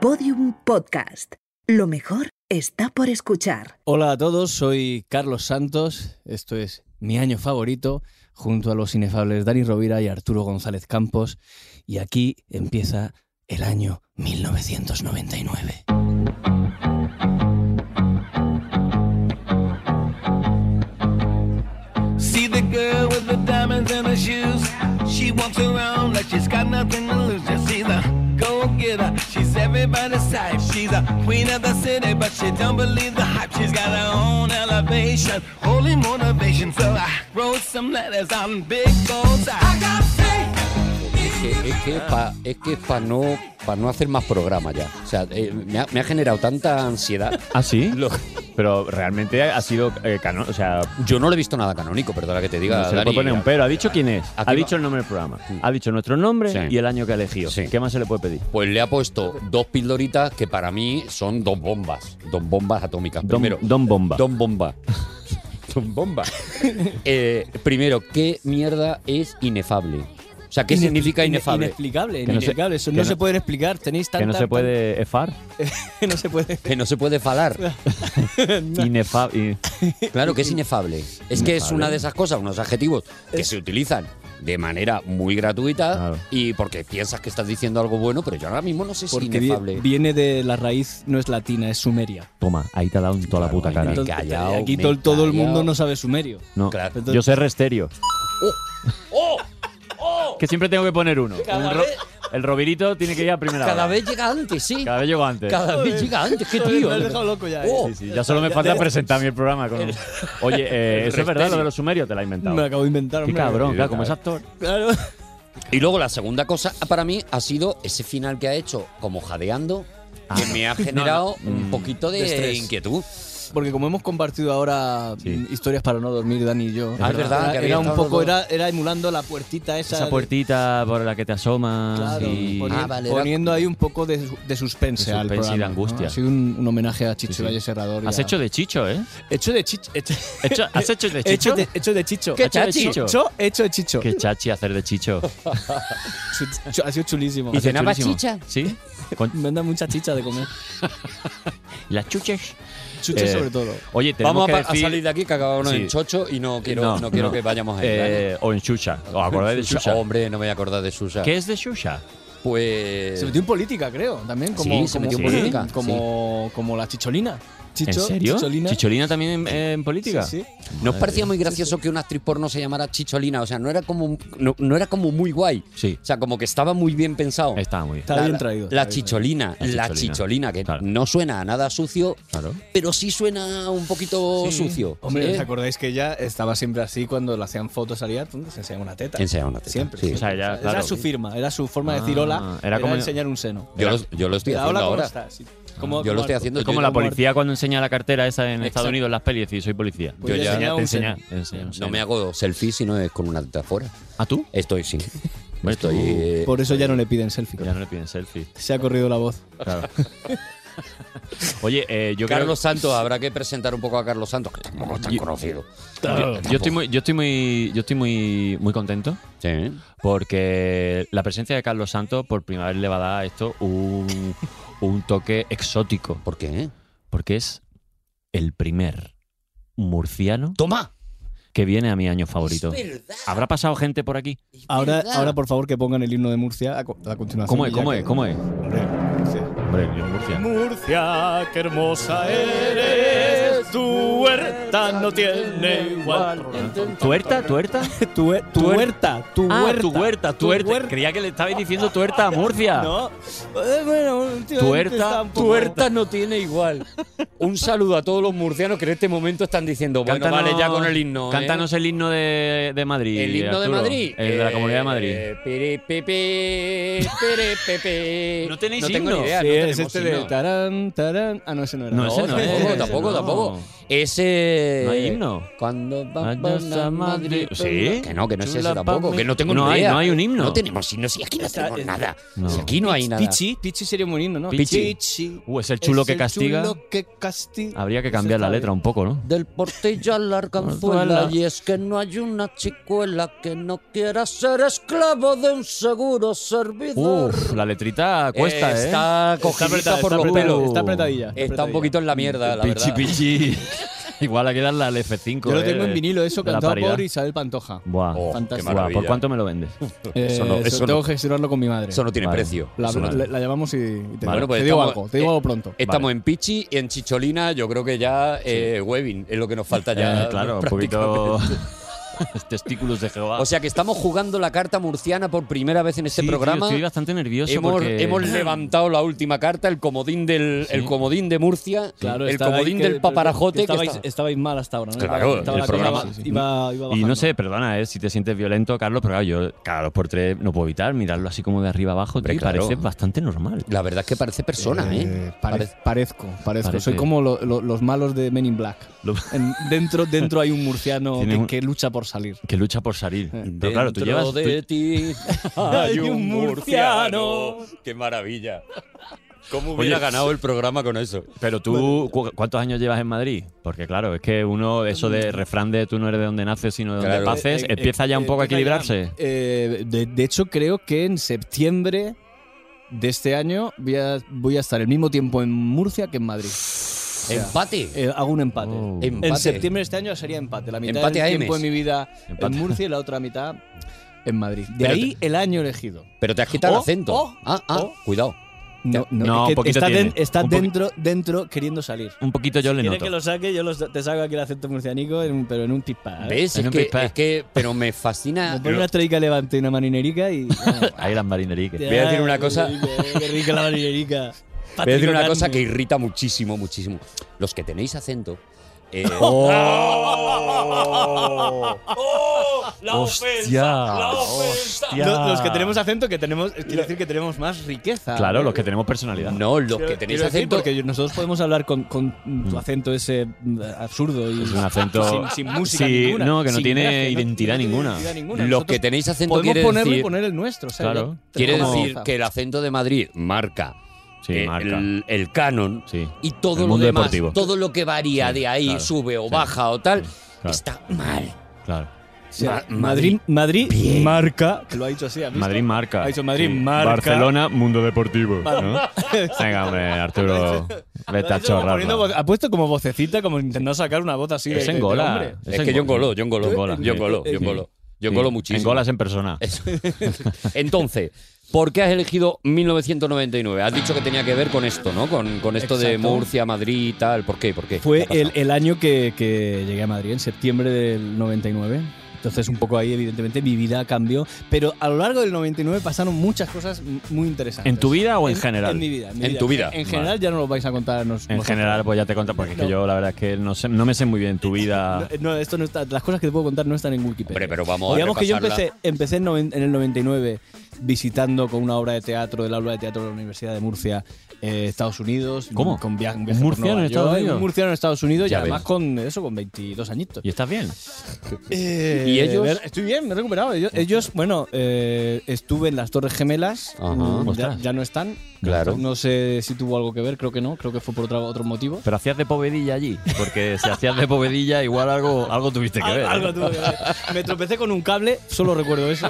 Podium Podcast. Lo mejor está por escuchar. Hola a todos, soy Carlos Santos, esto es mi año favorito, junto a los inefables Dani Rovira y Arturo González Campos, y aquí empieza el año 1999. See the girl with the diamonds in her shoes. She walks around like she's got nothing to lose. Just see the go get her. She's everybody's type. She's a queen of the city, but she don't believe the hype. She's got her own elevation, holy motivation. So I wrote some letters on big goals. I got que- es que pa- es que para no pa no hacer más programa ya. O sea, eh, me, ha, me ha generado tanta ansiedad. ¿Ah, sí? Lo- Pero realmente ha sido eh, cano- o sea, yo no le he visto nada canónico, perdona que te diga. se le puede Dani. poner un pero. ¿Ha dicho quién es? Aquí Ha va. dicho el nombre del programa. Ha dicho nuestro nombre Sí. y el año que ha elegido. Sí. ¿Qué más se le puede pedir? Pues le ha puesto dos pildoritas que para mí son dos bombas, dos bombas atómicas. Don- primero, Don Bomba. Don Bomba. Don Bomba. Eh, primero, ¿qué mierda es inefable? O sea, ¿qué Ine- significa ine- inefable? Inexplicable, Que no se- inexplicable. Eso que no no- se puede explicar. Tenéis tanta. que no se puede efar. que no se puede. que no se puede falar. Inefa- y- Claro que es inefable. Es que es una de esas cosas, unos adjetivos que se utilizan de manera muy gratuita Claro. y porque piensas que estás diciendo algo bueno, pero yo ahora mismo no sé si Porque vi- inefable. viene de la raíz, no es latina, es sumeria. eh, Toma, ahí te ha dado en toda la Claro, puta ahí cara. me he callao, aquí me he todo, todo el mundo callao. no sabe sumerio. No, Claro. Entonces- yo sé resterio. ¡Oh! ¡Oh! Que siempre tengo que poner uno. Un ro- el robirito tiene que ir a primera Cada hora. vez llega antes, sí. Cada vez llego antes. Cada vez llega antes, qué tío. me has dejado loco ya, eh. Oh, Sí, sí, ya solo me falta presentar mi programa. Con... Oye, eh, eso es verdad, resterio. lo de los sumerios te la he inventado. Me acabo de inventar. Qué hombre. cabrón, claro, como es actor. Claro. Y luego la segunda cosa para mí ha sido ese final que ha hecho como jadeando Ah, que me ha generado Mm. un poquito de, De estrés. Eh, inquietud. Porque como hemos compartido ahora Sí. mm, historias para no dormir, Dani y yo. Ah, es verdad, Era, que era había un estado poco, los era, era emulando la puertita esa. Esa de- puertita por la que te asomas. Claro, y- poni- Ah, vale, era- poniendo ahí un poco de, de suspense De al suspense y programa. de angustia. ¿no? Ha sido un, un homenaje a Chicho Sí, sí. Valle Serrador. y Has a- hecho de chicho, ¿eh? Hecho de Chicho. hecho- Hecho- ¿Has hecho de Hecho chicho? de, hecho de Chicho. ¿Qué Hecho de chachi? Chicho, hecho de Chicho. Qué chachi hacer de chicho. Chu- chu- Ha sido chulísimo. Y cenaba Chulísimo. chicha. ¿Sí? Con Me anda mucha chicha de comer. las chuches. Chuche Eh, sobre todo. Oye, tenemos Vamos que a, pa- a decir- salir de aquí que acabamos Sí. en chocho y no quiero, no, quiero que vayamos a Eh, O en chucha. ¿Os acordáis de Xuxa. chucha? Hombre, no me voy a acordar de Susa. ¿Qué es de chucha? Pues. Se metió en política, creo, también. Como, Sí, se como- metió en como- política, Como, como la chicholina. Chicho, ¿En serio? Chicholina. también en, en política? Eh, Sí, sí. Nos parecía muy gracioso que una actriz porno se llamara Chicholina. O sea, no era como, no, no era como muy guay. Sí. O sea, como que estaba muy bien pensado. Estaba muy bien. Está La- bien traído. La, está bien traído. chicholina, La la chicholina, chicholina. que Claro. no suena a nada sucio, Claro. pero sí suena un poquito Sí. sucio. Hombre, ¿eh? ¿os acordáis que ella estaba siempre así cuando le hacían fotos salía? pum, Se enseñaba una teta. Enseñaba una teta, Siempre. sí. siempre. O sea, ella, Era claro. su firma, era su forma de decir Ah, hola. era Era, como- enseñar un seno. Yo, lo, yo lo estoy Era, haciendo hola, ¿cómo ahora. estás? Sí. Como- Yo lo como- estoy haciendo. Es como yo- la como policía cuando enseña la cartera esa en Estados Exacto. Unidos, las pelis, y decir, soy policía. Pues yo Te ya- enseña- te un seno. enseña- te enseña un No seno. me hago selfie si no es con una teta afuera. ¿Ah, tú? Estoy, sí. Ves Estoy. tú. eh, Por eso ya no le piden selfie. Ya no le piden selfie. Se ha corrido la voz. Claro. Oye, eh, yo creo- Carlos Santos, habrá que presentar un poco a Carlos Santos, que tampoco es tan Yo- conocido. yo, yo estoy muy, yo estoy muy, yo estoy muy, muy contento Sí. porque la presencia de Carlos Santos por primera vez le va a dar a esto un, un toque exótico ¿Por qué? porque es el primer murciano ¡Toma! que viene a mi año favorito. Es verdad, ¿Habrá pasado gente por aquí? es Ahora, verdad. ahora, por favor, que pongan el himno de Murcia a, co- a continuación. ¿Cómo es? y ya ¿Cómo que- es? ¿Cómo es? Hombre, Murcia. Hombre, yo en Murcia. Murcia, qué hermosa eres, tu huerta no tiene igual. ¿Tuerta? ¿Tuerta? Tu, tu Tuer- huerta, tu Ah, huerta. tu huerta, tu huerta. huerta. Creía que le estabais diciendo tuerta a Murcia. No. Eh, bueno, últimamente está un Tuerta, poco- Tuerta no tiene igual. Un saludo a todos los murcianos que en este momento están diciendo, bueno, vale, ya con el himno. ¿eh? Cántanos el himno de, de Madrid. El himno de Arturo. Madrid. El de la Eh, Comunidad de Madrid. pere, pepe, pere, pepe. ¿No tenéis tengo himno? ni idea. Sí, no es tenemos este de himno. tarán, tarán. Ah, no, ese no era. No, No, ese no tampoco, es, tampoco, no. tampoco. Ese. No hay himno. Eh, Cuando vamos Vayas a a Madrid. Madrid. Sí. Que no, que no es ese Chula tampoco. pa' Que no tengo No ni hay- idea. no hay un himno. No tenemos himno. pues, Si aquí no tenemos nada. No. Si aquí no hay nada. Pichi, Pichi sería un buen himno, ¿no? Pichi. Pichi. Uh, es el Pues chulo que castiga. chulo que castillo. Habría que cambiar la letra un poco, ¿no? Del portillo a la arganzuela, y es que no hay una chicuela que no quiera ser esclavo de un seguro servidor. Uf, la letrita cuesta, ¿eh? está apretada, cogidita por está los apretada, pelos. está apretadilla, está Está un apretadilla. poquito en la mierda, la pichi, verdad. pichi. Igual aquí dan la F5. Yo lo eh, tengo en vinilo, eso de la cantado paridad. por Isabel Pantoja. Buah, Oh, qué Fantástico. Buah, maravilla. ¿Por cuánto me lo vendes? Eh, Eso no, eso eso tengo no. que gestionarlo con mi madre. Eso no tiene Vale. precio. La, Eso no- la- la llamamos y, y te, Bueno, pues te digo estamos- algo, te digo eh, algo pronto. Estamos en Pichi y en Chicholina. Yo creo que ya eh, Webbing es lo que nos falta ya. Eh, claro, un prácticamente. poquito. testículos de Jehová. O sea que estamos jugando la carta murciana por primera vez en este Sí, tío, programa. estoy bastante nervioso hemos, porque. hemos levantado la última carta, el comodín del, el comodín de Murcia, el estaba ahí comodín que- del paparajote. que que estabais, está- estabais mal hasta ahora, ¿no? Claro, Estaba el la cosa- programa- sí, sí. Iba, iba Y bajando. no sé, perdona, eh, si te sientes violento, Carlos, pero claro, yo cada dos por tres no puedo evitar mirarlo así como de arriba abajo, tío, Hombre, y claro. parece bastante normal. La verdad es que parece persona, ¿eh? Eh, pare- Parece- Parezco, parezco. Parece. Soy como lo- lo- los malos de Men in Black. Lo- En- dentro, dentro hay un murciano Tiene que, un- que lucha por salir. Que lucha por salir. Pero claro, tú Eh, Dentro llevas. tú- de ti hay un murciano. Qué maravilla. ¿Cómo hubiera Oye, ganado el programa con eso? Pero tú, ¿cu- ¿cuántos años llevas en Madrid? Porque claro, es que uno, eso de refrán de tú no eres de donde naces, sino de donde Mm. Claro. paces, Eh, eh, empieza ya un eh, poco a empieza ya. equilibrarse. Eh, de, de hecho, creo que en septiembre de este año voy a, voy a estar el mismo tiempo en Murcia que en Madrid. Empate. Eh, hago un empate. Oh. Empate. En septiembre de este año sería empate. La mitad Empate a del tiempo Ms. de mi vida Empate. en Murcia y la otra mitad en Madrid. De Pero ahí el año elegido. Pero te has quitado el Oh, acento. oh, ah, ah, oh. cuidado. No, no, No, es un que poquito está, tiene. está Un poqui- dentro, dentro queriendo salir. Un poquito yo le ¿Quieres noto. que lo saque? Yo los- te saco aquí el acento murcianico, en un- pero en un tipa. ¿eh? ¿Ves? En Es un que, pispás. es que- pero me Me fascina. pone una estrella levante y una marinerica y. Ahí las marineriques. voy a decir una Ay, cosa. marinerica, eh, Qué rica la marinerica. Voy a decir una Patico cosa que grande. irrita muchísimo, muchísimo. Los que tenéis acento. eh, Oh. Oh. Oh, ¡Hostia! ¡Hostia! Lo- Los que tenemos acento, que tenemos. es- Quiere decir que tenemos más riqueza. Claro, los que tenemos personalidad. No, los que tenéis acento. Porque nosotros podemos hablar con, con tu acento ese mm, absurdo y. Es un acento. Sin, sin música Sí, ninguna. No, que no sin tiene gracia, no- identidad no tiene ninguna. identidad ninguna. Los Nosotros que tenéis acento Podemos quiere ponerlo decir, y poner el nuestro. o sea, Claro. ya quiere tenemos decir fuerza. que el acento de Madrid marca, Sí, eh, marca. El, el canon Sí. y El todo lo mundo demás, deportivo. todo lo que varía de ahí, claro, sube o baja o tal, claro. está mal. Claro. O sea, Ma- Madrid, Madrid Bien. marca. Lo ha dicho así, ¿has visto? Madrid marca. Ha dicho Madrid Sí. marca. Barcelona, mundo deportivo. ¿no? Venga, hombre, Arturo. Vete Lo ha a dicho como chorrar. poniendo voz- ha puesto como vocecita, como intentando sacar una voz así. de- Es de- en de gola. hombre. Es, que yo engoló, yo engoló, Engola, yo sí. engoló, Sí. yo engoló, yo Sí. engoló muchísimo. En golas en persona. Eso. Entonces, ¿por qué has elegido 1999? Has dicho que tenía que ver con esto, ¿no? Con, con esto de Exacto. Murcia, Madrid y tal. ¿Por qué? ¿Por qué? ¿Qué Fue ha pasado? el, el año que, que llegué a Madrid, en septiembre del 99. Entonces, un poco ahí, evidentemente, mi vida cambió. Pero a lo largo del 99 pasaron muchas cosas m- muy interesantes. ¿En tu vida o en general? En mi vida. mi En tu vida. En general, ya no lo vais a contar. nos- En vosotros. general, pues ya te contas, porque es que yo la verdad es que no, sé- no me sé muy bien tu vida. No, esto no está. Las cosas que te puedo contar no están en Wikipedia. Hombre, pero vamos a Digamos que yo repasarla. empecé, empecé en, noven- en el 99 visitando con una obra de teatro del aula de teatro de la Universidad de Murcia, eh, Estados Unidos. ¿Cómo? Con via- un ¿Un viaje por murciano Nueva en Estados York, Unidos? Un murciano en Estados Unidos y Ya además ves. con eso, con 22 añitos. ¿Y estás bien? Eh, ¿Y ellos? ver, estoy bien, me he recuperado. Ellos, ellos, bueno, eh, estuve en las Torres Gemelas. Ajá. mm, ya, Ostras. ya no están. Claro. No sé si tuvo algo que ver, creo que no. Creo que fue por otro, otro motivo. Pero hacías de povedilla allí. Porque si hacías de povedilla, igual algo, algo tuviste que ver. ¿eh? Algo tuvo que ver. Me tropecé con un cable, solo recuerdo eso.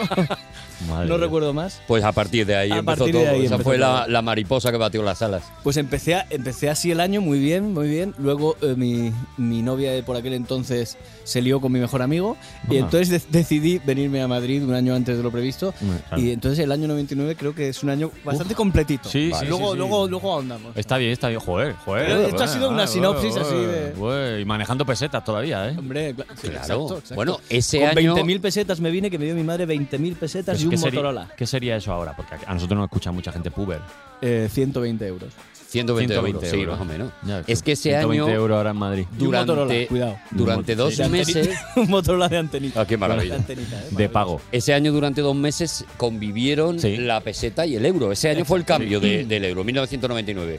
Madre no mía. recuerdo más. Pues a partir de ahí A empezó partir todo. de ahí Esa empezó fue la, todo. la mariposa que batió las alas. Pues empecé, a- empecé así el año, muy bien, muy bien. Luego eh, mi, mi novia de por aquel entonces se lió con mi mejor amigo y Ah. entonces de- decidí venirme a Madrid un año antes de lo previsto. Hombre, claro. Y entonces el año 99 creo que es un año bastante completito. Sí, sí, luego, sí, sí. Luego, luego ahondamos. Está bien, está bien. Joder, joder. Pero esto joder, ha sido una ah, sinopsis joder, así de- joder, y manejando pesetas todavía, ¿eh? Hombre, cla- sí, Claro. exacto, exacto. Bueno, ese Con año. 20.000 pesetas me vine, que me dio mi madre 20.000 pesetas Pues, y un ¿qué, sería, Motorola. qué sería eso ahora? Porque a nosotros nos escucha mucha gente puber. Eh, 120 euros. 120, euros, 120 sí, euros. más o menos. Ya, es que ese 120 año, euros ahora en Madrid. Y un Motorola, durante, cuidado. durante dos De antenita- meses. un Motorola de antenita. Ah, qué maravilla. De antenita, eh, De maravilloso. pago. Ese año, durante dos meses, convivieron Sí. la peseta y el euro. Ese año fue el cambio de- del euro, 1999.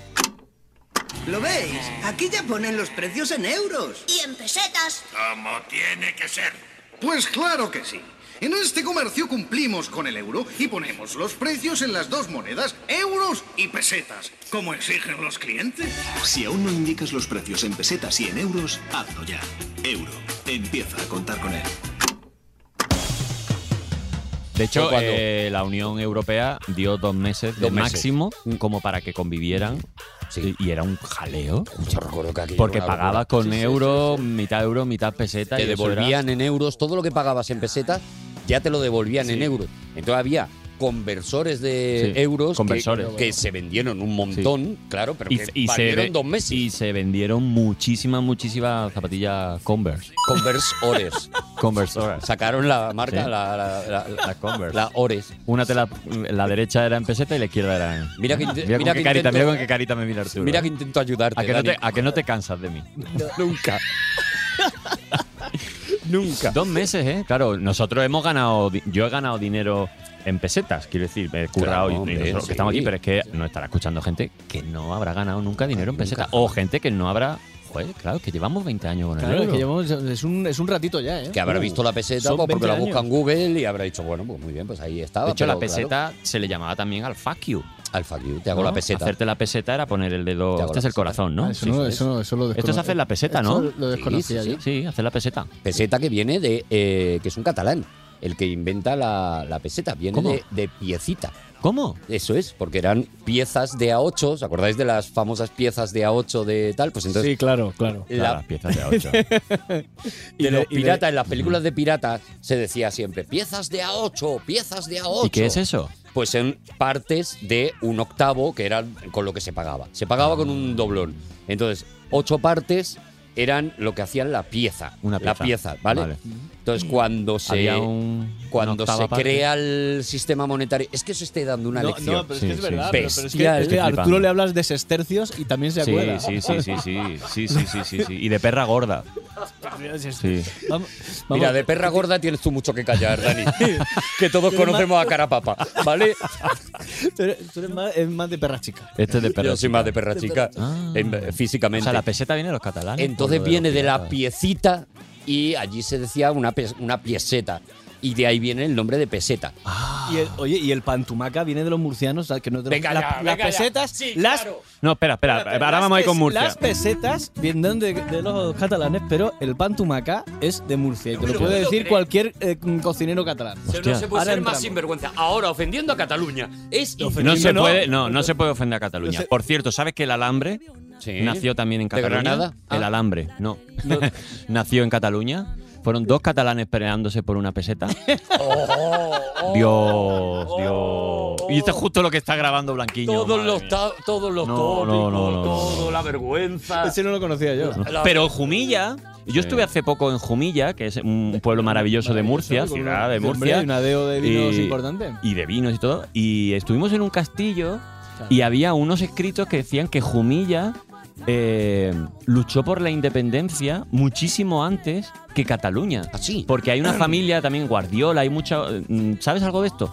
¿Lo veis? Aquí ya ponen los precios en euros. Y en pesetas. Como tiene que ser. Pues claro que sí. En este comercio cumplimos con el euro y ponemos los precios en las dos monedas, euros y pesetas, como exigen los clientes. Si aún no indicas los precios en pesetas y en euros, hazlo ya. Euro. Empieza a contar con él. De hecho, Pues cuando- eh, la Unión Europea dio dos meses de Dos meses. Mm. máximo como para que convivieran. Sí. Y, y era un jaleo. Yo recuerdo que aquí Porque era una pagabas locura. con Sí, sí, euro, sí, sí. mitad euro, mitad peseta. Te y eso era- devolvían en euros todo lo que pagabas en pesetas, ya te lo devolvían en euros. Entonces había conversores de Sí, euros que- conversores. Que, se vendieron un montón, claro, pero que y, y se valieron ve- dos meses. y se vendieron muchísimas, muchísimas zapatillas Converse. Conversores. Converse ahora. Sacaron la marca, Sí. la, la- la- la- Las Converse. la Ores. Una de la, la derecha era en peseta y la izquierda era en. Mira que inte- mira con mira qué que carita, intento- mira con qué carita me mira Arturo. Mira que intento ayudarte. a que, no Dani. te, a que no te cansas de mí. Nunca. Nunca. Dos meses, ¿eh? Claro, nosotros hemos ganado. di- Yo he ganado dinero en pesetas, quiero decir, me he currado Claro, y- y hombre, nosotros que sí. estamos aquí, pero es que no estará escuchando gente que no habrá ganado nunca dinero en pesetas. O gente que no habrá. Joder, claro, que llevamos 20 años con el Claro, es euro. que llevamos- es, un, es un ratito ya, ¿eh? Que habrá Uh, visto la peseta son pues, porque la 20 busca en años. Google y habrá dicho, bueno, pues muy bien, pues ahí estaba. De hecho, pero la claro, peseta se le llamaba también al fuck you. al fuck you, te hago la ¿no? peseta. Hacerte la peseta era poner el dedo. Te Este hago la es el peseta. corazón, ¿no? Ah, eso Sí, no- sí. eso no- eso lo Esto es descono- hacer la peseta, Eso ¿no? Lo desconocía sí, yo. sí, hacer la peseta. Peseta que viene de. eh, que es un catalán, el que inventa la, la peseta. Viene ¿Cómo? de, de piecita. ¿Cómo? Eso es, porque eran piezas de A8. ¿Os acordáis de las famosas piezas de A8 de tal? Pues entonces. Sí, claro, claro. Claro, La, las piezas de a ocho. de los piratas, en las películas de piratas se decía siempre piezas de A8, piezas de A8. ¿Y qué es eso? Pues en partes de un octavo, que eran con lo que se pagaba. Se pagaba con un doblón. Entonces, ocho partes eran lo que hacían la pieza. Una La pieza. pieza, ¿vale? Vale. Entonces, cuando se, Había un- una cuando octava se parte. crea el sistema monetario... Es que os estoy dando una No, lección. no, pero es que Sí, es sí. verdad. pero- pero es que- Bestial. es que a Estoy Arturo flipando. le hablas de sestercios y también se Sí, acuerda. sí, sí, sí, sí, sí, sí, sí, sí, sí. Y de perra gorda. Sí. Vamos, vamos. Mira, de perra gorda tienes tú mucho que callar, Dani. que todos conocemos a Carapapa, ¿vale? Tú eres, tú eres más, es más de perra chica. Este es de perra. Yo soy más de perra chica, Ah. en- O físicamente. sea, la peseta viene de los catalanes. por Ah, Entonces lo de viene los de la piratas. piecita y allí se decía una, pe- una pieseta. Y de ahí viene el nombre de peseta. Ah. Y el- oye, y el pantumaca viene de los murcianos, ¿sabes? que no tenemos- Venga la- ya, las venga ya. pesetas, Sí, las claro. No, espera, espera. las Ahora Eh, vamos a ir con pes- Murcia. Las pesetas vienen de, de los catalanes, pero el pantumaca es de Murcia y te lo puede decir cualquier eh, cocinero catalán. Hostia. se puede Ahora ser más entramos. sinvergüenza. Ahora ofendiendo a Cataluña. Es No se no. puede, no, no se puede ofender a Cataluña. No se- Por cierto, ¿sabes que el alambre Sí. nació también en ¿De Cataluña? Granada? El Ah. alambre, no. nació en Cataluña. Fueron dos catalanes peleándose por una peseta. Oh, Dios, Dios. Y esto es justo lo que está grabando Blanquiño. Todos madre los, mía. ta- todos los No, tópicos, no, no, no, todo, no. la vergüenza. Ese no lo conocía yo. La- Pero Jumilla, yo estuve hace poco en Jumilla, que es un pueblo maravilloso de Murcia, con ciudad una- de hombre, Murcia. y una deo de vinos importante. Y de vinos y todo. Y estuvimos en un castillo y había unos escritos que decían que Jumilla eh, luchó por la independencia muchísimo antes que Cataluña. Así. Porque hay una familia también, Guardiola, hay mucha. mm, ¿Sabes algo de esto?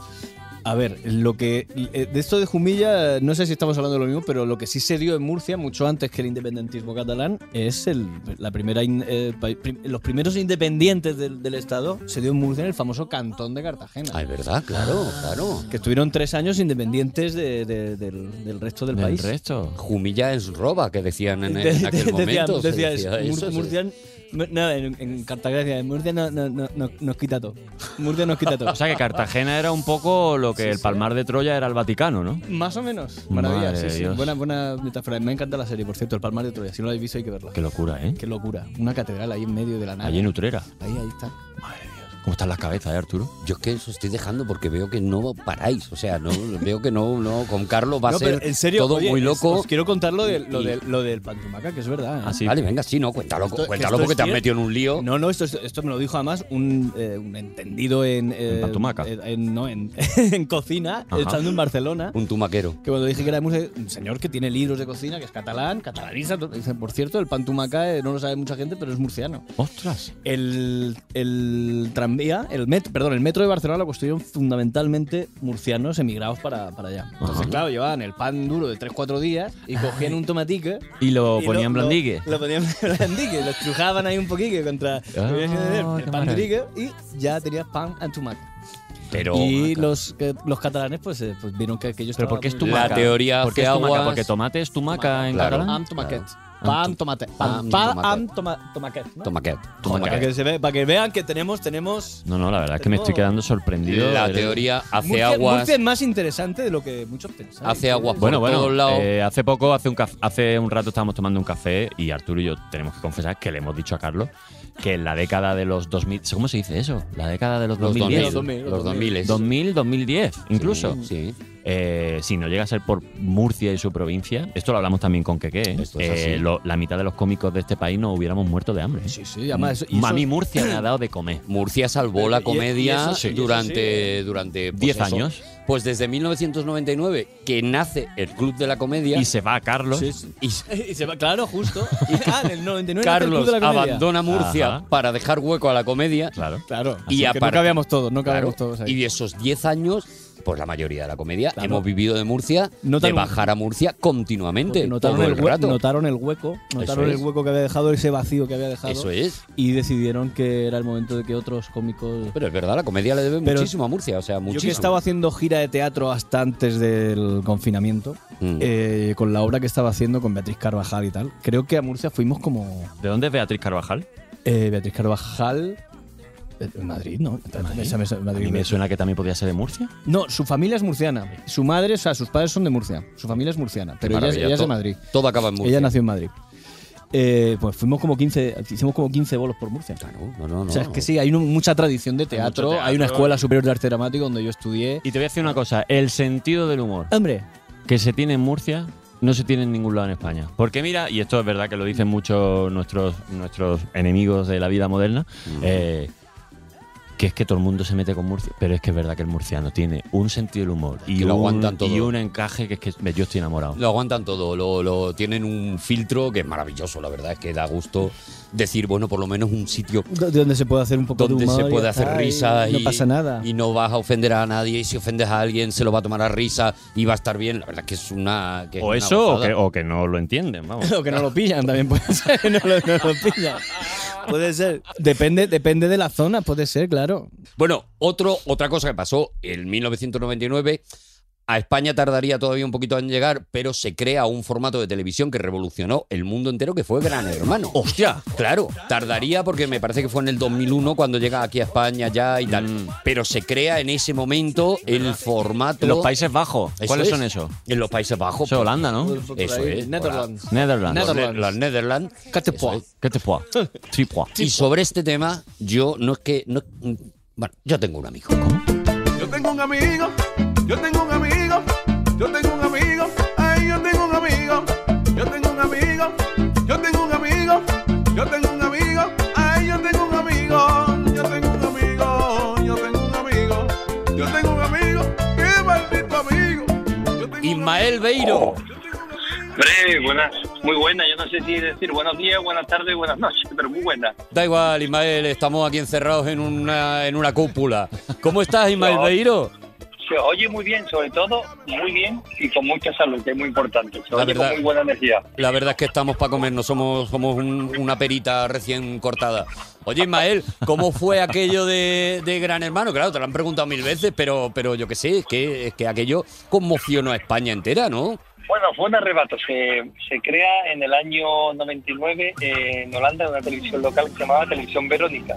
A ver, lo que eh, de esto de Jumilla, eh, no sé si estamos hablando de lo mismo, pero lo que sí se dio en Murcia mucho antes que el independentismo catalán es el, la primera in- eh, pa- prim- los primeros independientes del, del Estado se dio en Murcia en el famoso Cantón de Cartagena, Ah, es verdad, claro, claro. que estuvieron tres años independientes de- de- del, del resto del, país. resto. Jumilla es roba, que decían en, en Decían- aquel momento. se decían, decía "Mur- eso, se- Murcia, no, nada, en, en Cartagena decían, Murcia no, no- no- no- nos quita todo. Murcia nos quita todo. O sea que Cartagena era un poco lo que el Palmar de Troya era el Vaticano, ¿no? Más o menos. Maravilla, Madre sí, de sí. Dios. Buena, buena metáfora. Me encanta la serie, por cierto, El Palmar de Troya. Si no la habéis visto, hay que verla. Qué locura, ¿eh? Qué locura. Una catedral ahí en medio de la nada. Allí en Utrera. Ahí, ahí está. Madre de Dios. ¿Cómo están las cabezas, eh, Arturo? Yo es que os estoy dejando porque veo que no paráis. O sea, no veo que no, no. Con Carlos va a No, pero ser en serio, todo oye, muy es- loco. Os quiero contar lo, de- lo, de- lo del Pantumaca, que es verdad. ¿eh? Ah, sí. Vale, venga, sí, no, cuéntalo, Esto- que cuéntalo esto porque es te has cierto. metido en un lío. No, no, esto, esto- esto me lo dijo además un, eh, un entendido en. eh, En Pantumaca. eh, en- no, en, en cocina, Ajá. estando en Barcelona. Un tumaquero. Que cuando dije que era de Murcia, un señor que tiene libros de cocina, que es catalán, catalaniza. todo. Dice, por cierto, el Pantumaca eh, no lo sabe mucha gente, pero es murciano. ¡Ostras! El, el tram- día, el met, perdón, el metro de Barcelona lo construyeron fundamentalmente murcianos emigrados para, para allá. Entonces, claro, llevaban el pan duro de 3-4 días y cogían un tomatique Y lo y ponían blandique. Lo, ponían blandique, lo estrujaban ahí un poquillo contra Ah, qué el pan maravilla. Ah, durique y ya tenías pan en tumaca. Pero. y los, eh, los catalanes pues, eh, pues vieron que aquello ¿Pero estaba por qué es muy- tumaca? La teoría ¿Por qué es hace tumaca? aguas. Porque tomate es tumaca en Claro. catalán. Am tomaquet. Am Pam tomate. Pam Am pam tomaquet. am toma- tomaquet. ¿no? Toma que. Como Para que, se ve, para que vean que tenemos, tenemos No, no, la verdad es que me estoy quedando sorprendido. La del- teoría hace Murcia, aguas. Murcia es más interesante de lo que muchos pensaban. Hace aguas Bueno, por bueno, todos lados. eh, hace poco, hace un, caf- hace un rato estábamos tomando un café y Arturo y yo tenemos que confesar que le hemos dicho a Carlos que en la década de los 2000, ¿cómo se dice eso? La década de los los 2010. 2000. Los los 2000. 2000, 2010, incluso. Sí. Eh, si no llega a ser por Murcia y su provincia, esto lo hablamos también con Keke, ¿eh? Esto es Eh, así. lo- la mitad de los cómicos de este país no hubiéramos muerto de hambre. ¿eh? Sí, sí, además eso- y eso- Mami Murcia me ha dado de comer. Murcia salvó la Y- y comedia eso sí, durante durante pues, 10 eso. años. Pues desde 1999 que nace el Club de la Comedia Y se va Carlos. Sí, sí. Y se va, claro, justo. Y, ah, en el 99 nace Carlos el Club de la Comedia. abandona Murcia Ajá. para dejar hueco a la comedia Claro. Claro. Y Y que no aparte- cabíamos todos, no Claro, cabíamos todos ahí. y de esos 10 años pues la mayoría de la comedia Claro. hemos vivido de Murcia No de tan- bajar a Murcia continuamente Porque notaron, todo el el, hue- rato notaron el hueco, notaron Eso el es. hueco que había dejado, ese vacío que había dejado. eso es Y decidieron que era el momento de que otros cómicos. Pues. pero es verdad la comedia le debe Pero- muchísimo a Murcia o sea Yo que muchísimo estaba haciendo gira de teatro hasta antes del confinamiento, Mm. eh, con la obra que estaba haciendo con Beatriz Carvajal y tal, creo que a Murcia fuimos como ¿De dónde es Beatriz Carvajal? eh, Beatriz Carvajal. eh, en Madrid, ¿no? Esa- esa- A Madrid. mí me suena que también podía ser de Murcia. No, su familia es murciana. Su madre, o sea, sus padres son de Murcia. Su familia es murciana, pero ella, es- Maravilla, ella es de to- Madrid. todo acaba en Murcia Ella nació en Madrid. Eh, pues fuimos como 15, hicimos como 15 bolos por Murcia. Claro, no, no, no, O sea, es no. que sí, hay un- mucha tradición de teatro, teatro. hay una escuela superior de arte dramático donde yo estudié. Y te voy a decir una cosa, el sentido del humor Hombre, que se tiene en Murcia no se tiene en ningún lado en España. Porque mira, y esto es verdad que lo dicen muchos nuestros, nuestros enemigos de la vida moderna, eh, que es que todo el mundo se mete con Murcia, pero es que es verdad que el murciano tiene un sentido del humor y, Que lo un, aguantan todo. y un encaje que es que yo estoy enamorado. Lo aguantan todo, lo, lo- tienen un filtro que es maravilloso, la verdad es que da gusto decir, bueno, por lo menos un sitio do- de donde se puede hacer un poco de donde humor. se y puede ya hacer está, y risa y No pasa nada. y no vas a ofender a nadie y si ofendes a alguien se lo va a tomar a risa y va a estar bien, la verdad es que es una... que es O una eso, o gozada. que, o que no lo entienden, vamos. O que no lo pillan también puede ser. No lo, no lo pillan. Puede ser. Depende, depende de la zona, puede ser, claro. Bueno, otro, otra cosa que pasó en 1999, a España tardaría todavía un poquito en llegar, pero se crea un formato de televisión que revolucionó el mundo entero, que fue Gran Hermano. ¡Hostia! Claro, tardaría porque me parece que fue en el 2001 cuando llega aquí a España ya y tal. Pero se crea en ese momento el formato... Mm. En los Países Bajos, Eso ¿cuáles es. son esos? En los Países Bajos. pues, Eso es Holanda, ¿no? Eso es. Netherlands. Netherlands. Los ne- Los Netherlands. Eso es. ¿Qué te puedo? Sí, puedo. Y sobre este tema, yo no es que... no- bueno, yo tengo un amigo. Yo tengo un amigo, yo tengo un amigo, yo tengo un amigo, ay, yo tengo un amigo, yo tengo un amigo, yo tengo un amigo, yo tengo un amigo, ay, yo tengo un amigo, yo tengo un amigo, yo tengo un amigo, yo tengo un amigo, qué maldito amigo. Yo tengo un Ismael Beiro. Hombre, buenas, muy buena. Yo no sé si decir buenos días, buenas tardes, buenas noches, pero muy buena. Da igual, Ismael, estamos aquí encerrados en una, en una cúpula. ¿Cómo estás, Ismael Beiro? Se oye muy bien, sobre todo, muy bien y con mucha salud, que es muy importante. Se La oye verdad. con muy buena energía. La verdad es que estamos para comer, no somos, somos un- una perita recién cortada. Oye, Ismael, ¿cómo fue aquello de, de Gran Hermano? Claro, te lo han preguntado mil veces, pero, pero yo qué sé, es que, es que aquello conmocionó a España entera, ¿no? Bueno, fue un arrebato. Se, se crea en el año 99 eh, en Holanda una televisión local que se llamaba Televisión Verónica.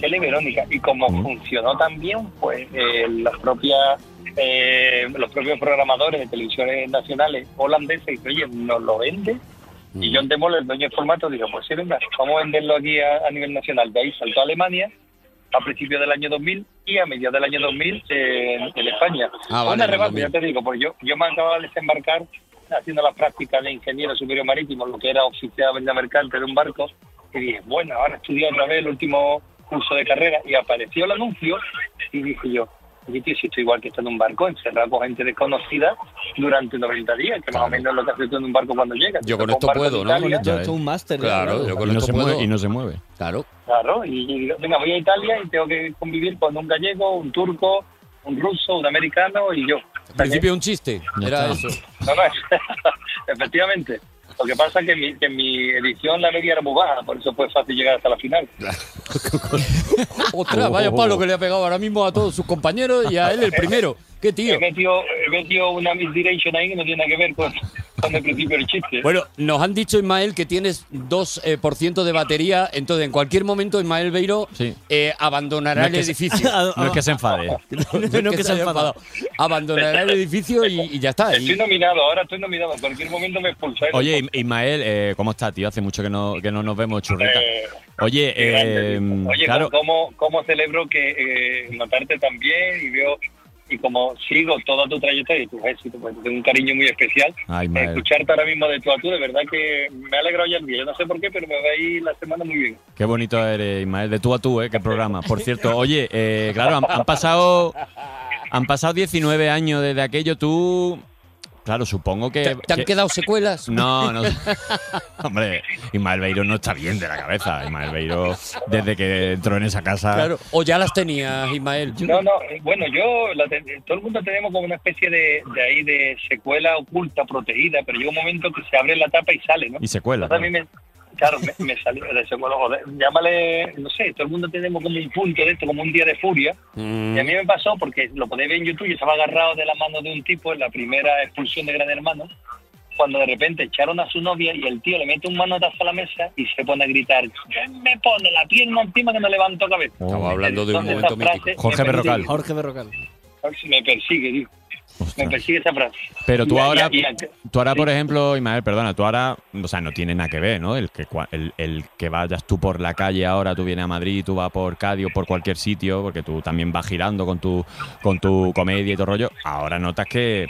Tele Verónica. Y como funcionó también, pues eh, las propias, eh, los propios programadores de televisiones nacionales holandeses dicen, oye, nos lo vende. Mm. Y John de Mol, el dueño del formato, dijo, pues sí, venga, vamos a venderlo aquí a, a nivel nacional. De ahí saltó a Alemania a principios del año 2000 y a mediados del año 2000 eh, en España. Ah, Fue vale, un arrebato, en el ya te digo, porque yo, yo me acababa de desembarcar haciendo las prácticas de ingeniero superior marítimo, lo que era oficial venta mercante de un barco, y dije, bueno, ahora estudié otra vez el último curso de carrera, y apareció el anuncio, y dije yo, sitio y si estoy igual que está en un barco, encerrado con gente desconocida durante 90 días, que más o menos es lo que haces tú en un barco cuando llegas. Yo Te toca un con esto barco puedo, en ¿no? Con Italia. esto he hecho un máster. Claro, yo con y no esto se puedo. mueve, y no se mueve. Claro. Claro, y, y digo, venga, voy a Italia y tengo que convivir con un gallego, un turco, un ruso, un americano y yo. Al principio un chiste, Ya era está. eso. No, no, efectivamente. Lo que pasa es que mi, que mi edición la media era muy baja, por eso fue fácil llegar hasta la final. Ostras, vaya palo que le ha pegado ahora mismo a todos sus compañeros y a él el primero. Qué tío. He metido, he metido una misdirection ahí que no tiene nada que ver con, con el principio del chiste. Bueno, nos han dicho, Ismael, que tienes 2% eh, por ciento de batería. Entonces, en cualquier momento, Ismael Beiro Sí. eh, abandonará No es que el se- edificio. No es que se enfade. No es no que se haya ha enfadado. enfadado. Abandonará el edificio y, y ya está. estoy Y- nominado, ahora estoy nominado. En cualquier momento me expulsáis. Oye, Im- Ismael, eh, ¿cómo estás, tío? Hace mucho que no, que no nos vemos, churrita. Eh, Oye, qué grande, eh, tío. Oye, claro, ¿cómo, cómo celebro que eh, matarte también y veo y como sigo toda tu trayectoria y tus éxitos, pues tengo un cariño muy especial. Ay, Eh, madre. escucharte ahora mismo de tú a tú, de verdad que me ha alegrado ya el día. Yo no sé por qué, pero me va a ir la semana muy bien. qué bonito eres, Ismael. De tú a tú, ¿eh? Qué programa. Por cierto, oye, eh, claro, han, han pasado han pasado 19 años desde aquello. Tú, claro, supongo ¿Te, que... te han que- quedado secuelas? Eh, No, no. Hombre, Ismael Beiro no está bien de la cabeza. Ismael Beiro, desde que entró en esa casa... Claro. ¿O ya las tenías, Ismael? No, no, eh, bueno, yo, la te- eh, todo el mundo tenemos como una especie de, de ahí de secuela oculta, protegida, pero llega un momento que se abre la tapa y sale, ¿no? Y secuela. Entonces a mí me, claro, me, me salió de secuela, joder, llámale, no sé, todo el mundo tenemos como un punto de esto, como un día de furia, y a mí me pasó porque lo podéis ver en YouTube, yo estaba agarrado de la mano de un tipo en la primera expulsión de Gran Hermano, cuando de repente echaron a su novia y el tío le mete un manotazo a la mesa y se pone a gritar, "¿Quién me pone la pierna encima que no levanto cabeza? Oh. Estamos hablando de un Entonces, momento esa frase mítico. Jorge me persigue. Berrocal. Jorge Berrocal. Me persigue, digo. Me persigue esa frase. Pero tú Y- y- ahora, y- y- tú ahora, por ejemplo, Ismael, perdona, tú ahora, o sea, no tiene nada que ver, ¿no? El que, cua- el, el que vayas tú por la calle ahora, tú vienes a Madrid, tú vas por Cádiz o por cualquier sitio, porque tú también vas girando con tu, con tu comedia y todo el rollo. Ahora notas que,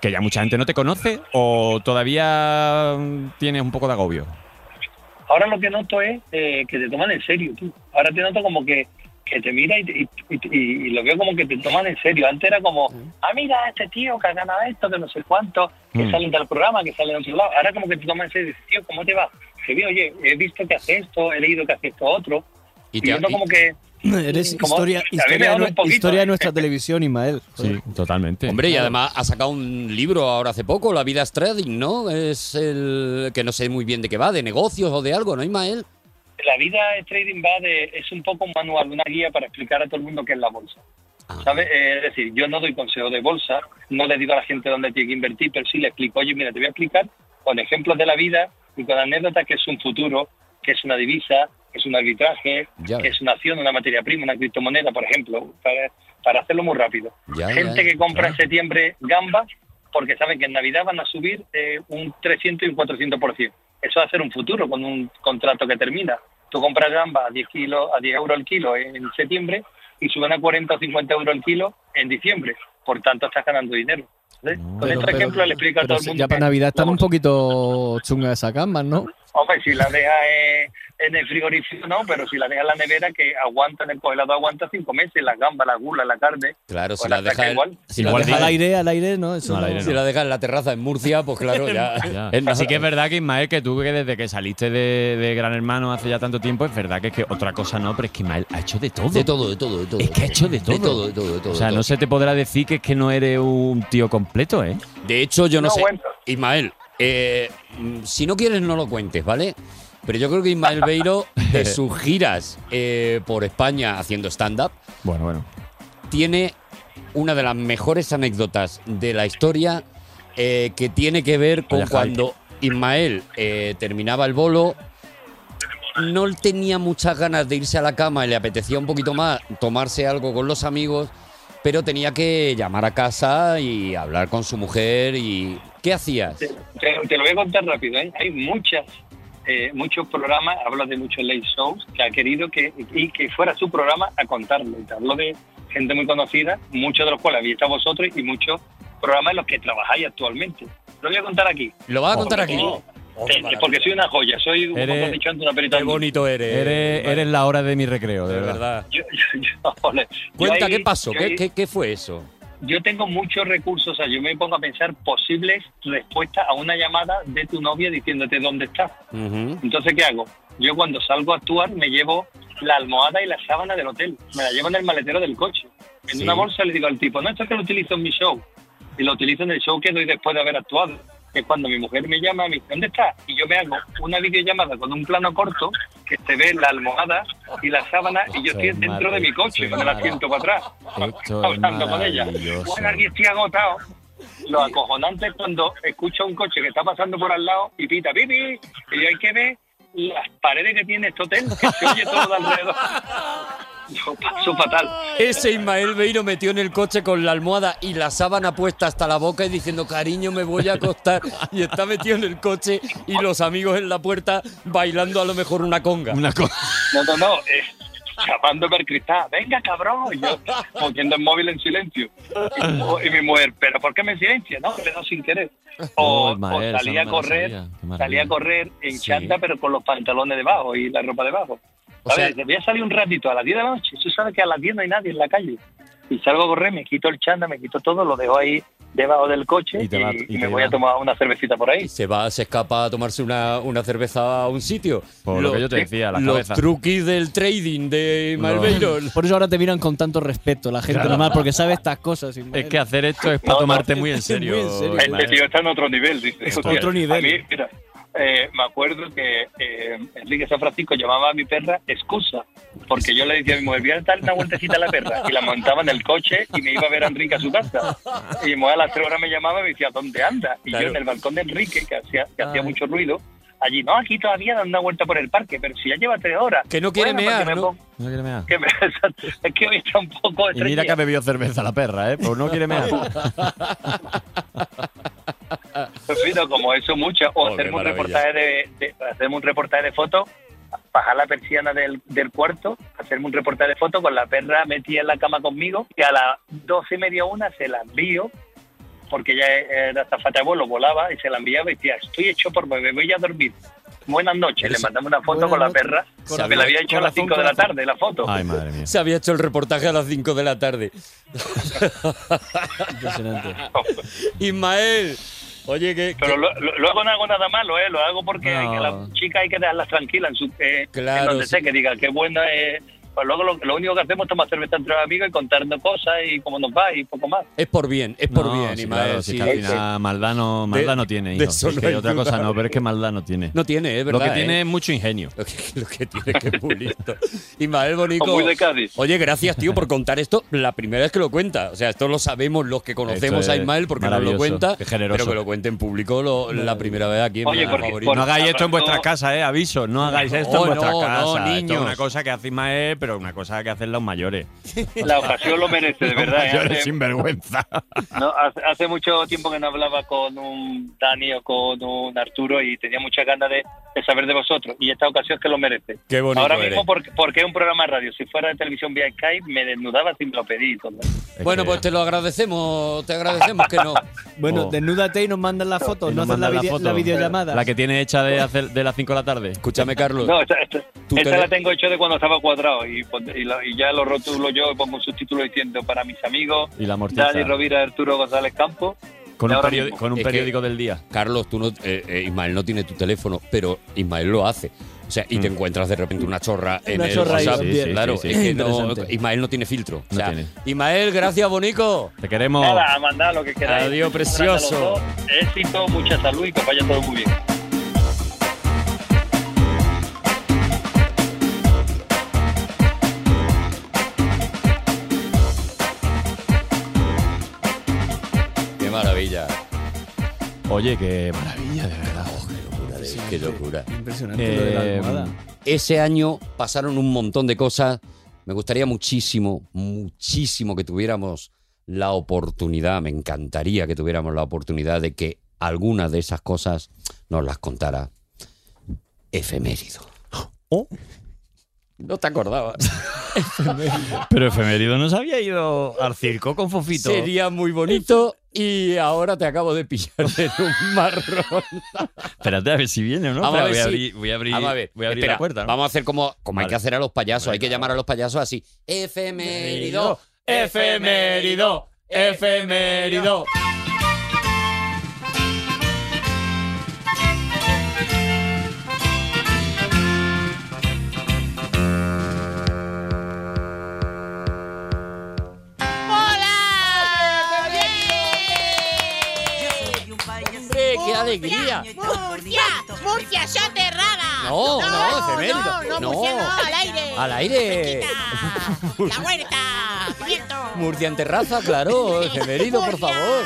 que ya mucha gente no te conoce o todavía mm, tienes un poco de agobio. Ahora lo que noto es eh, que te toman en serio, tú. Ahora te noto como que, que te mira y, te- y- y- y lo veo como que te toman en serio. Antes era como, ah, mira, este tío que ha ganado esto, que no sé cuánto, que Mm. sale en tal programa, que sale en otro lado. Ahora como que te toman en serio. Dices, Tío, ¿cómo te va? Que bien, oye, he visto que hace esto, he leído que hace esto otro. Y Y, te- yo noto y- como que... Eres como- historia, a mí me historia, habla un de nue- poquito, historia ¿eh? de nuestra televisión, Ismael. Sí, totalmente. Hombre, y además ha sacado un libro ahora hace poco, La vida es trading, ¿no? Es el que no sé muy bien de qué va, de negocios o de algo, ¿no, Ismael? la vida es trading va de, es un poco un manual, una guía para explicar a todo el mundo qué es la bolsa. Ah. ¿Sabes? Eh, es decir, yo no doy consejo de bolsa, no le digo a la gente dónde tiene que invertir, pero sí le explico, oye, mira, te voy a explicar con ejemplos de la vida y con anécdotas que es un futuro, que es una divisa, que es un arbitraje, Ya que ves. es una acción, una materia prima, una criptomoneda, por ejemplo, para, para hacerlo muy rápido. Ya, gente ya, que compra en septiembre gambas porque saben que en Navidad van a subir eh, un 300 y un 400%. Eso va a ser un futuro con un contrato que termina. Tú compras gambas a 10, kilos, a 10 euros el kilo en septiembre y suben a 40 o 50 euros el kilo en diciembre. Por tanto, estás ganando dinero. ¿Ves? Con Pero- estos pero- ejemplos le explico a pero todo el si- mundo. ya para que Navidad la están un bolsa- poquito chungas esas gambas, ¿no? Hombre, si la deja eh, en el frigorífico, no, pero si la deja en la nevera, que aguanta en el congelado, aguanta cinco meses, las gambas, la gula, la carne. Claro, si Bueno, la deja saca en, igual. si la Igual deja Al dice- en- aire, al aire, ¿no? Eso No, al no- aire si la deja en la terraza en Murcia, pues claro, ya. Ya. es nada. Así Eh, que es verdad que Ismael, que tú que desde que saliste de, de Gran Hermano hace ya tanto tiempo, es verdad que es que otra cosa no, pero es que Ismael ha hecho de todo. De todo, de todo, de todo. Es que ha hecho de todo. De todo, de todo, de todo. O sea, de todo. no se te podrá decir que es que no eres un tío completo, ¿eh? De hecho, yo no, No, sé. bueno. Ismael, eh, mm, si no quieres, no lo cuentes, ¿vale? Pero yo creo que Ismael Beiro, de sus giras eh, por España haciendo stand-up, Bueno, bueno. tiene una de las mejores anécdotas de la historia eh, que tiene que ver con Vaya hype. cuando Ismael eh, terminaba el bolo. No tenía muchas ganas de irse a la cama y le apetecía un poquito más tomarse algo con los amigos, pero tenía que llamar a casa y hablar con su mujer y ¿qué hacías? Te, te- te lo voy a contar rápido. ¿eh? Hay muchas, eh, muchos programas, hablo de muchos late shows, que ha querido que, y que fuera su programa a contarlo. Y te hablo de gente muy conocida, muchos de los cuales habéis estado vosotros y muchos programas en los que trabajáis actualmente. Lo voy a contar aquí. Lo vas a contar aquí. No, Oh, Eh, porque soy una joya, soy un Eres- montón de chanto, una perita. Qué bonito eres. Eres, eres la hora de mi recreo, de, De verdad. verdad. Yo- yo- yo- ole. Cuenta, Yo ahí- ¿qué pasó? yo ¿Qué, ahí- qué, qué fue eso? Yo tengo muchos recursos, o sea, yo me pongo a pensar posibles respuestas a una llamada de tu novia diciéndote dónde estás. Entonces, ¿qué hago? Yo cuando salgo a actuar me llevo la almohada y la sábana del hotel. Me la llevo en el maletero del coche. En Sí. una bolsa le digo al tipo, no, esto que lo utilizo en mi show. Y lo utilizo en el show que doy después de haber actuado. Que es cuando mi mujer me llama, me dice, ¿dónde estás? Y yo me hago una videollamada con un plano corto que se ve la almohada y la sábana y yo estoy es dentro de mi coche con el maravilloso. asiento para atrás Esto es hablando con ella. maravilloso. Bueno, aquí estoy agotado. Lo acojonante es cuando escucho un coche que está pasando por al lado y pita pipi, y yo hay que ver las paredes que tiene este hotel, que se oye todo de alrededor. Yo paso fatal. Ese Ismael Beiro metió en el coche con la almohada y la sábana puesta hasta la boca y diciendo, cariño, me voy a acostar. Y está metido en el coche y los amigos en la puerta bailando a lo mejor una conga. Una conga. No, no, no. eh, Chapando por el cristal, venga cabrón, y yo poniendo el móvil en silencio. Y, mi mu- y mi mujer, ¿pero por qué me silencia? No, le doy sin querer. O, Oh, Ismael, o esa no salía me a la correr, sabía. Qué maravilla. salía a correr en Sí. chanta, pero con los pantalones debajo y la ropa debajo. ¿Sabes? Dice, voy a salir un ratito a las 10 de la noche. Tú sabes que a las 10 no hay nadie en la calle. Y salgo a correr, me quito el chanda, me quito todo, lo dejo ahí debajo del coche y, te va- y y te me voy va. a tomar una cervecita por ahí. Se va, se escapa a tomarse una, una cerveza a un sitio. Por lo que yo te decía, la Los cabeza. truquis del trading de Ismael Los- Beiro. Por eso ahora te miran con tanto respeto la gente Claro. normal, porque sabe estas cosas. Es que hacer esto es para tomarte muy en serio. Este Ismael. tío está en otro nivel, dice. Es Hostia, otro nivel. a mí, mira, eh, me acuerdo que eh, Enrique San Francisco llamaba a mi perra excusa, porque yo le decía a mi mujer, voy a dar una vueltecita a la perra, y la montaba en el coche y me iba a ver a Enrique a su casa. Y mi mujer a las tres horas me llamaba y me decía, ¿dónde anda? Y Claro. yo en el balcón de Enrique, que hacía, que hacía mucho ruido, allí, no, aquí todavía dando una vuelta por el parque, pero si ya lleva tres horas. Que no quiere Bueno, pues que mear, me ¿no? pongo- No quiere mear. que me- es que hoy está un poco Y mira que ha estreñida. bebido cerveza la perra, ¿eh? Pues no quiere mear. Prefiero como eso mucho, o Oh, qué hacerme un, maravilla. reportaje de, de- hacerme un reportaje de fotos, bajar la persiana del, del cuarto, hacerme un reportaje de fotos con la perra metida en la cama conmigo y a las doce y media una se la envío, porque ya era azafata de vuelo, volaba y se la enviaba y decía, estoy hecho por bebé, voy a dormir. Buenas noches, le mandamos una foto con la perra, Corazón, me la había hecho a las 5 corazón, de la corazón. tarde la foto. Ay, madre mía. Se había hecho el reportaje a las 5 de la tarde. Impresionante. Ismael, oye, que. Pero que- lo- lo- luego no hago nada malo, ¿eh? Lo hago porque hay que- No. las chicas hay que dejarlas tranquilas en, su, eh, Claro, en donde sí. sea, que diga qué buena es. Pues luego lo, lo único que hacemos es tomar cerveza entre los amigos y contarnos cosas y cómo nos va y poco más. Es por bien, es por No, bien, sí, Ismael. claro, sí, sí. que al final maldad no, maldad de- no tiene, de hijo. eso Es no que hay otra cosa duda. no, pero es que maldad no tiene. No tiene, es verdad. Lo que ¿eh? tiene es mucho ingenio. Lo que, lo que tiene que es muy listo. Ismael Bonico. O muy de Cádiz. Oye, gracias, tío, por contar esto. La primera vez que lo cuenta. O sea, esto lo sabemos los que conocemos Esto a es Ismael porque nos lo maravilloso. cuenta. Qué generoso. Pero que lo cuente en público lo- la primera vez aquí en Oye, Milán porque- Favorito. por- no hagáis esto en vuestra no. casa, eh, aviso. No hagáis esto No, en vuestra no, no, casa. Esto es niños. una cosa que hace Ismael, pero una cosa que hacen los mayores. La ocasión lo merece, de Los verdad. ¿eh? mayores Hace, sin vergüenza. no, hace- hace mucho tiempo que no hablaba con un Dani o con un Arturo y tenía muchas ganas de, de saber de vosotros. Y esta ocasión es que lo merece. Qué bonito Ahora mismo, eres. porque, porque es un programa de radio. Si fuera de televisión vía Skype, me desnudaba sin lo pedí. y todo. Bueno, pues te lo agradecemos, te agradecemos que no. Bueno, Oh. desnúdate y nos mandan las fotos, Y no nos haces la, mandan vide- foto. la videollamada. La que tiene hecha de, hacer- de las 5 de la tarde. Escúchame, Carlos. No, esta, esta- Tú esta te- la tengo hecho de cuando estaba cuadrado y, pon- y la- y ya lo rotulo yo y pongo un subtítulo diciendo para mis amigos, Y la amortiza. Dani Rovira, Arturo González Campos. Con Y un, ahora periódi- mismo. con un Es que- periódico del día. Carlos, tú no, eh, eh, Ismael no tiene tu teléfono, pero Ismael lo hace. O sea, Mm. y te encuentras de repente una chorra en Una el chorra ahí WhatsApp. también. claro, Sí, sí, es sí. que no, Interesante. Ismael no tiene filtro. O No sea, tiene. Ismael, gracias, Bonico. Te queremos. Nada, a mandar lo que queráis. Adiós, Un abrazo a los precioso. dos. Éxito, mucha salud y que os vaya todo muy bien. Qué maravilla. Oye, qué maravilla, de verdad. Qué locura. Impresionante lo de la Eh, almohada. Ese año pasaron un montón de cosas. Me gustaría muchísimo, muchísimo que tuviéramos la oportunidad, me encantaría que tuviéramos la oportunidad de que alguna de esas cosas nos las contara efemérido. No te acordabas. Pero efemérido nos había ido al circo con Fofito. Sería muy bonito Y ahora te acabo de pillar en un marrón. Espérate a ver si viene o no. Vamos a Espera, ver voy, a si- abrir, voy a abrir, Vamos a ver. voy a abrir Espera, la puerta. ¿no? Vamos a hacer como, como hay Vale. que hacer a los payasos. hay que llamar a los payasos así. Efemérido. Efemérido. Efemérido. ¡Hola! ¡Hombre, Eh, qué alegría! ¡Murcia! ¡Murcia, ya te raga! No, no, efemérido. no, no, No. Murcia no, al aire. Al aire. La huerta. Viento. Murcia en terraza, claro. Efemérido, por favor.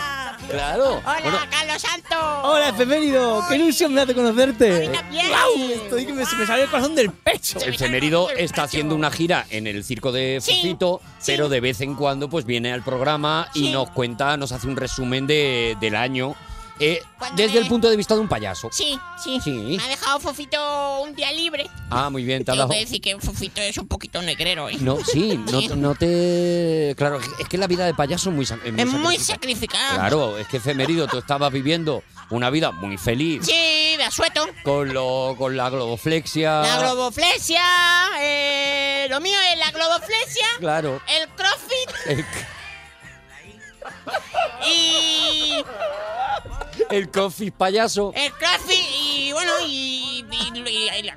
Claro. Hola, Bueno, Carlos Santos. Hola, efemérido. Qué ilusión me hace conocerte. también. ¡Guau! Estoy que me, se me sale el corazón del pecho. Efemérido está haciendo una gira en el circo de Sí, Focito, pero de vez en cuando pues viene al programa y Sí. nos cuenta, nos hace un resumen de- del año eh, desde el punto de vista de un payaso. Sí, sí. Sí. Me ha dejado Fofito un día libre. Ah, muy bien, te ha Tengo dado. que decir que Fofito es un poquito negrero, ¿eh? No, sí, no, Sí. no te. Claro, es que la vida de payaso es muy, sa- Es muy sacrificada. sacrificado. Claro, es que efemérido, tú estabas viviendo una vida muy feliz Sí, de asueto. con, lo, con la globoflexia. La globoflesia. eh, lo mío es la globoflesia. Claro. Eh. El crossfit El, y. el coffee payaso. El crossfit y bueno, y. y- y- y la,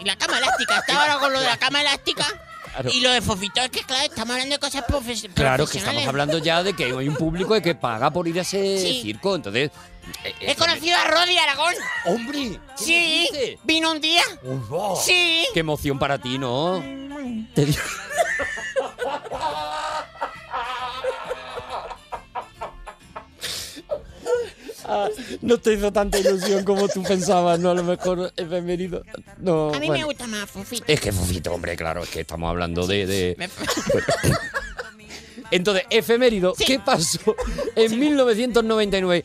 y la cama elástica. Estaba ahora con lo de la cama elástica. Claro. Y lo de Fofito, es que claro, estamos hablando de cosas profes- profesionales. Claro, que estamos hablando ya de que hay un público de que paga por ir a ese Sí. circo. Entonces. eh, eh, He conocido a Roddy Aragón. ¡Hombre! Sí. ¿Vino un día? ¡Uy, va! Sí. ¡Qué emoción para ti, ¿no? Te digo- Ah, no te hizo tanta ilusión como tú pensabas, ¿no? A lo mejor efemérido. No, A mí me bueno. gusta más Fofito. Es que Fofito, hombre, claro, es que estamos hablando de. de- Entonces, efemérido, ¿qué pasó en 1999?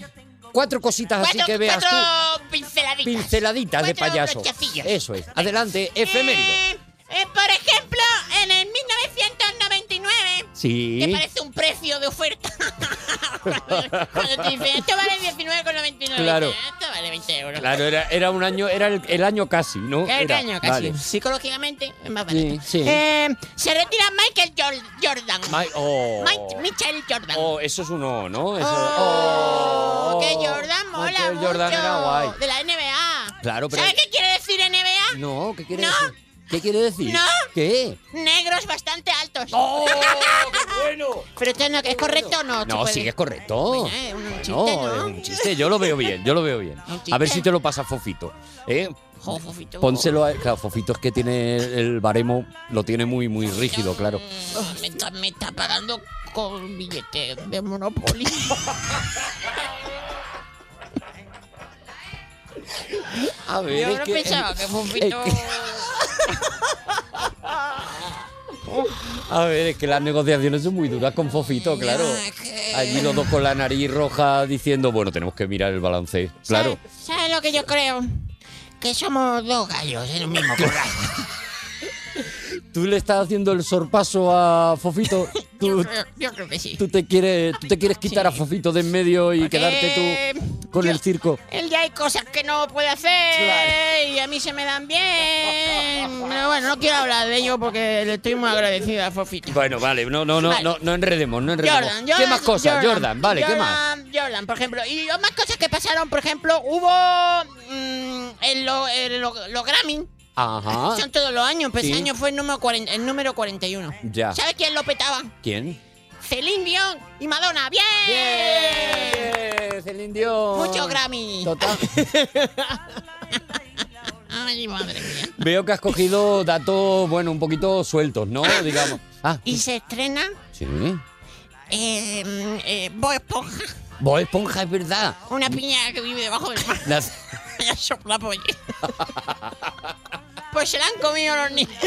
Cuatro cositas así que veas tú. cuatro pinceladitas. Pinceladitas de Cuatro payaso. brochecillas. Eso es. Adelante, efemérido. Eh, eh, por ejemplo, en el 1999, que Sí. parece un precio de oferta. Cuando te dicen, esto vale 19,99. Claro. Esto vale 20 euros. Claro, era, era un año, era el, el año casi, ¿no? El Era, año, casi. vale. Psicológicamente es más barato. Sí, sí. Eh, se retira Michael Jor- Jordan. Ay, oh. Mike- Michael Jordan. Oh, eso es un O, ¿no? Eso- Oh, oh. que Jordan mola Michael mucho. Jordan era guay. De la NBA. Claro, pero. ¿Sabes qué quiere decir NBA? No, ¿qué quiere No. decir? ¿Qué quiere decir? No. ¿Qué? Negros bastante altos. ¡Oh, qué bueno! Pero esto no, ¿es correcto o no? No, sí, que es correcto. Eh, un chiste, No, ¿no? es un chiste. Yo lo veo bien, yo lo veo bien. A ver si te lo pasa Fofito. ¿eh? Jo, Fofito. Pónselo a. Claro, Fofito es que tiene el baremo, lo tiene muy, muy rígido, claro. Me está, me está pagando con billete de Monopoly. A ver, Yo es no que- pensaba que Fofito. es A ver, es que las negociaciones son muy duras con Fofito, claro. Allí los dos con la nariz roja diciendo, bueno, tenemos que mirar el balance. Claro. ¿Sabes lo que yo creo? Que somos dos gallos en el mismo corral. Tú le estás haciendo el sorpaso a Fofito. Yo Tú, creo- Yo creo que sí. tú te, quieres, tú te quieres quitar a Fofito de en medio y quedarte tú con el circo. Él ya Eh, hay cosas que no puede hacer y a mí se me dan bien. Pero bueno, no quiero hablar de ello porque le estoy muy agradecida a Fofito. Bueno, vale, no, no, no, Vale. no, no enredemos, no enredemos. Jordan, Jordan. ¿Qué más cosas? Jordan, vale, ¿qué más? Jordan, Jordan, por ejemplo. Y lo más cosas que pasaron, por ejemplo, hubo mm, en lo- en lo- los Grammy. Ajá. Son todos los años, pero ese Ah. Sí. año fue el número, 40, el número 41. Ya. ¿Sabes quién lo petaba? ¿Quién? Celine Dion y Madonna. ¡Bien! Es el indio. Mucho Grammy. Total. Ay, madre mía. Veo que has cogido datos, bueno, un poquito sueltos, ¿no? Digamos. Ah, Y se estrena sí. eh, mm, eh, Bob Esponja, Vos esponja, es verdad. una piña que vive debajo del mar. Las- Ya sopla polla. Pues se la han comido los niños.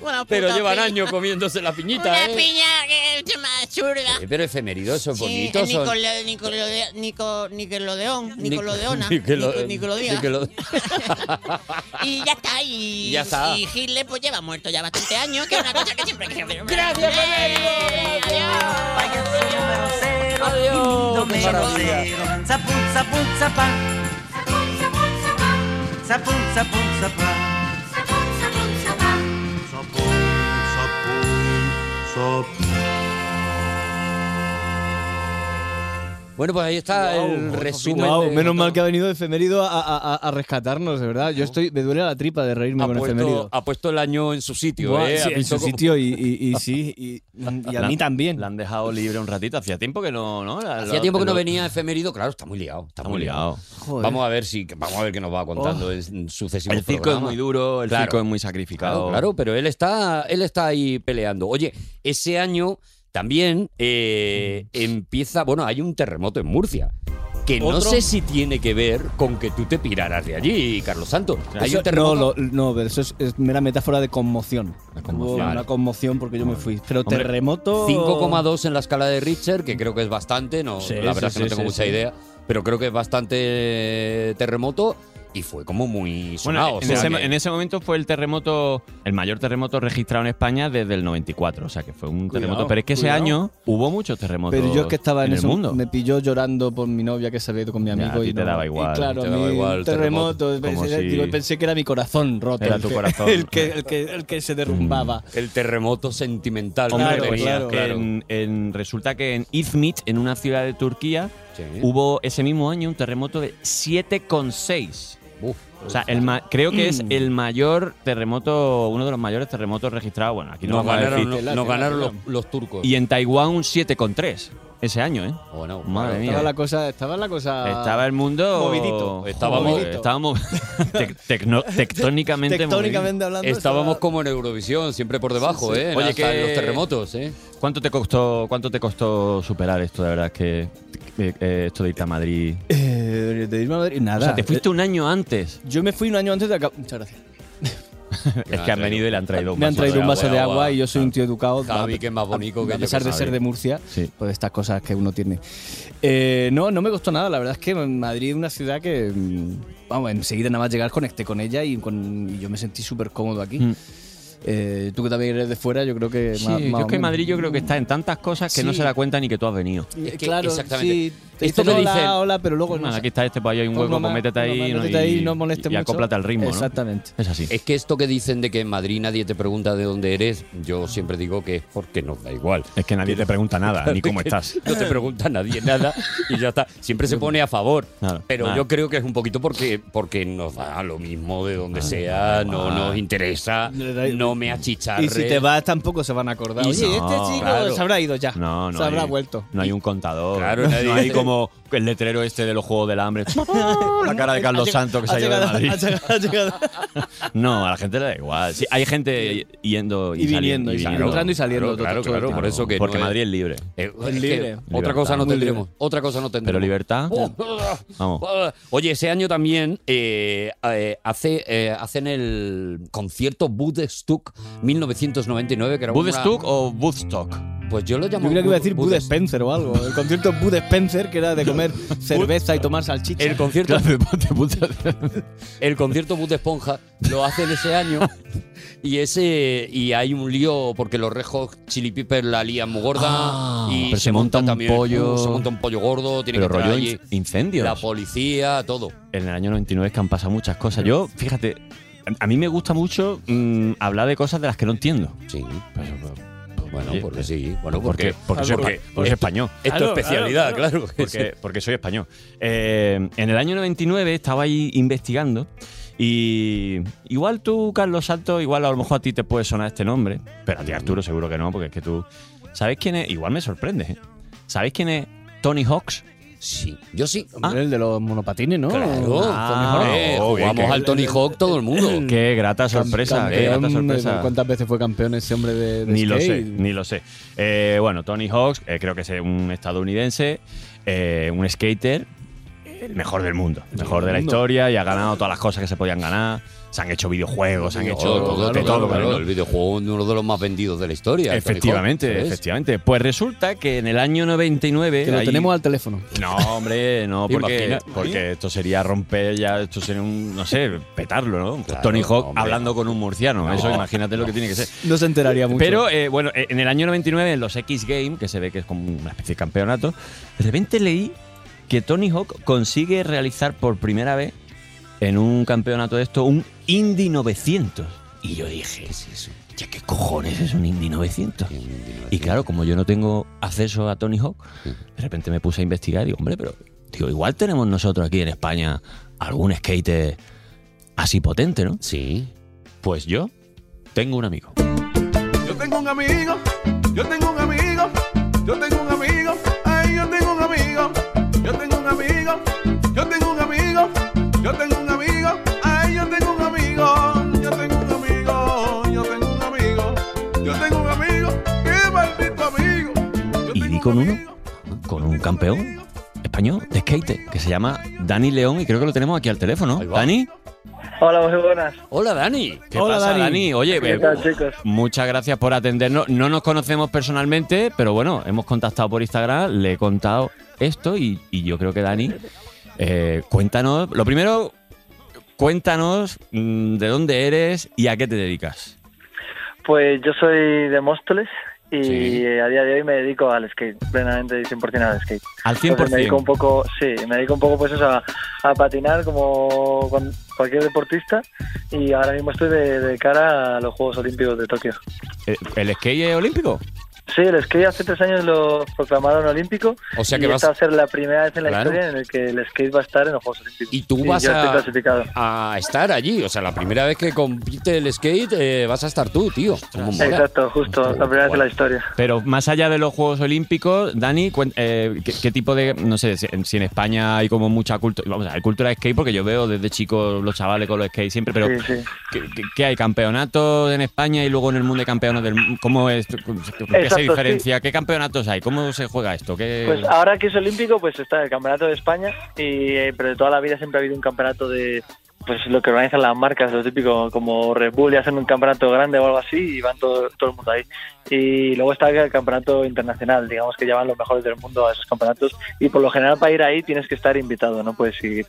Una Pero puta llevan piña. años comiéndose la piñita, Una ¿eh? piña que es más absurda. Eh, Pero efemérido, eso es Sí, bonito. es son- Nicole- Nicolode- Nico- Nickelodeon, Nic- Nicolodeona, Nicolo- Nico- Nicolodeona. Nicolo- Y ya está, y, Y ya está. y Hitler pues lleva muerto ya bastante Eh, años, que es una cosa que siempre quiero ver. Gracias, Adiós. Adiós. Domero, domero, sapun, sapun, sapa. Sapun, sapun, sapa. Bueno, pues ahí está el resumen. Guau, de- menos mal que ha venido efemérido a, a- a- a rescatarnos, de verdad. Yo estoy, me duele la tripa de reírme ha con puesto, efemérido. ha puesto el año en su sitio, Guau, ¿eh? sí, en Ha su puesto como- sitio y, y- y sí, y, y a La- mí también. La han dejado libre un ratito. Hacía tiempo que no, ¿no? La- Hacía la- tiempo que no lo- venía efemérido, claro, está muy liado. Está, Está muy muy liado. Joder. Vamos a ver si vamos a ver qué nos va contando Oh. en sucesivos El circo es programas. muy duro, el Claro. circo es muy sacrificado. Claro, claro, pero él está, él está ahí peleando. Oye, ese año también eh, empieza, bueno, hay un terremoto en Murcia. Que no ¿Otro? sé si tiene que ver con que tú te piraras de allí, Carlos Santos. Hay Eso- un terremoto. No, lo- no, pero eso es, es mera metáfora de conmoción. Hubo Vale. Una conmoción porque yo me fui. Pero Hombre, terremoto. 5,2 en la escala de Richter, que creo que es bastante, no, Sí, la verdad sí, es que no sí, tengo sí, mucha sí. idea, pero creo que es bastante eh, terremoto y fue como muy sonado. Bueno, o en, sea ese, que- en ese momento fue el terremoto, el mayor terremoto registrado en España desde el 94. O sea que fue un terremoto. Cuidado, pero es que ese cuidado. año hubo muchos terremotos. Pero yo es que estaba en, el eso, mundo. me pilló llorando por mi novia que se había ido con mi amigo a ti y te no- daba igual, y claro, te a daba mí igual un el terremoto, terremoto, como pensé, si- digo, pensé que era mi corazón roto, Era el tu que- corazón. el que, el que- el que se derrumbaba. El terremoto sentimental. Hombre, Claro, pues, claro. que claro. en- en- resulta que en Izmit, en una ciudad de Turquía, Sí. hubo ese mismo año un terremoto de 7,6. O sea, el ma- creo que es el mayor terremoto, uno de los mayores terremotos registrados. Bueno, aquí no nos vamos a ganaron, decir. nos- nos ganaron los, los turcos. Y en Taiwán un 7,3 ese año, ¿eh? Bueno, Madre Estaba mía. la cosa, estaba la cosa Estaba el mundo. movidito. Estábamos. Movidito. estábamos tec- tecno- tectónicamente. movido. estábamos como en Eurovisión, siempre por debajo, Sí, sí. ¿eh? Oye, Oye, que- los terremotos, ¿eh? ¿Cuánto te costó, cuánto te costó superar esto? De verdad es que eh, eh, esto de irte a Madrid. Eh, de irme a Madrid, nada. Eh, O sea, te fuiste un año antes. Yo me fui un año antes de acá. Muchas gracias. es que han venido y le han traído un Me han vaso traído de un vaso agua. de agua y yo soy un tío educado. Javi, a- que es más bonito a, que a yo pesar que de ser Javi. de Murcia, Sí. pues estas cosas que uno tiene. Eh, no, no me costó nada. La verdad es que Madrid es una ciudad que, mm, vamos, enseguida nada más llegar conecté con ella y, con, y yo me sentí súper cómodo aquí. Mm. Eh, tú que también eres de fuera, yo creo que... Sí, más- más yo o es que menos. Madrid yo creo que está en tantas cosas que no Sí. Eh, se da cuenta ni que tú has venido. Es que- claro, exactamente. sí, te Esto dicen que hola, dicen- hola, pero luego... Bueno, no sé. aquí está este, pues ahí hay un Pues hueco, no pues más- métete no ahí, más, ¿no? métete ahí, no y, molestes y mucho. acóplate al ritmo, ¿no? Exactamente. Es así. Es que esto que dicen de que en Madrid nadie te pregunta de dónde eres, yo siempre digo que es porque nos da igual. Es que nadie te pregunta nada, ni cómo estás. No te pregunta nadie nada y ya está. Siempre se pone a favor. Claro. Pero Ah. yo creo que es un poquito porque, porque nos da lo mismo de donde sea, no ah. nos interesa, no me achicharre. Y si te vas tampoco se van a acordar. Y Oye, si- este No, chico claro. se habrá ido ya. No, no. se habrá hay- vuelto. No hay un contador. Claro, nadie no hay dice- como el letrero este de los Juegos del Hambre. La cara de Carlos Santos que se ha ido de Madrid. No, a la gente le da igual. Sí, hay gente yendo y, Y saliendo. viniendo, y entrando y saliendo, Claro, todo, claro, todo el claro, por tiempo. eso que Porque no es- Madrid es libre. Eh, Es que libre. Otra cosa Libertad. no Muy tendremos. Otra cosa no tendremos. Oh, Pero libertad. Vamos. Oye, ese año también eh, eh, hace, eh, hacen el concierto Woodstock 1999, que era una- ¿Woodstock o Woodstock? Pues yo lo llamo. Yo creo que iba a decir Bud- Bud Spencer o algo. El concierto Bud Spencer, que era de comer cerveza y tomar salchicha. El concierto, Te puta- el concierto Bud Esponja lo hacen ese año y ese y hay un lío porque los rejos Chili Peppers la lían muy gorda Ah, y pero se monta un también- pollo. se monta un pollo gordo, tiene Pero que entrar rollo allí in- incendios. la policía, todo. en el año 99 es que han pasado muchas cosas. Yo, fíjate, a a mí me gusta mucho mm, hablar de cosas de las que no entiendo. Sí. Pues, pues, Bueno, oye, porque sí. Bueno, Porque, porque, porque, soy, porque- espa- porque soy español. es tu especialidad, claro. Porque, porque soy español. Eh, en el año 99 estaba ahí investigando y igual tú, Carlos Santos, igual a lo mejor a ti te puede sonar este nombre, pero a ti, Arturo, seguro que no, porque es que tú... ¿Sabéis quién es? Igual me sorprende. ¿eh? ¿Sabéis quién es Tony Hawks? Sí, yo sí. Ah. Hombre, El de los monopatines, ¿no? Claro, Ah, hombre, oh, bien, jugamos que- al Tony Hawk todo el mundo. Qué grata Cam- sorpresa, qué campeón, grata sorpresa. ¿Cuántas veces fue campeón ese hombre de, de Ni lo sé, skate? ni lo sé. Eh, bueno, Tony Hawks, eh, creo que es un estadounidense, eh, un skater, eh, el mejor del mundo, el mejor de la mundo. historia y ha ganado todas las cosas que se podían ganar. Se han hecho videojuegos, se han hecho Claro, todo, claro, de claro, todo, claro. pero El videojuego es uno de los más vendidos de la historia. Tony Hawk, Efectivamente, ¿sabes? efectivamente. Pues resulta que en el año 99. Que lo ahí- tenemos al teléfono. No, hombre, no, porque, Imagina. porque esto sería romper ya, esto sería un, no sé, petarlo, ¿no? Tony Hawk hombre. hablando con un murciano, No, eso imagínate lo que tiene que ser. No se enteraría mucho. Pero eh, bueno, eh, en el año 99, en los X Games, que se ve que es como una especie de campeonato, de repente leí que Tony Hawk consigue realizar por primera vez en un campeonato de esto un Indy 900. Y yo dije, ¿qué es eso? Ya, ¿qué cojones es un Indy 900? Y claro, como yo no tengo acceso a Tony Hawk, de repente me puse a investigar y digo, hombre, pero digo, igual tenemos nosotros aquí en España algún skater así potente, ¿no? Sí. Pues yo tengo un amigo. Yo tengo un amigo, yo tengo un amigo, yo tengo un amigo, ay, yo tengo un amigo, yo tengo un amigo, yo tengo un amigo, yo tengo un amigo, ay, yo tengo un amigo, yo tengo un amigo, yo tengo un amigo, yo tengo un amigo, qué maldito amigo. y di con uno, con un campeón español de skate que se llama Dani León y creo que lo tenemos aquí al teléfono. Dani. Hola, muy buenas. Hola, Dani. ¿Qué pasa, Dani? Oye, ¿qué eh, tal, chicos? muchas gracias por atendernos. No nos conocemos personalmente, pero bueno, hemos contactado por Instagram, le he contado esto y, y yo creo que Dani, eh, cuéntanos, lo primero, cuéntanos mm, de dónde eres y a qué te dedicas. Pues yo soy de Móstoles y Sí. eh, a día de hoy me dedico al skate, plenamente y 100% al skate. Al Entonces 100%. Pues me dedico un poco, sí, me dedico un poco pues eso, a, a patinar como con cualquier deportista y ahora mismo estoy de, de cara a los Juegos Olímpicos de Tokio. Eh, ¿El skate es olímpico? Sí, el skate hace tres años lo proclamaron olímpico O sea que y vas- esta va a ser la primera vez en la Claro. historia en la que el skate va a estar en los Juegos Olímpicos. Y tú Sí, vas yo estoy a, clasificado. a estar allí. O sea, la primera vez que compite el skate eh, vas a estar tú, tío. Cómo mola. Exacto, justo, la primera vez en la historia. Pero más allá de los Juegos Olímpicos, Dani, cuen- eh, ¿qué, qué tipo de.? No sé, si en, si en España hay como mucha cultura. Vamos, a ver, hay cultura de skate porque yo veo desde chico los chavales con los skate siempre, pero. Sí, sí. ¿qué, qué- qué hay? ¿Campeonatos en España y luego en el mundo de campeones del mundo? ¿Cómo es? ¿Qué se Exacto, diferencia? ¿Qué campeonatos hay? ¿Cómo se juega esto? ¿Qué- Pues ahora que es olímpico, pues está el Campeonato de España, y, eh, pero de toda la vida siempre ha habido un campeonato de pues lo que organizan las marcas, lo típico, como Red Bull y hacen un campeonato grande o algo así y van todo, todo el mundo ahí. Y luego está el campeonato internacional, digamos que llevan los mejores del mundo a esos campeonatos y por lo general para ir ahí tienes que estar invitado, no puedes ir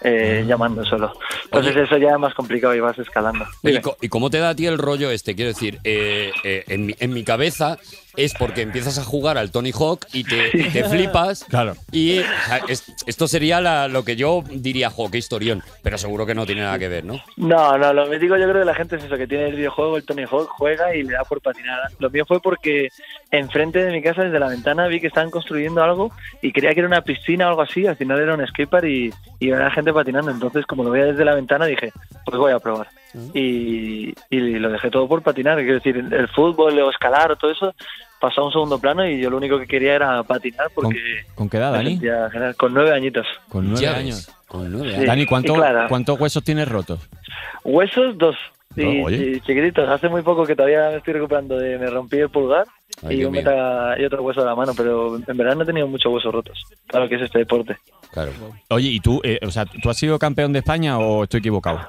eh, llamando solo. Entonces eso ya es más complicado y vas escalando. ¿Y, co- y cómo te da a ti el rollo este? Quiero decir, eh, eh, en, mi, en mi cabeza es porque empiezas a jugar al Tony Hawk y te, y te flipas. Claro. Y o sea, es- esto sería la- lo que yo diría, jo, qué historión. Pero seguro que no tiene nada que ver, ¿no? No, no, lo que digo yo creo que la gente es eso, que tiene el videojuego, el Tony Hawk, juega y le da por patinar. Lo mío fue porque enfrente de mi casa, desde la ventana, vi que estaban construyendo algo y creía que era una piscina o algo así, al final era un skatepark y, y era gente patinando. Entonces, como lo veía desde la ventana, dije, pues voy a probar. ¿Mm? Y, y lo dejé todo por patinar, quiero decir, el fútbol, o escalar o todo eso, pasó a un segundo plano y yo lo único que quería era patinar porque... ¿Con qué edad, me Dani? sentía genial, Con nueve añitos. Con nueve Ya ves, años. Con nueve años. Dani, Sí, ¿cuánto- y claro. ¿cuántos huesos tienes rotos? Huesos, dos. Y, Oh, oye. y chiquititos, hace muy poco que todavía me estoy recuperando de me rompí el pulgar y, Ay, Dios un mío. meta- y otro hueso de la mano, pero en verdad no he tenido muchos huesos rotos para lo que es este deporte. Claro. Oye, ¿y tú, eh, o sea, tú has sido campeón de España o estoy equivocado?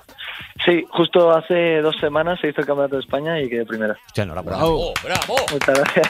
Sí, justo hace dos semanas se hizo el Campeonato de España y quedé primera. Hostia, enhorabuena. ¡Bravo! Muchas gracias.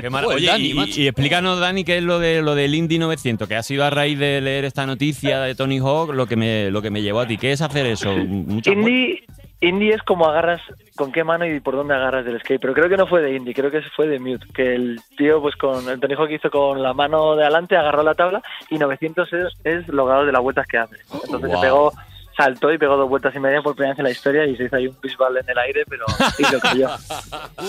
Qué mara- Joder, Oye, Dani, y- macho. y, explícanos, Dani, qué es lo de lo del Indy 900, que ha sido a raíz de leer esta noticia de Tony Hawk lo que me, lo que me llevó a ti. ¿Qué es hacer eso? Muchas Indy, Indy es como agarras, con qué mano y por dónde agarras del skate, pero creo que no fue de Indy, creo que ese fue de Mute, que el tío pues con el Tony Hawk hizo con la mano de adelante, agarró la tabla y 900 es, es lo grado de las vueltas que hace. Entonces Wow. se pegó, saltó y pegó dos vueltas y media por primera vez en la historia y se hizo ahí un bisbal en el aire, pero y lo cayó.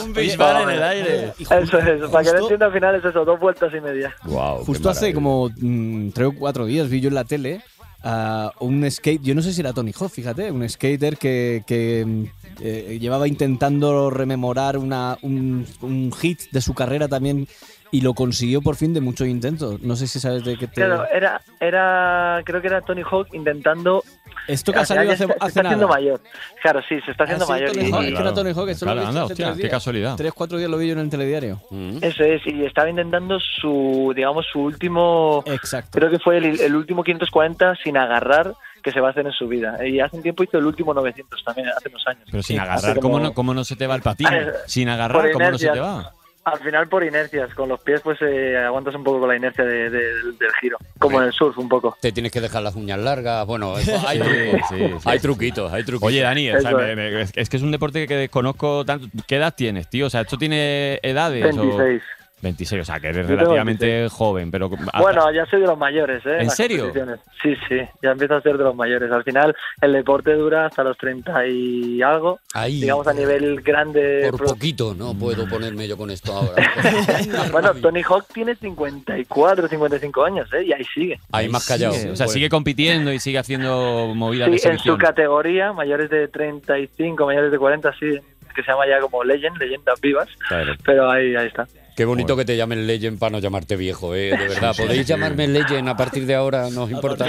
un bisbal en el aire. Eso es, para que lo entienda al final es eso, dos vueltas y media. Wow, Justo hace como mm, tres o cuatro días vi yo en la tele a un skate, yo no sé si era Tony Hawk, fíjate, un skater que, que, mm, eh, llevaba intentando rememorar una, un, un hit de su carrera también y lo consiguió por fin de muchos intentos. No sé si sabes de qué te... Claro, era, era, creo que era Tony Hawk intentando Esto que ha Al final ya salido hace, se está, se hace está nada. haciendo mayor. Claro, sí, se está haciendo Ha sido mayor. Ah, Tony y- Hawk, es que era Tony Hawk, esto lo he Claro, visto anda, hace hostia, tres qué días. casualidad. Mm. Tres, cuatro días lo vi yo en el telediario. Eso es, y estaba intentando su, digamos, su último. Exacto. Creo que fue el, el último 540 sin agarrar que se va a hacer en su vida. Y hace un tiempo hizo el último 900 también, hace unos años. Pero sin Hace agarrar, como- ¿cómo no, cómo no se te va el patín? Ah, Sin por agarrar, ¿cómo no se inercia. te va? Al final por inercias, con los pies pues eh, aguantas un poco con la inercia de- de- del giro, como en el surf un poco. Te tienes que dejar las uñas largas. Bueno, eso- hay, Sí, trucos, sí, sí. hay truquitos, hay truquitos. Oye, Dani, o sea, Eso me- es. me- es es que es un deporte que desconozco tanto. ¿Qué edad tienes, tío? O sea, ¿esto tiene edades? o- 26. 26, o sea, que eres Yo tengo relativamente joven, pero... Bueno, ya soy de los mayores, ¿eh? ¿En las serio? competiciones. Sí, sí, ya empiezo a ser de los mayores. Al final, el deporte dura hasta los 30 y algo, Ahí. digamos a nivel grande. Por pro- poquito no Mm. puedo ponerme yo con esto ahora. bueno, Tony Hawk tiene 54, 55 años, ¿eh? Y ahí sigue. pues. Ahí más callado. Sigue, o sea, sigue compitiendo y sigue haciendo movidas Sí, de en su selección. categoría, mayores de 35, mayores de 40, sí, que se llama ya como Legend, leyendas vivas. Pero ahí, ahí está. Qué bonito que te llamen Legend para no llamarte viejo, ¿eh? De verdad, Sí, sí, podéis sí. llamarme Legend a partir de ahora, no os importa.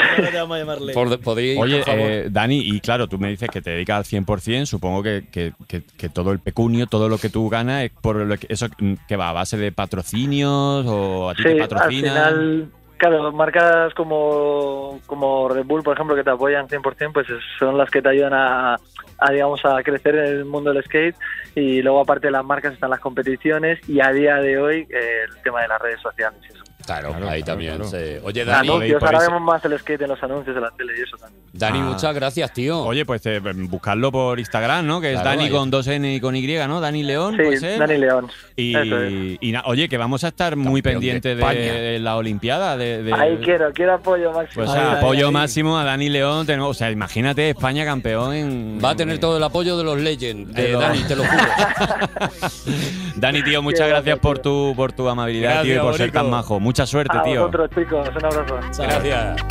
Pod- podéis, Oye, por favor. eh, Dani, y claro, tú me dices que te dedicas al 100%, supongo que, que- que- que todo el pecunio, todo lo que tú ganas, es por lo que, eso que va a base de patrocinios o a ti Sí, te al patrocinan. final, claro, marcas como, como Red Bull, por ejemplo, que te apoyan 100%, pues es- son las que te ayudan a, a, digamos, a crecer en el mundo del skate. Y luego, aparte de las marcas, están las competiciones y a día de hoy eh, el tema de las redes sociales. y eso. Claro, ahí también. se- Ah, Oye, Dani, Anuncios, ahora vemos más el skate en los anuncios de la tele y eso también. Dani, muchas gracias, tío. Ah. Oye, pues eh, buscarlo por Instagram, ¿no? Que es Claro, Dani ahí con dos N y con Y, ¿no? Dani León, Sí, puede ser. Dani León. Y, Eso es. y na- oye, que vamos a estar muy pendientes de, España. la Olimpiada. De, de- Ahí quiero, quiero apoyo máximo. Pues apoyo máximo a Dani León. Tenemos, o sea, imagínate España campeón en. Va a tener todo el apoyo de los Legends. De eh, los- Dani, te lo juro. Dani, tío, muchas gracias por tu, por tu amabilidad, Gracias, tío, y por ser Borico. tan majo. Mucha suerte, A tío. vosotros, chicos, un abrazo. Gracias.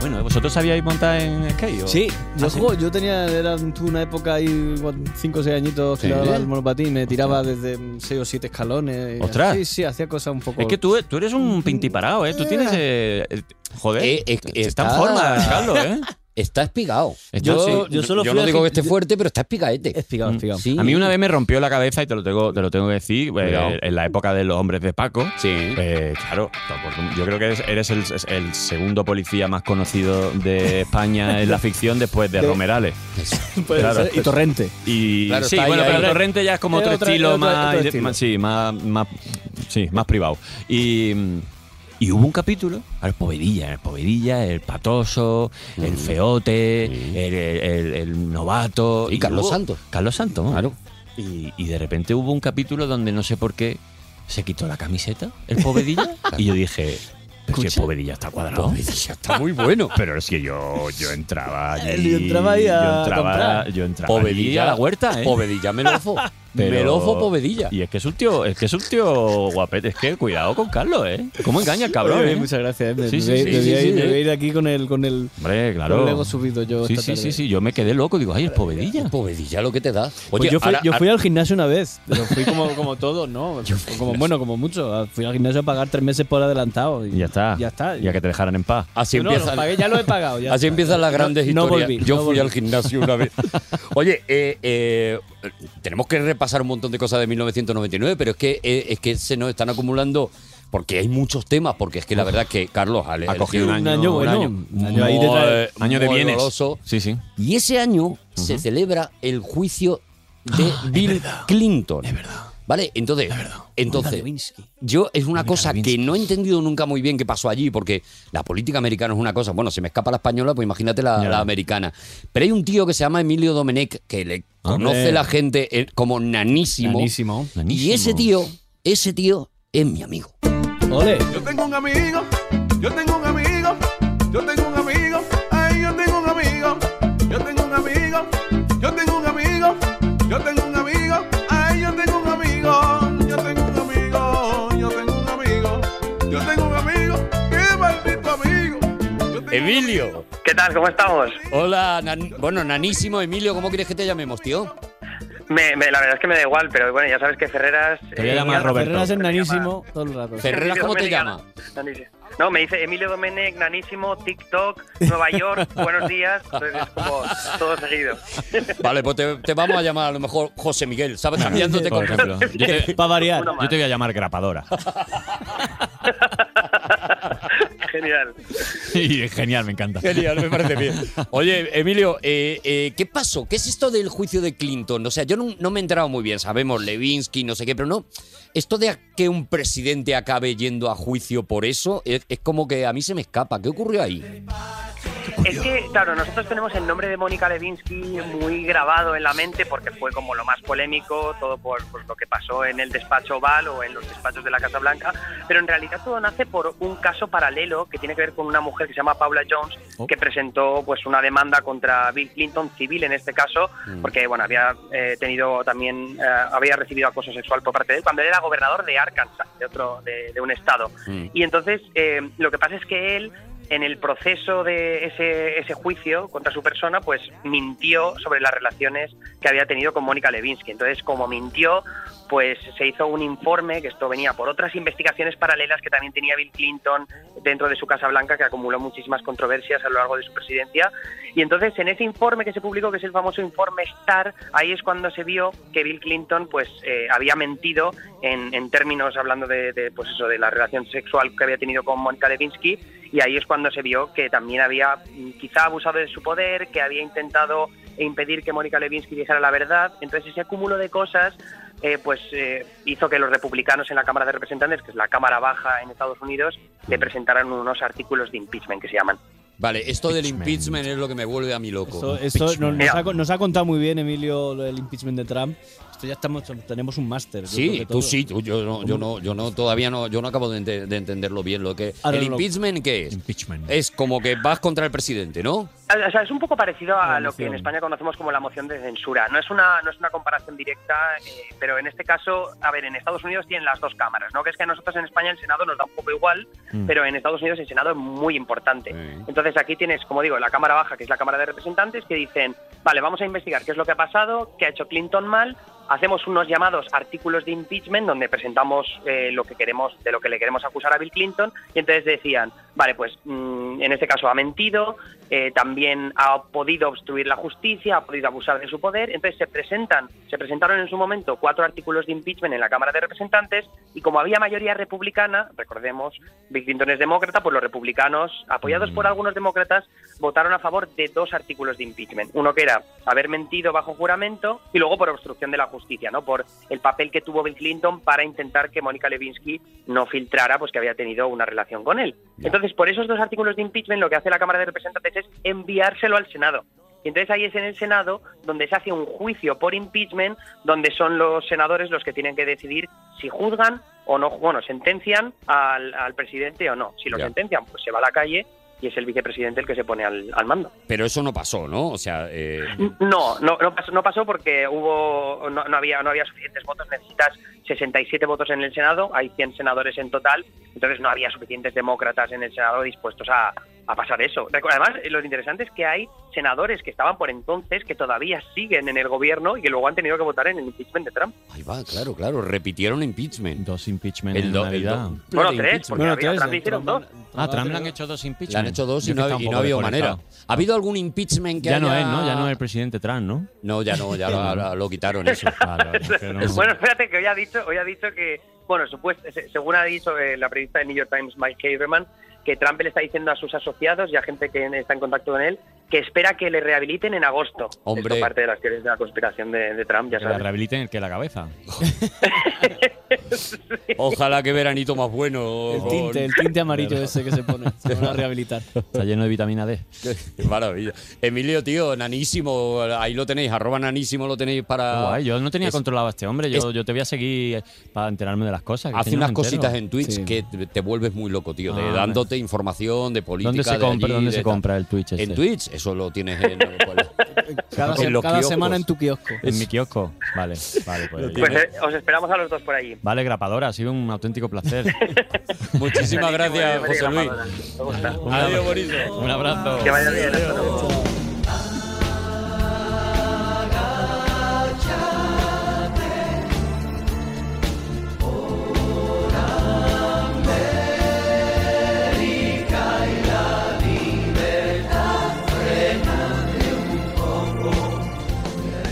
Bueno, ¿vosotros sabíais montar en skate? o? Sí, yo, Ah, sí. juego- yo tenía, era tuve una época ahí, 5 o 6 añitos, que Sí. daba el monopatín, me tiraba desde 6 o 7 escalones. Ostras. Sí, sí, hacía cosas un poco. Mm, Es que tú, tú eres un pintiparado, ¿eh? Tú tienes. eh, eh, joder. Eh, eh, está en forma, Carlos, ¿eh? Está espigado. Está- Yo, sí. yo solo yo no digo que esté fuerte, pero está espigadete. Espigado, espigado. Sí. A mí una vez me rompió la cabeza, y te lo tengo, te lo tengo que decir, eh, Cuidado. en la época de los hombres de Paco. Eh, claro, porque yo creo que eres, eres el, el segundo policía más conocido de España en la ficción después de, De- Romerales. Puede Claro. ser, Y torrente. Y Claro, sí, está ahí, bueno, pero ahí. Torrente ya es como Es otro otra- estilo es otra- más, otro estilo. más- Sí, más, más- sí, más privado. Y, y hubo un capítulo, el Povedilla, el Povedilla, el Patoso, el Feote, el, el- el- el Novato. Y Carlos hubo- Santos. Carlos Santos, ¿no? Y, y de repente hubo un capítulo donde no sé por qué se quitó la camiseta, el Povedilla, y yo dije... "Pero si el Povedilla está cuadrado. Povedilla está muy bueno. Pero es que yo, yo entraba allí. Yo entraba ahí a yo entraba- comprar. yo entraba allí Povedilla a la huerta, ¿eh? Povedilla, melofo. Pero- Melofo, povedilla. Y es que es un tío, es que es un tío guapete. Es que cuidado con Carlos, ¿eh? ¿Cómo engaña el cabrón? Oye, eh? Muchas gracias. eh. Me, Sí, me sí, voy- sí, me voy sí, a ir- sí, me sí. voy a ir aquí con el. Con el Hombre, Con claro. el ego subido yo Sí, esta sí, sí, tarde. sí. Yo me quedé loco. Digo, ay, el povedilla. Povedilla lo que te da. Oye, Pues yo fui, ahora- yo fui ahora- al gimnasio una vez, pero fui como, como todos, ¿no? Como, bueno, como mucho. ah, Fui al gimnasio a pagar tres meses por adelantado. Y Ya está. Ya está. Ya que te dejaran en paz. Así No, no, empiezan, lo pagué, ya lo he pagado, ya está. así empiezan las No- grandes no historias. volví, Yo no fui volví. al gimnasio una vez. Oye, eh, eh, tenemos que repasar un montón de cosas de 1999, pero es que, eh, es que se nos están acumulando. Porque hay muchos temas, porque es que la verdad es que Carlos ha, elegido cogido un año- un año. Un año ahí muy- detrás. Año de muy bienes. doloroso. Sí, sí. Y ese año se celebra el juicio de Ah, Bill Clinton. ¿Vale? Entonces, entonces yo es una cosa que no he entendido nunca muy bien qué pasó allí, porque la política americana es una cosa. Bueno, se me escapa la española, pues imagínate la, Ya. la americana. Pero hay un tío que se llama Emilio Domenech, que le conoce la gente eh, como nanísimo. Nanísimo. Y ese tío, ese tío es mi amigo. Ole. Yo tengo un amigo, yo tengo un amigo, yo tengo un amigo, ay, yo tengo un amigo, yo tengo un amigo, yo tengo un amigo, yo tengo un amigo, ay, yo tengo un amigo, yo tengo un amigo, yo tengo un amigo, yo tengo un amigo, qué maldito amigo. Emilio. ¿Qué tal? ¿Cómo estamos? Hola, nan- bueno, nanísimo Emilio, ¿cómo quieres que te llamemos, tío? Me- me- la verdad es que me da igual, pero bueno, ya sabes que Ferreras. eh, Te voy a llamar Roberto. Ferreras es nanísimo todo el rato. Ferreras, ¿cómo te llama? No, me dice Emilio Domenech, Nanísimo, TikTok, Nueva York, buenos días. Entonces es como todo seguido. Vale, pues te, te vamos a llamar a lo mejor José Miguel, ¿sabes? Cambiándote Por con ejemplo. Yo te- Para variar. Yo te voy a llamar grapadora. Genial. Y genial, me encanta. Genial, me parece bien. Oye, Emilio, eh, eh, ¿qué pasó? ¿Qué es esto del juicio de Clinton? O sea, yo no, no me he enterado muy bien, sabemos, Levinsky, no sé qué, pero no. Esto de que un presidente acabe yendo a juicio por eso, es, es como que a mí se me escapa. ¿Qué ocurrió ahí? Pues Es que, claro, nosotros tenemos el nombre de Mónica Levinsky muy grabado en la mente porque fue como lo más polémico, todo por, por lo que pasó en el despacho Oval o en los despachos de la Casa Blanca, pero en realidad todo nace por un caso paralelo que tiene que ver con una mujer que se llama Paula Jones, que presentó pues una demanda contra Bill Clinton, civil en este caso, Mm. porque bueno, había eh, tenido también, eh, había recibido acoso sexual por parte de él cuando él era gobernador de Arkansas, de otro, de- de un estado. Y entonces eh, lo que pasa es que él, en el proceso de ese, ese juicio contra su persona, pues mintió sobre las relaciones que había tenido con Mónica Levinsky. Entonces, como mintió, pues se hizo un informe, que esto venía por otras investigaciones paralelas que también tenía Bill Clinton dentro de su Casa Blanca, que acumuló muchísimas controversias a lo largo de su presidencia. Y entonces, en ese informe que se publicó, que es el famoso informe Star, ahí es cuando se vio que Bill Clinton pues eh, había mentido en, en términos hablando de, de, pues eso de la relación sexual que había tenido con Monica Lewinsky y ahí es cuando se vio que también había mm, quizá abusado de su poder, que había intentado impedir que Mónica Lewinsky dijera la verdad. Entonces ese cúmulo de cosas eh, pues eh, hizo que los republicanos en la Cámara de Representantes, que es la Cámara Baja en Estados Unidos, le presentaran unos artículos de impeachment que se llaman. Vale, esto del impeachment es lo que me vuelve a mí loco. Esto, esto nos, nos ha, con- nos ha contado muy bien, Emilio, lo del impeachment de Trump. Esto ya estamos, tenemos un máster. yo creo Sí, que tú todo. sí, tú- yo no, yo no, yo no, todavía no, yo no acabo de, ente- de entenderlo bien lo que Ahora el lo- impeachment qué es. Es como que vas contra el presidente, ¿no? O sea, es un poco parecido a lo que en moción. España conocemos como la moción de censura. No es una, no es una comparación directa, eh, pero en este caso, a ver, en Estados Unidos tienen las dos cámaras, ¿no? Que es que a nosotros en España el Senado nos da un poco igual, Mm. pero en Estados Unidos el Senado es muy importante. Entonces aquí tienes, como digo, la Cámara Baja, que es la Cámara de Representantes, que dicen, vale, vamos a investigar qué es lo que ha pasado, qué ha hecho Clinton mal, hacemos unos llamados artículos de impeachment donde presentamos eh, lo que queremos, de lo que le queremos acusar a Bill Clinton, y entonces decían, vale, pues mm, en este caso ha mentido, eh, también ha podido obstruir la justicia, ha podido abusar de su poder, entonces se presentan, se presentaron en su momento cuatro artículos de impeachment en la Cámara de Representantes, y como había mayoría republicana, recordemos, Bill Clinton es demócrata, pues los republicanos, apoyados por algunos demócratas, votaron a favor de dos artículos de impeachment. Uno que era haber mentido bajo juramento y luego por obstrucción de la justicia, ¿no? Por el papel que tuvo Bill Clinton para intentar que Mónica Lewinsky no filtrara pues que había tenido una relación con él. Entonces, por esos dos artículos de impeachment, lo que hace la Cámara de Representantes es enviárselo al Senado. Y entonces ahí es en el Senado donde se hace un juicio por impeachment, donde son los senadores los que tienen que decidir si juzgan o no, bueno, sentencian al, al presidente o no. Si lo sentencian, pues se va a la calle y es el vicepresidente el que se pone al, al mando. Pero eso no pasó, ¿no? O sea, eh, No, no, no pasó, no pasó porque hubo no, no había no había suficientes votos. Necesitas 67 votos en el Senado, hay 100 senadores en total, entonces no había suficientes demócratas en el Senado dispuestos a, a pasar eso. Recu- Además, eh, lo interesante es que hay senadores que estaban por entonces que todavía siguen en el gobierno y que luego han tenido que votar en el impeachment de Trump. ahí va, claro, claro, repitieron impeachment. Dos impeachment el en do- el Navidad. doble Bueno, de tres, impeachment. porque había, Trump le hicieron dos. Ah, Trump le han hecho dos impeachment. Le han hecho dos Yo y que no, ha- estaba y un no ha poco habido manera. desconectado. ¿Ha habido algún impeachment que Ya haya...? no es, ¿no? Ya no es el presidente Trump, ¿no? No, ya no, ya lo, ahora lo quitaron eso. Bueno, espérate, que hoy ha dicho, hoy ha dicho que, bueno, supuesto, se- según ha dicho eh, la periodista de New York Times, Mike Haberman, que Trump le está diciendo a sus asociados y a gente que está en contacto con él que espera que le rehabiliten en agosto. Hombre. Esto parte de las teorías de la conspiración de, de Trump, ya Que la sabes. rehabiliten el que la cabeza. Ojalá que veranito más bueno. El tinte, el tinte amarillo ese que se pone. Se van a rehabilitar. Está lleno de vitamina D. Qué maravilla. Emilio, tío, nanísimo, ahí lo tenéis, arroba nanísimo lo tenéis para... Guay, yo no tenía Ah, Es- controlado a este hombre. Yo, es- yo te voy a seguir para enterarme de las cosas. que Hace yo no me unas entero. cositas en Twitch que te, te vuelves muy loco, tío, de, Ah, dándote información de política. ¿Dónde se de compra, allí, ¿dónde de se tal. compra el Twitch este? En Twitch, eso lo tienes en, Cada, en se- los cada kioscos. semana en tu kiosco. En mi kiosco. Vale, vale. Pues, Pues eh, os esperamos a los dos por allí. Vale, grapadora, ha sido un auténtico placer. Muchísimas gracias, Bienvenido, José Luis. Madonna. Me gusta. Adiós, Boris. Un abrazo. Que vaya bien. hasta luego. Cha,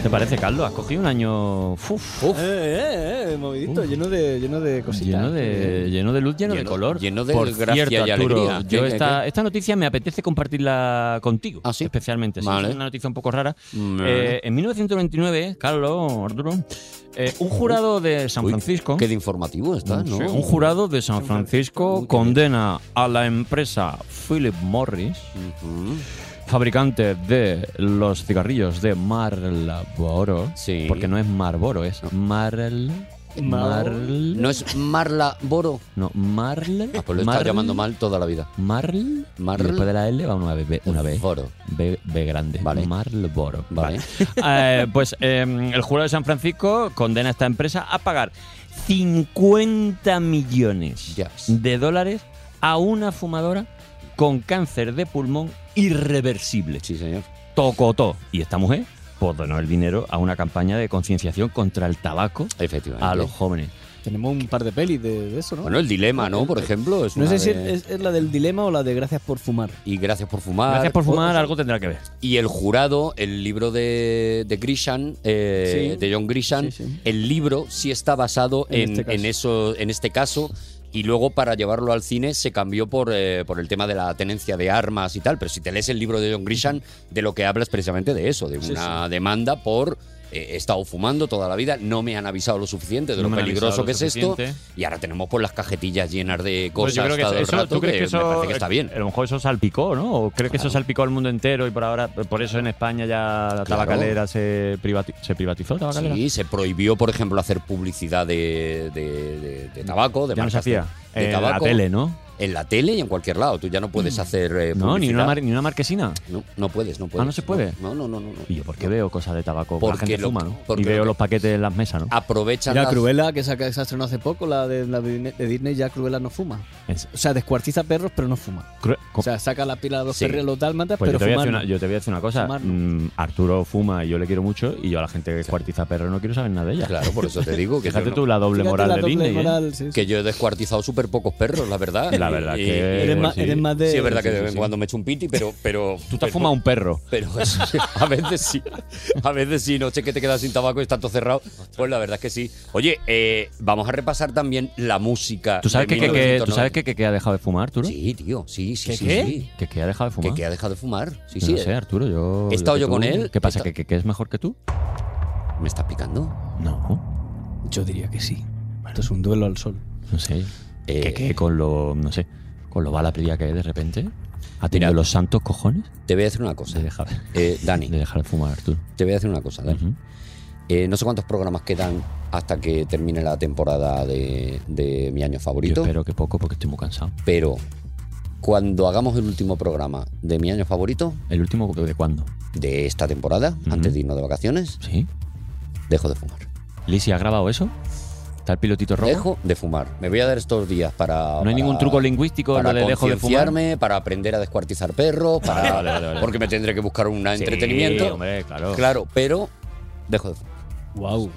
te parece, Carlos? Has cogido un año. Uf, Eh, eh, eh, movidito, lleno de, lleno de cositas. Lleno de, lleno de luz, lleno, de color. lleno de Por gracia cierto, y Arturo, alegría. Yo ¿Qué, esta, qué? Ah, esta noticia me apetece compartirla contigo. Especialmente. sí, Vale. Es una noticia un poco rara. Vale. Eh, en 1929, Carlos, Arturo, eh, un jurado de San Francisco. Mm, Qué de informativo está, ¿no? Sí, un jurado de San Francisco condena a la empresa Philip Morris, fabricante de los cigarrillos de Marlboro, porque no es Marlboro, es Marl... Eh, Marl... ¿No es Marla Boro? No, Marl... Ah, pues lo he estado Marl- llamando mal toda la vida. Marl... Marl- y después de la L va una B, una B, B, B grande. Marlboro. Vale. Eh, pues eh, el jurado de San Francisco condena a esta empresa a pagar 50 millones de dólares a una fumadora con cáncer de pulmón irreversible. Sí, señor. Tocotó. Y esta mujer pues donó el dinero a una campaña de concienciación contra el tabaco a los jóvenes. Tenemos un par de pelis de, de eso, ¿no? Eh, Bueno, el dilema, ¿no? Por ejemplo. Es no una sé si de- es, es la del dilema o la de gracias por fumar. Y gracias por fumar. Gracias por fumar, algo tendrá que ver. Y el jurado, el libro de, de Grisham, eh, Sí. de John Grisham, el libro sí está basado En en, este caso. en eso, en este caso. Y luego para llevarlo al cine se cambió por, eh, por el tema de la tenencia de armas y tal. Pero si te lees el libro de John Grisham, de lo que habla es precisamente de eso, de Sí, una demanda por eh, he estado fumando toda la vida, no me han avisado lo suficiente de No lo me han peligroso avisado lo que es suficiente. esto. Y ahora tenemos pues las cajetillas llenas de Pues cosas yo creo que todo el eso- rato ¿tú crees que, que eso me parece que está bien. A lo mejor eso salpicó, ¿no? O creo que eso salpicó al mundo entero y por ahora, por eso en España ya la tabacalera se, privati- se privatizó. la Tabacalera. Sí, se prohibió, por ejemplo, hacer publicidad de, de- de- de tabaco, de Ya no se marcas hacía. de- de En la tabaco. tele, ¿no? Mm. En la tele y en cualquier lado. Tú ya no puedes hacer eh, No, ni publicidad. una, mar- ni una marquesina. No, no puedes, no puedes. Ah, no se puede. No, no, no. no, no. Y yo, ¿por qué veo cosas de tabaco? Porque la gente lo- fuma, ¿no? porque Y veo lo que- los paquetes en las mesas, ¿no? Aprovechan Mira, las- Cruella, que se ha- se ha estrenado hace poco, la de, la de Disney, ya Cruella no fuma. Es- O sea, descuartiza perros, pero no fuma. Cru- O sea, saca la pila de los Sí. perros, los dálmatas, Pues pero yo te, voy a fuma. decir no. una, yo te voy a decir una cosa. Fumar Mm, Arturo fuma y yo le quiero mucho y yo a la gente que cuartiza perro no quiero saber nada de ella. Claro, por eso te digo que Fíjate yo no- tú la doble Fíjate moral la de doble Disney. ¿eh? moral, Que yo he descuartizado súper pocos perros, la verdad. La verdad que- Y- y- Eres y- más- sí. eres más de- Sí, es verdad que sí, de sí, vez en sí. cuando me echo un piti, pero. pero Tú te has pero- fumado un perro. Pero eso sí, a veces sí. A veces sí, noche que te quedas sin tabaco y está todo cerrado. Pues la verdad es que sí. Oye, eh, vamos a repasar también la música. ¿Tú sabes Ah, que, de que- que- ¿tú 1990. sabes que, que- que ha dejado de fumar, Arturo? Sí, tío. Sí, sí, ¿Que sí. qué? sí. Que, que ha dejado de fumar. Que, que ha dejado de fumar. Sí, Yo sí. No sé, Arturo, yo. He estado que yo tú. con él, ¿Qué pasa? he ¿Que, que- que es mejor que tú? ¿Me estás picando? No, Yo diría que sí. Esto es un duelo al sol. no sé. Eh, ¿Que, que con lo. No sé. Con lo bala previa que es de repente. ¿Ha tenido los santos cojones? Te voy a decir una cosa. De dejar, Eh, Dani, de dejar de fumar, Arturo. te voy a decir una cosa, Dani. Eh, no sé cuántos programas quedan hasta que termine la temporada de, de mi año favorito. Yo espero que poco porque estoy muy cansado. Pero cuando hagamos el último programa de mi año favorito. ¿El último de cuándo? De esta temporada, antes de irnos de vacaciones. Sí. Dejo de fumar. ¿Lisi ha grabado eso? ¿Está el pilotito rojo? Dejo de fumar. Me voy a dar estos días para. ¿No hay ningún truco lingüístico en para lo de dejo de fumar? concienciarme, para aprender a descuartizar perros, para, vale, vale, vale. porque me tendré que buscar un Sí, entretenimiento. hombre, claro. Claro, pero dejo de fumar. Wow.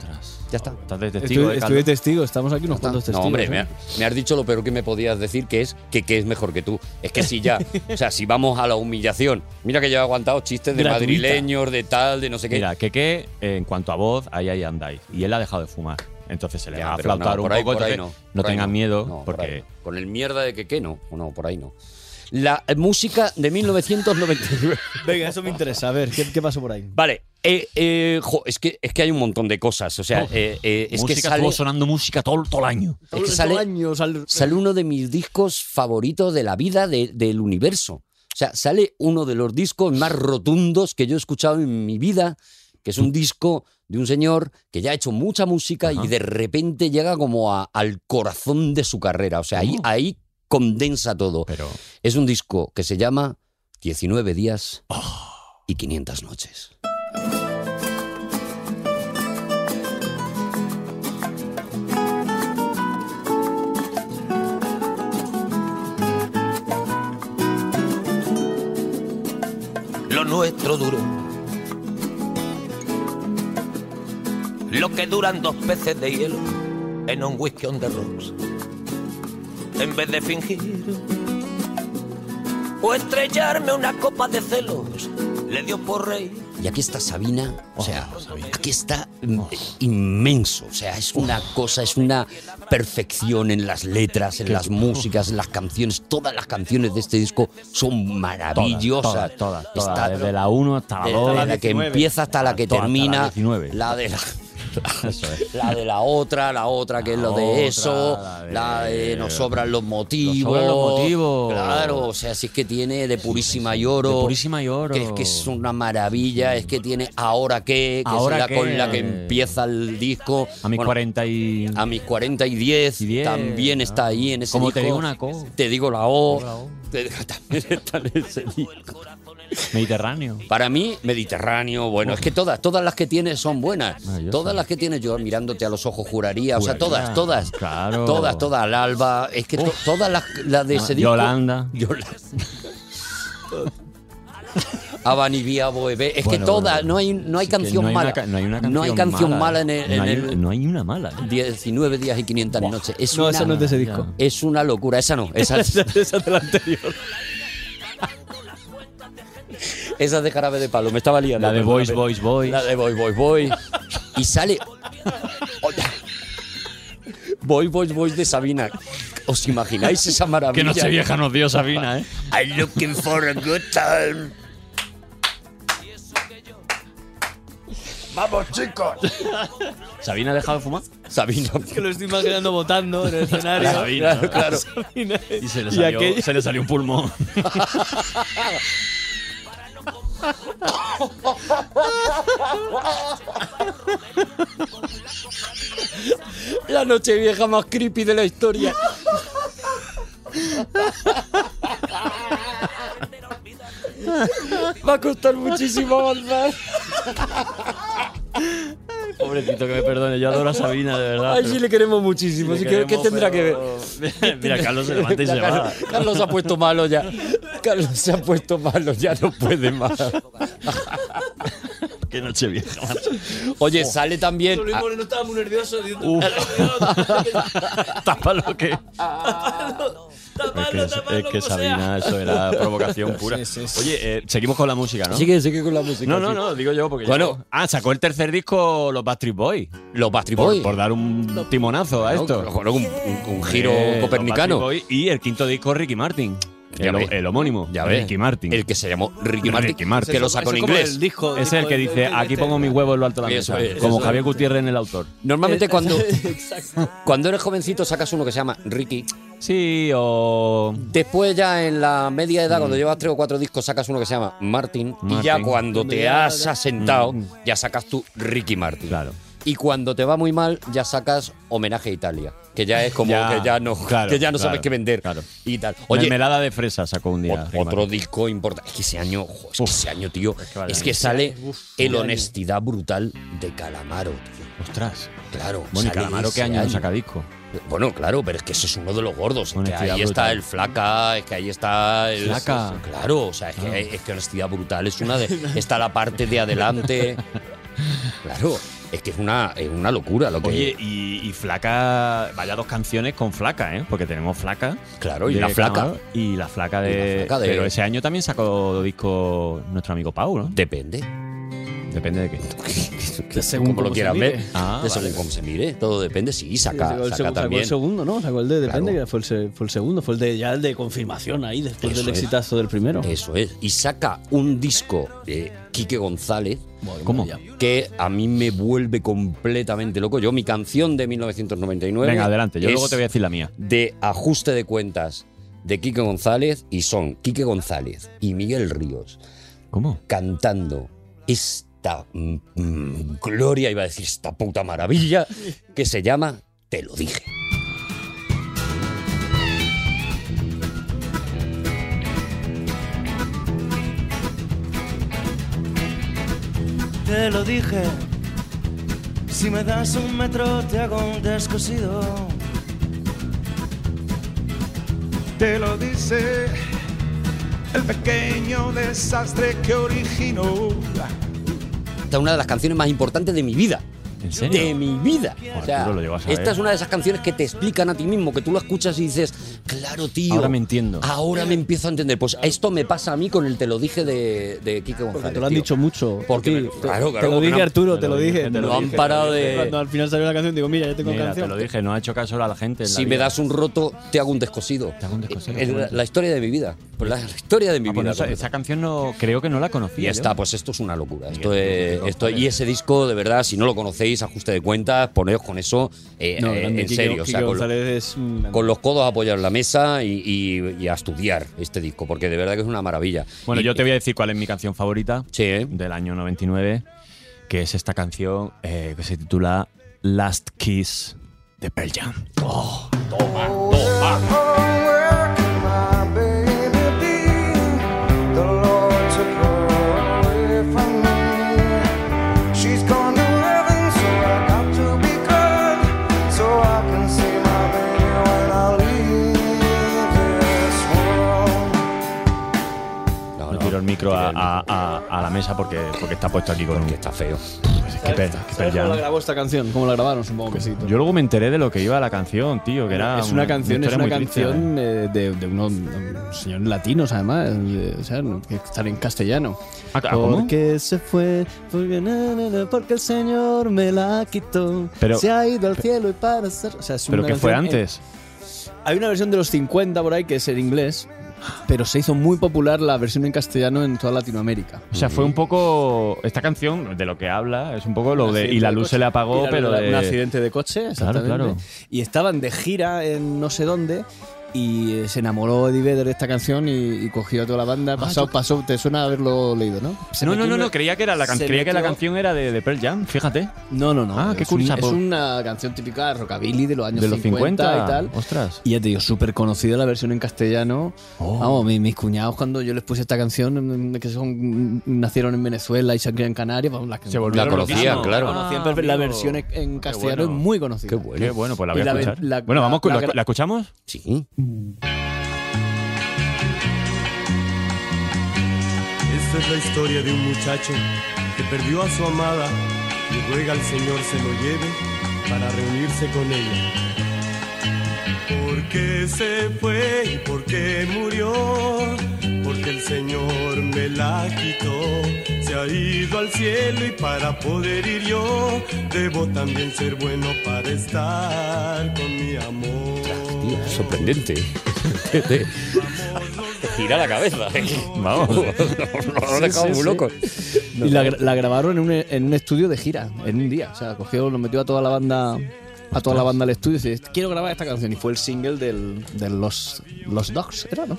Ya está. Estás de testigo, Estoy, eh, estoy de Carlos. testigo, estamos aquí unos cuantos No, testigos. hombre, ¿eh? me, ha- me has dicho lo peor que me podías decir, que es que, que es mejor que tú. Es que si ya, o sea, si vamos a la humillación, mira que yo he aguantado chistes de Gratuita. madrileños, de tal, de no sé qué. Mira, que que eh, en cuanto a voz, ahí ahí andáis. Y él ha dejado de fumar. Entonces se le Ya, va a pero flautar un no, por ahí- poco. por ahí entonces no, no, por ahí tengas no. miedo No, por porque ahí no. Con el mierda de que qué no, no, por ahí no. La música de 1999. Venga, eso me interesa. A ver, ¿qué, qué pasó por ahí? Vale, eh, eh, jo, es, que, es que hay un montón de cosas. O sea, eh, eh, es que música sale, estuvo sonando música todo, todo el año. es que sale, sale uno de mis discos favoritos de la vida, de- del universo. O sea, sale uno de los discos más rotundos que yo he escuchado en mi vida, que es un disco de un señor que ya ha hecho mucha música y de repente llega como a- al corazón de su carrera. O sea, ahí, ahí condensa todo. Es un disco que se llama 19 días y 500 noches. Lo nuestro duro. Lo que duran dos peces de hielo en un whisky on the rocks. En vez de fingir o estrellarme una copa de celos, le dio por reír. Y aquí está Sabina, o sea, aquí está mm, inmenso, o sea, es una cosa, es una perfección en las letras, en las músicas, en las canciones, todas las canciones de este disco son todas, maravillosas. todas, todas, Está- desde la 1 hasta la desde 2, la que empieza hasta la que todas, hasta la termina, 19. la de la Eso es. la de la otra, la otra que es lo de otra, eso, la la de- de, nos sobran los Nos motivos. sobran los motivos. Claro, o sea, si es que tiene de purísima y oro. De purísima y oro. Que es que es una maravilla, es que tiene ahora qué, que Ahora es la qué. con la que empieza el disco. A mis Bueno, 40 y... a mis 40 y 10, también está ahí en ese Como disco. te digo una co. Te digo la O. Te digo la O. Oh, Te- también está en ese disco. Mediterráneo. Para mí, Mediterráneo, bueno, es que todas, todas las que tienes son buenas. todas las que tienes yo mirándote a los ojos juraría, o sea, Ah, Juraría. todas, todas. Pues Claro. Ah, Todas, todas, al alba. Es que to- todas las, las de ese disco. Yolanda. Yolanda. Abanivía Boebé. Es Bueno, que todas, bueno. no hay, no hay Sí, que canción no hay una mala. ca- no hay una No hay canción canción mala. ¿eh? mala, en el. No en hay- el- no hay una mala, ¿eh? 19 días y 500 noches. Es No, una- esa no es de ese disco. Es una locura. Esa no. Esa, Esa- esa es de la anterior. Esa es de jarabe de palo, me estaba liando. La de perdóname. Boys, Boys, Boys. La de Boys, Boys, Boys. Y sale. Otra. Boys, Boys, Boys de Sabina. ¿Os imagináis esa maravilla? Qué noche vieja nos dio Sabina, ¿eh? I'm looking for a good time. ¡Vamos, chicos! ¿Sabina ha dejado de fumar? Sabina. Que lo estoy imaginando votando en el escenario. Sabina. Claro, claro. Sabina. Y se le Y salió, aquella- se le salió un pulmón. La noche vieja más creepy de la historia. Va a costar muchísimo avanzar. Pobrecito, que me perdone. Yo adoro a Sabina, de verdad. Ay, pero- sí le queremos muchísimo. Le así que, ¿Qué queremos, tendrá que ver? pero- Mira, Carlos se levanta y se va. Carlos, Carlos se ha puesto malo ya. Carlos se ha puesto malo, ya no puede más. Qué noche vieja, macho. Oye, sale también. Luis ah, Moreno estaba muy nervioso. diciendo, Uf. Tapa lo que. Es que, Tapadlo, es tapadlo, que como sea. Sabina, eso era provocación pura. Sí, sí, sí. Oye, eh, seguimos con la música, ¿no? Sigue, sigue con la música. No, no, sí. no, digo yo porque Bueno. ya- Ah, sacó el tercer disco los Backstreet Boys. Los Backstreet Por- Boys. Por, dar un timonazo a No, esto. con- con un, un- un giro Eh, los copernicano. Backstreet Boys y el quinto disco Ricky Martin. Ya El, ves. el homónimo. Ya ves. Ricky Martin. El que se llamó Ricky Martin. Ricky Martin. Que lo sacó en inglés. disco, es el que dice, aquí pongo mis huevos en lo alto de la Eso mesa. es, como eso es. Javier Gutiérrez en el autor. Eh, Normalmente cuando, Exacto. cuando eres jovencito sacas uno que se llama Ricky. Sí, o... Mm. Después ya en la media edad, cuando llevas tres o cuatro discos, sacas uno que se llama Martin. Y ya Martin. Mm, cuando te has asentado, ya sacas tú Ricky Martin. Claro. Y cuando te va muy mal, ya sacas homenaje a Italia. Que ya es como Ya, que ya no, claro, que ya no claro, sabes qué vender. claro. Y tal. Oye, Oye, Mermelada de fresa sacó un día. ot- Ricky otro Martin. disco importante. Es que ese año, jo, es que ese año, tío, es que, vaya año. sale Uf, el vaya año. honestidad brutal de Calamaro, tío. Ostras. Claro. Bueno, y sale Calamaro, ese ¿qué año no saca disco? Bueno, claro, pero es que ese es uno de los gordos. Es que Honestidad ahí brutal. está el flaca, es que ahí está el. Flaca. Ah. Claro, o sea, es Claro. que, es que honestidad brutal es una de. Está la parte de adelante. Claro, es que es una, es una locura lo que. Oye, y, y Flaca, vaya dos canciones con Flaca, ¿eh? Porque tenemos Flaca. Claro, y de la flaca. Camargo Y la Flaca de, Y la Flaca de- Pero ese año también sacó disco nuestro amigo Pau, ¿no? Depende. Depende de qué. según como lo cómo se quieras mire. ver. Ah, de según vale. cómo se mire, todo depende. Sí, saca, Sacó el, saca segundo, sacó también. el segundo, ¿no? Sacó el de Depende, Claro. que fue el, se- fue el segundo, fue el de ya el de confirmación ahí, después del Eso es. exitazo del primero. Eso es. Y saca un disco de Quique González. Madre ¿Cómo? mía. que a mí me vuelve completamente loco. Yo, mi canción de 1999. Venga, adelante. Yo es luego te voy a decir la mía. De ajuste de cuentas de Quique González y son Quique González y Miguel Ríos ¿Cómo? cantando esta mm, mm, gloria, iba a decir esta puta maravilla, que se llama Te lo dije. Te lo dije, si me das un metro te hago un descosido. Te lo dice el pequeño desastre que originó. Esta es una de las canciones más importantes de mi vida. ¿En serio? de mi vida. Joder, O sea, tú no lo llevas a ver. esta es una de esas canciones que te explican a ti mismo, que tú la escuchas y dices, claro, tío. Ahora me entiendo. Ahora me empiezo a entender. Pues esto me pasa a mí con el te lo dije de, de Quique González. Porque te lo han tío. dicho mucho. Porque Porque me- claro, claro, te lo porque dije, no- Arturo, te lo dije. te lo No han dije, parado te lo de- dije. Cuando al final salió la canción, digo, mira, ya tengo Mira, canción. te lo dije, no ha hecho caso a la gente. en la Si me vida. das un roto, te hago un descosido. Es la, la historia de mi vida. Pues la, la historia de mi Ah, pues vida. no sé, esa canción no creo que no la conocía. Y yo. está, pues esto es una locura. Esto es- esto- y ese disco, de verdad, si no lo conocéis, ajuste de cuentas, poneos con eso eh, No, eh, grande, en Quique- serio. o sea, Quique con lo- González es un- con los codos apoyados en la mesa y, y- y a estudiar este disco, porque de verdad que es una maravilla. Bueno, Y- eh, yo te voy a decir cuál es mi canción favorita del año 99, que es esta canción eh, que se titula Last Kiss de Pearl Jam. Toma, toma. She's gone to heaven, so I got to be good, so I can see my baby when I leave this world. No, tiro el micro a, a- a- a la mesa porque, porque está puesto aquí con un... está feo. qué pena, qué ¿Sabes Pearl cómo la Jam. grabó esta canción? ¿Cómo la grabaron? Supongo que sí. Yo luego me enteré de lo que iba la canción, tío, que era es una canción, es historia una muy triste, ¿eh? canción eh, de, de unos um, señores latinos, además, eh, o sea, no- que están en castellano. Ah, ¿cómo? Porque se fue, porque, na, na, na, porque el Señor me la quitó. Pero- se ha ido al cielo y para ser. O sea, es ¿Pero una qué fue canción en- antes? hay una versión de los 50 por ahí que es en inglés, pero se hizo muy popular la versión en castellano en toda Latinoamérica. O sea, fue un poco. Esta canción de lo que habla es un poco lo Un de. accidente Y la de luz coche. se le Y apagó, la- pero. la- de- Un accidente de coche, exactamente. claro. Y estaban de gira en no sé dónde. Y eh, se enamoró Eddie Vedder de esta canción y, y cogió a toda la banda. pasó, pasó, te suena haberlo leído, ¿no? Se Ah, No, no, metió no, una- no, creía que, era la, can- se creía que la metió- canción era de, de Pearl Jam, fíjate. No, no, no. Ah, qué es, un- curioso. es una canción típica de rockabilly de los años De los 50, y 50 tal. Ostras. Y ya te digo, súper conocida la versión en castellano. Oh. Vamos, mi- mis, cuñados cuando yo les puse esta canción, mm, que son nacieron en Venezuela y se han criado en Canarias, vamos, la, Se volvieron la locísimos. conocían, claro. Ah, Conocían, pero la amigo. versión en- en Qué castellano bueno. es muy conocida. Qué bueno. Qué bueno, pues la Y voy a ve- escuchar. la- bueno, vamos, con- la- ¿la, la escuchamos? Sí. Esta es la historia de un muchacho que perdió a su amada y ruega al Señor se lo lleve para reunirse con ella. ¿Por qué se fue y por qué murió? Porque el Señor me la quitó. Se ha ido al cielo y para poder ir yo, debo también ser bueno para estar con mi amor. Tío, sorprendente. Te- te- te Gira la cabeza. ¿eh? Vamos. Nos Sí, han dejado sí, muy sí. locos. Y la, gra- la grabaron en un, en un estudio de gira, en un día. O sea, cogió, lo metió a toda la banda. A toda la banda al estudio y dice, quiero grabar esta canción. Y fue el single del, de los, los Dogs, ¿era, no?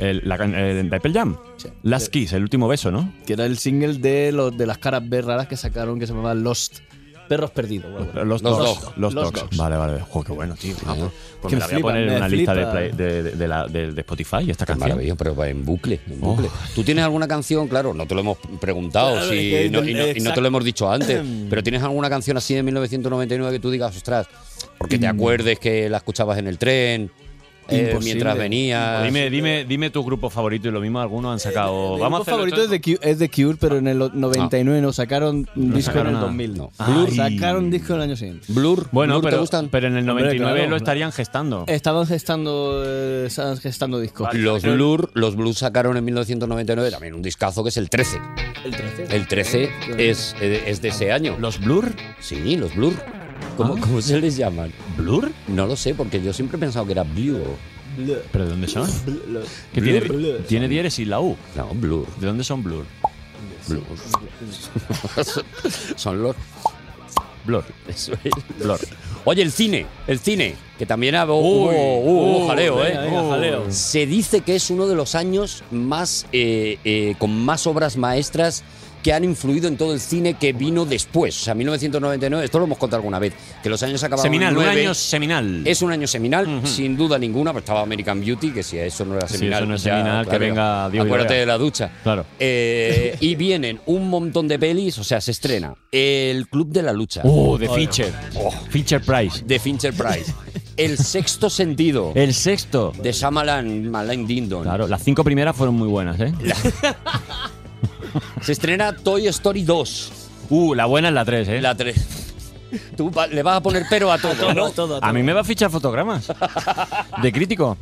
El, la, can- eh, de Pearl Jam. Last Kiss, el último beso, ¿no? Que era el single de los de las caras B raras que sacaron que se llamaba Lost. Perros perdidos. o algo. Los, Dogs. Los, dogs. Vale, vale. Jo, qué bueno, tío. Ah, pues- pues me la voy a poner en una lista de, play- de, de, de la- de- de Spotify, esta canción. Oh. Maravilloso, pero va en bucle. En bucle. ¿Tú tienes alguna canción? Claro, no te lo hemos preguntado Claro, si- es Em. que- y, no, y no- y no te exacto. lo hemos dicho antes, pero ¿tienes alguna canción así de 1999 que tú digas, ostras, porque Em. te acuerdes que la escuchabas en el tren, eh, Imposible. mientras venías? Dime, dime, dime tu grupo favorito y lo mismo algunos han sacado. Vamos a Mi hacerlo favorito esto- es The, Cure, es The Cure, pero en el 99 nos sacaron un Lo disco Ah. sacaron Ah, en el a- 2000. no. Blur, Ay. sacaron un disco en el año siguiente. Blur. Bueno, Blur, ¿te pero, gustan? pero en el Hombre, 99 claro. lo estarían gestando. Estaban gestando, eh, estaban gestando discos. Los Blur, los Blur sacaron en 1999 también un discazo que es el 13. El 13. El 13 es, eh, es de ese año. ¿Los Blur? Ah. Sí, los Blur. ¿Cómo, cómo se les llaman? ¿Blur? No lo sé, porque yo siempre he pensado que era Blur. ¿Pero de dónde son? ¿Qué Blur. tiene? ¿Tiene diéresis la U? No, Blur. ¿De dónde son Blur? Blur. Son los. Blur. Eso es. Oye, el cine. El cine. Que también ha- hubo, Uy, hubo- hubo uy, jaleo, Oh, venga, ¿eh? venga, jaleo. Se dice que es uno de los años más eh, eh, con más obras maestras que han influido en todo el cine que vino después. O sea, 1999, esto lo hemos contado alguna vez, que los años acababan Seminal, un 9. año seminal. Es un año seminal, sin duda ninguna, pero estaba American Beauty, que si eso no era Sí, seminal. eso no es ya, seminal, que claro, venga Dios y lo Acuérdate vea. de la ducha. Claro. Eh, y vienen un montón de pelis, o sea, se estrena El Club de la Lucha. Oh, de Fincher. Fincher Price. De Fincher Price. El Sexto Sentido. El sexto. De Shyamalan, Malain Dindon. Claro, las cinco primeras fueron muy buenas, ¿eh? Se estrena Toy Story 2. Uh, la buena es la 3, ¿eh? La 3. Tú va- le vas a poner pero a todo. ¿no? A mí me va a fichar fotogramas. De crítico.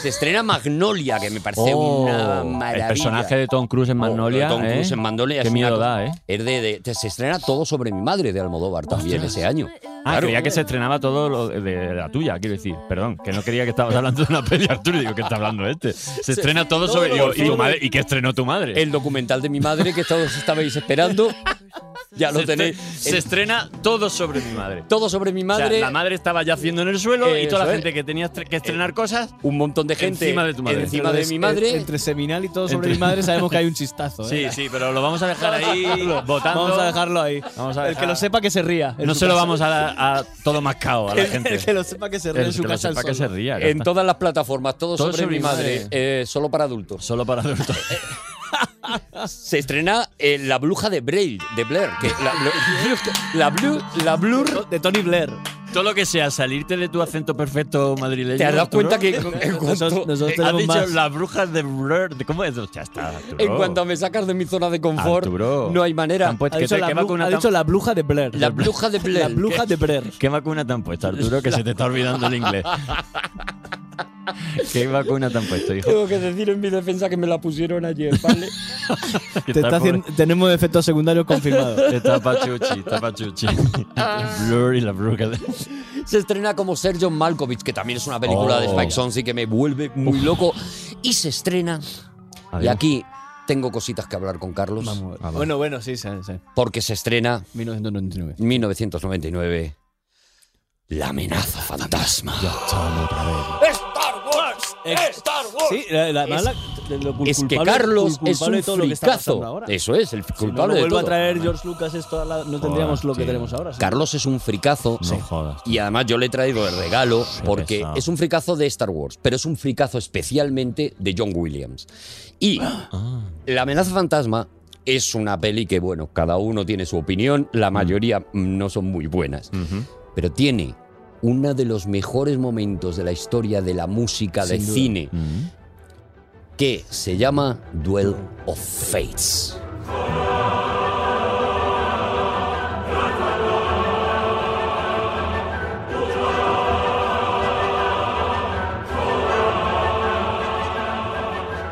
Se estrena Magnolia, que me parece Oh, una maravilla. Oh, El personaje de Tom Cruise en Magnolia. Tom ¿eh? Cruise en Magnolia Qué es miedo una- da, ¿eh? Es de, de- te- se estrena todo sobre mi madre de Almodóvar también ese año. Ah, Claro. creía que se estrenaba todo lo de, de la tuya, quiero decir. Perdón, que no creía que estabas hablando de una peli, Arturo. Digo, ¿qué está hablando este? Se estrena todo sobre. digo, ¿y, tu madre? ¿Y qué estrenó tu madre? El documental de mi madre que todos estabais esperando. Ya lo Se tenéis. Eh. estre- se estrena todo sobre mi madre. Todo sobre mi O madre. sea, la madre estaba ya haciendo en el suelo y toda la Eso es. Eh, gente que tenía estre- que estrenar cosas. Un montón de gente Encima de tu madre. encima de Entonces, mi madre. en- Entre seminal y todo sobre Entre- mi madre sabemos que hay un chistazo. Sí, ¿eh? sí, pero lo vamos a dejar ahí votando. Vamos a dejarlo ahí. Vamos a El que dejar- lo sepa que se ría. en No su se lo casa. vamos a, dar a todo mascao a la El- gente. el que lo sepa que se ría El en su que lo casa al sepa que sol. se ría. ya En está. todas las plataformas, todo, Todo sobre, mi madre, eh, solo para adultos. Solo para adultos. Se estrena eh, La Bruja de Braille, de Blair. Que la, lo- la, blu- la Blur. De Tony Blair. Todo lo que sea salirte de tu acento perfecto madrileño. ¿Te has dado Arturo? cuenta que en- en cuanto- Nosotros- nosotros Eh, has has dicho dicho las brujas de Blur. ¿de ¿Cómo es? Ya está. Arturo. En cuanto me sacas de mi zona de confort, Arturo. no hay manera. Tan puesta- que te- que va con una ha tan- dicho la bruja de Blair. La bruja de Blair. La bruja de Blair. ¿Qué vacuna te han puesto, Arturo? Que se te está olvidando el inglés. ¿Qué vacuna te han puesto, hijo? Tengo que decir en mi defensa que me la pusieron ayer, ¿vale? Que Te está pobre- haciendo- tenemos efectos secundarios confirmados. Está pachuchi, está pachuchi. Ah. Blur y la bruja de... Se estrena como Sergio Malkovich, que también es una película de Ah. Oh. Spike Jonze que me vuelve muy loco. Y se estrena. Y Adiós. aquí tengo cositas que hablar con Carlos. Vamos Ah, a ver. Bueno, bueno, sí, sí, sí. Porque se estrena 1999. 1999. La amenaza fantasma. Star Wars, Eh, Star Wars. Sí, la, la mala- lo cul- Es que culpable- Carlos culpable es un de todo lo que está pasando fricazo. ahora. Eso es, el Si no culpable lo de vuelvo a todo. traer George Lucas, es toda la- no tendríamos lo que tenemos ahora. sí. Carlos es un fricazo. No jodas. Y además yo le he traído de regalo porque pesado. es un fricazo de Star Wars, pero es un fricazo especialmente de John Williams. Y La amenaza fantasma es una peli que, bueno, cada uno tiene su opinión, la mayoría mm, no son muy buenas, pero tiene uno de los mejores momentos de la historia de la música de Sin duda. cine que se llama Duel of Fates.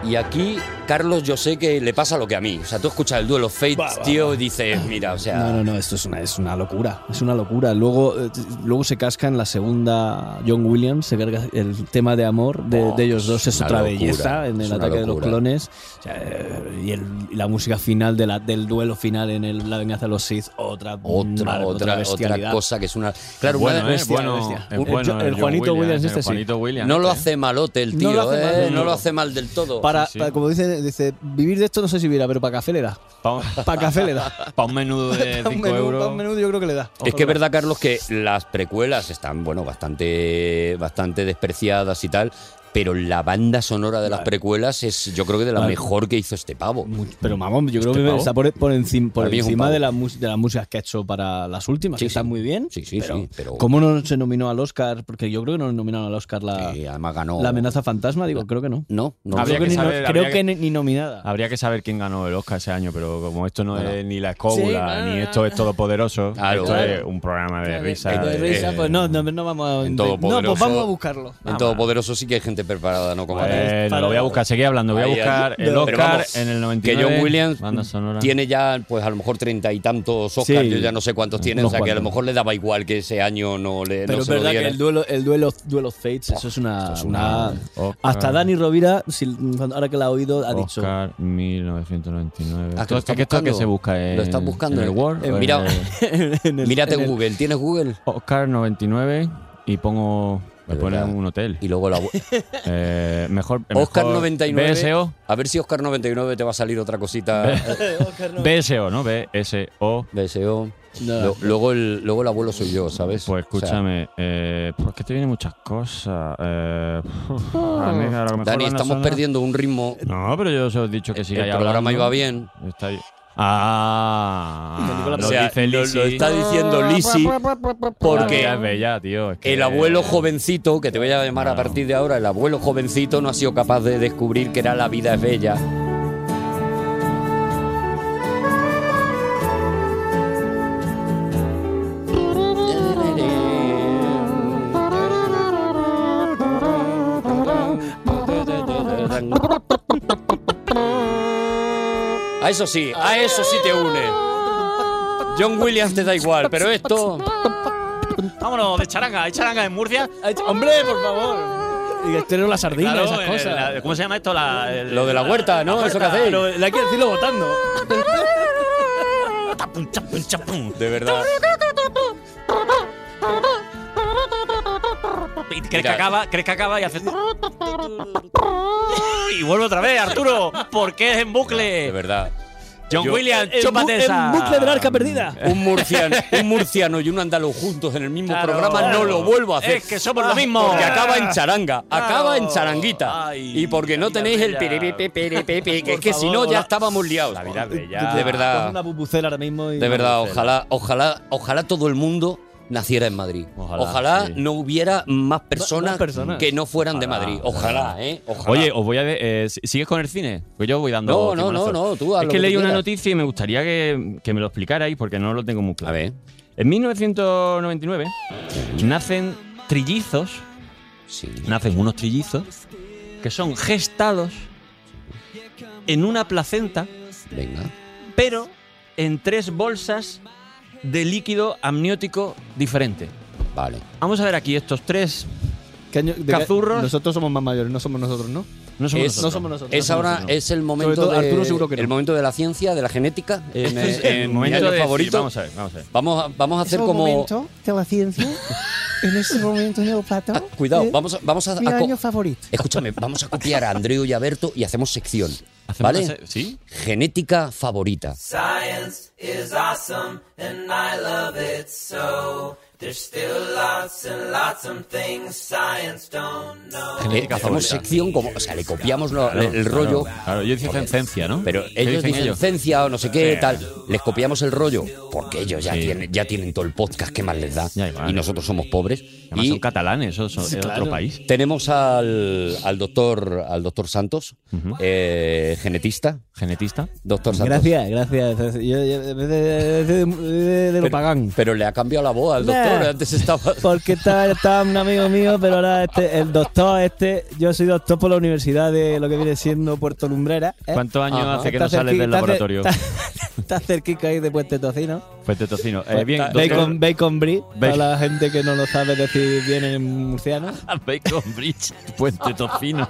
Y aquí, Carlos, yo sé que le pasa lo que a mí. O sea, tú escuchas el Duel of Fates, Va, va, tío, y dices, mira, o sea, No, no, no, esto es una, es una locura. Es una locura. Luego, eh, t- luego se casca en la segunda John Williams, se carga el tema de amor de, Oh, de ellos dos, es es una otra locura, belleza en es el una ataque de los locura. clones. O sea, eh, y, el- y la música final de la- del duelo final en el- La venganza de los Sith, otra otra, mar- otra, otra bestialidad. cosa que es una. Claro, bueno, una- ¿eh? bestia, bueno, bestia. es Un- el- bueno el John Juanito Williams, el este sí. Juanito Williams, No lo este. hace malote el No tío, lo ¿eh? hace mal del no lo todo. hace mal del todo. Para, Sí, sí. para- como dice, dice, vivir de esto no sé si vivirá, pero para café le da. Pa' un- Para café le da. pa' un menudo de Para un 5 menú, pa' un euros. menú yo creo que le da. Es que es verdad, Carlos, que las precuelas están, bueno, bastante, bastante despreciadas y tal, pero la banda sonora de las precuelas es, yo creo que de la Vale. mejor que hizo este pavo. Pero mamón, yo creo ¿Este que pavo? está por, por encima, por Para mí es un encima pavo. de, la mus- de las músicas que ha hecho para las últimas, Sí, que están sí. muy bien. Sí, sí, pero sí, pero- ¿Cómo no se nominó al Oscar? Porque yo creo que no nominaron al Oscar la, Y además ganó. la amenaza fantasma, digo, creo que no. No, no. creo Habría que, que ni, saber, creo habría que que- ni- ni nominada. Habría que saber quién ganó el Oscar ese año, pero como esto no Bueno. es ni la escóbula, Sí, ni esto es todopoderoso, Claro. esto Claro. es un programa de risa. eh, de de- risa, pues no, no, no vamos a. en no, pues Todopoderoso- vamos a buscarlo. En Todopoderoso sí que hay gente preparada, ¿no? Como ahora. Bueno, eh, lo voy a buscar, seguí hablando. Voy a Ahí, buscar ahí. el Pero Oscar vamos, en el 99. Que John Williams banda sonora. tiene ya, pues a lo mejor treinta y tantos Oscars, Ah. Sí. yo ya no sé cuántos tiene, o Unos sea que a lo cuantos. mejor le daba igual que ese año no le Pero no es se lo verdad que dieran. el duelo, el duelo, duelo of Fates, eso es una. es una- una- Oscar. hasta Dani Rovira, si- ahora que la ha oído, ha dicho. "Ah, Oscar 1999. Ah, que ¿Esto lo es este que, estás esto que se buscando. busca en, Lo estás buscando en el pues, en- Word. en- o en mira. el- en el- Mírate en el- Google, ¿tienes Google? Oscar 99 y pongo. Me De ponen verdad. un hotel. Y luego la. bu- Eh, mejor, el Oscar mejor E 99. BSO. A ver si Oscar 99 te va a salir otra cosita. BSO, ¿no? BSO. BSO. Nada. Lo- luego, el, luego el abuelo soy yo, ¿sabes? Pues escúchame, eh, pues es que te vienen muchas cosas. Eh, uf, a mí, a lo O sea, mejor banda Dani, estamos sonora- perdiendo un ritmo. No, pero yo os he dicho que si el programa iba bien. Está ahí. Ah, O lo sea, dice lo- Lisi. lo está diciendo Ah, Lisi La porque vida es bella, tío. es que- el abuelo jovencito, que te voy a llamar a partir de ahora, el abuelo jovencito no ha sido capaz de descubrir que era la vida es bella. A eso sí, a eso sí te une. John Williams te da igual, pero esto. Vámonos, de charanga, hay charanga en Murcia. Hombre, por favor. Y estrenar la sardina, Claro, esas eh, cosas. la- ¿Cómo se llama esto? La, el- Lo de la huerta, ¿no? Eso que hacéis. Lo- la hay que decirlo votando. De verdad. Y crees que acaba, crees que acaba y haces. y vuelve otra vez, Arturo. Porque es en bucle? De verdad. John Yo- Williams, En bu- chúpate en esa. bucle de la arca perdida. Un murciano, un murciano y un andaluz juntos en el mismo programa no lo vuelvo a hacer. Ah, Es que somos lo mismo. Porque acaba en charanga, Ah, Claro. acaba en charanguita. y porque no tenéis el bella. piripipi, piripipi, que es Por que si no favor. ya estábamos liados. De Coge Una verdad, bubucela ahora mismo. y- de verdad, ojalá, ojalá, ojalá todo el mundo naciera en Madrid. Ojalá, sí. no hubiera más personas, más personas. que no fueran de Ojalá, Madrid. ojalá. Ojalá, ¿eh? Ojalá. Oye, os voy a ver. eh, ¿si- ¿Sigues con el cine? Pues yo voy dando. No, no, timonazos. no, no, tú haz Es lo que que leí tú una quieras. noticia y me gustaría que, que me lo explicarais porque no lo tengo muy claro. A ver. En 1999 nacen trillizos. Nacen unos trillizos que son gestados en una placenta. Venga. Pero en tres bolsas de líquido amniótico diferente. Vale. Vamos a ver aquí estos tres ¿Qué año- de qué- cazurros. Nosotros somos más mayores, no somos nosotros, ¿no? No somos es, nosotros. somos nosotros, es no somos ahora nosotros. es el Sobre momento todo de, Arturo seguro que no. el momento de la ciencia de la genética en, Este es el en mi momento año de decir, favorito vamos a ver, vamos a ver. vamos a, vamos a hacer como de la ciencia. En este momento, Neopato. Ah, cuidado vamos a, vamos a, Mi a co- año favorito. escúchame vamos a copiar a Andreu y a Berto y hacemos sección vale una se- sí. genética favorita Science is awesome and I love it so. There's still lots and lots of things science don't know. Eh, hacemos sección como o sea le copiamos lo- Claro, el rollo Claro, claro, yo dije ciencia, ¿no? Pero ¿Qué ellos dicen dicen ellos? ciencia o no sé qué, Sí. tal. Les copiamos el rollo porque ellos ya, tienen, ya tienen todo el podcast que más les da. Y nosotros somos pobres. Además y son catalanes, eso son- es otro país. Tenemos al, al doctor al doctor Santos, eh, genetista. Genetista. Doctor Santos. Gracias, gracias. Yo, yo- en vez de, de- de- de- de lo pagán. Pero le ha cambiado la voz al Nah. doctor. Antes estaba. Porque estaba, estaba un amigo mío, pero ahora este, el doctor este, yo soy doctor por la universidad de lo que viene siendo Puerto Lumbrera. ¿eh? ¿Cuántos años Ajá. hace que Está no sales cerqui- del está cer- laboratorio? Está, está cerquita ahí de Puente Tocino. Fuente tocino. Eh, Pues bien, está- doctor- bacon, bacon brie, para Bacon- la gente que no lo sabe decir bien en murciano. Bacon Bridge, Puente Tocino.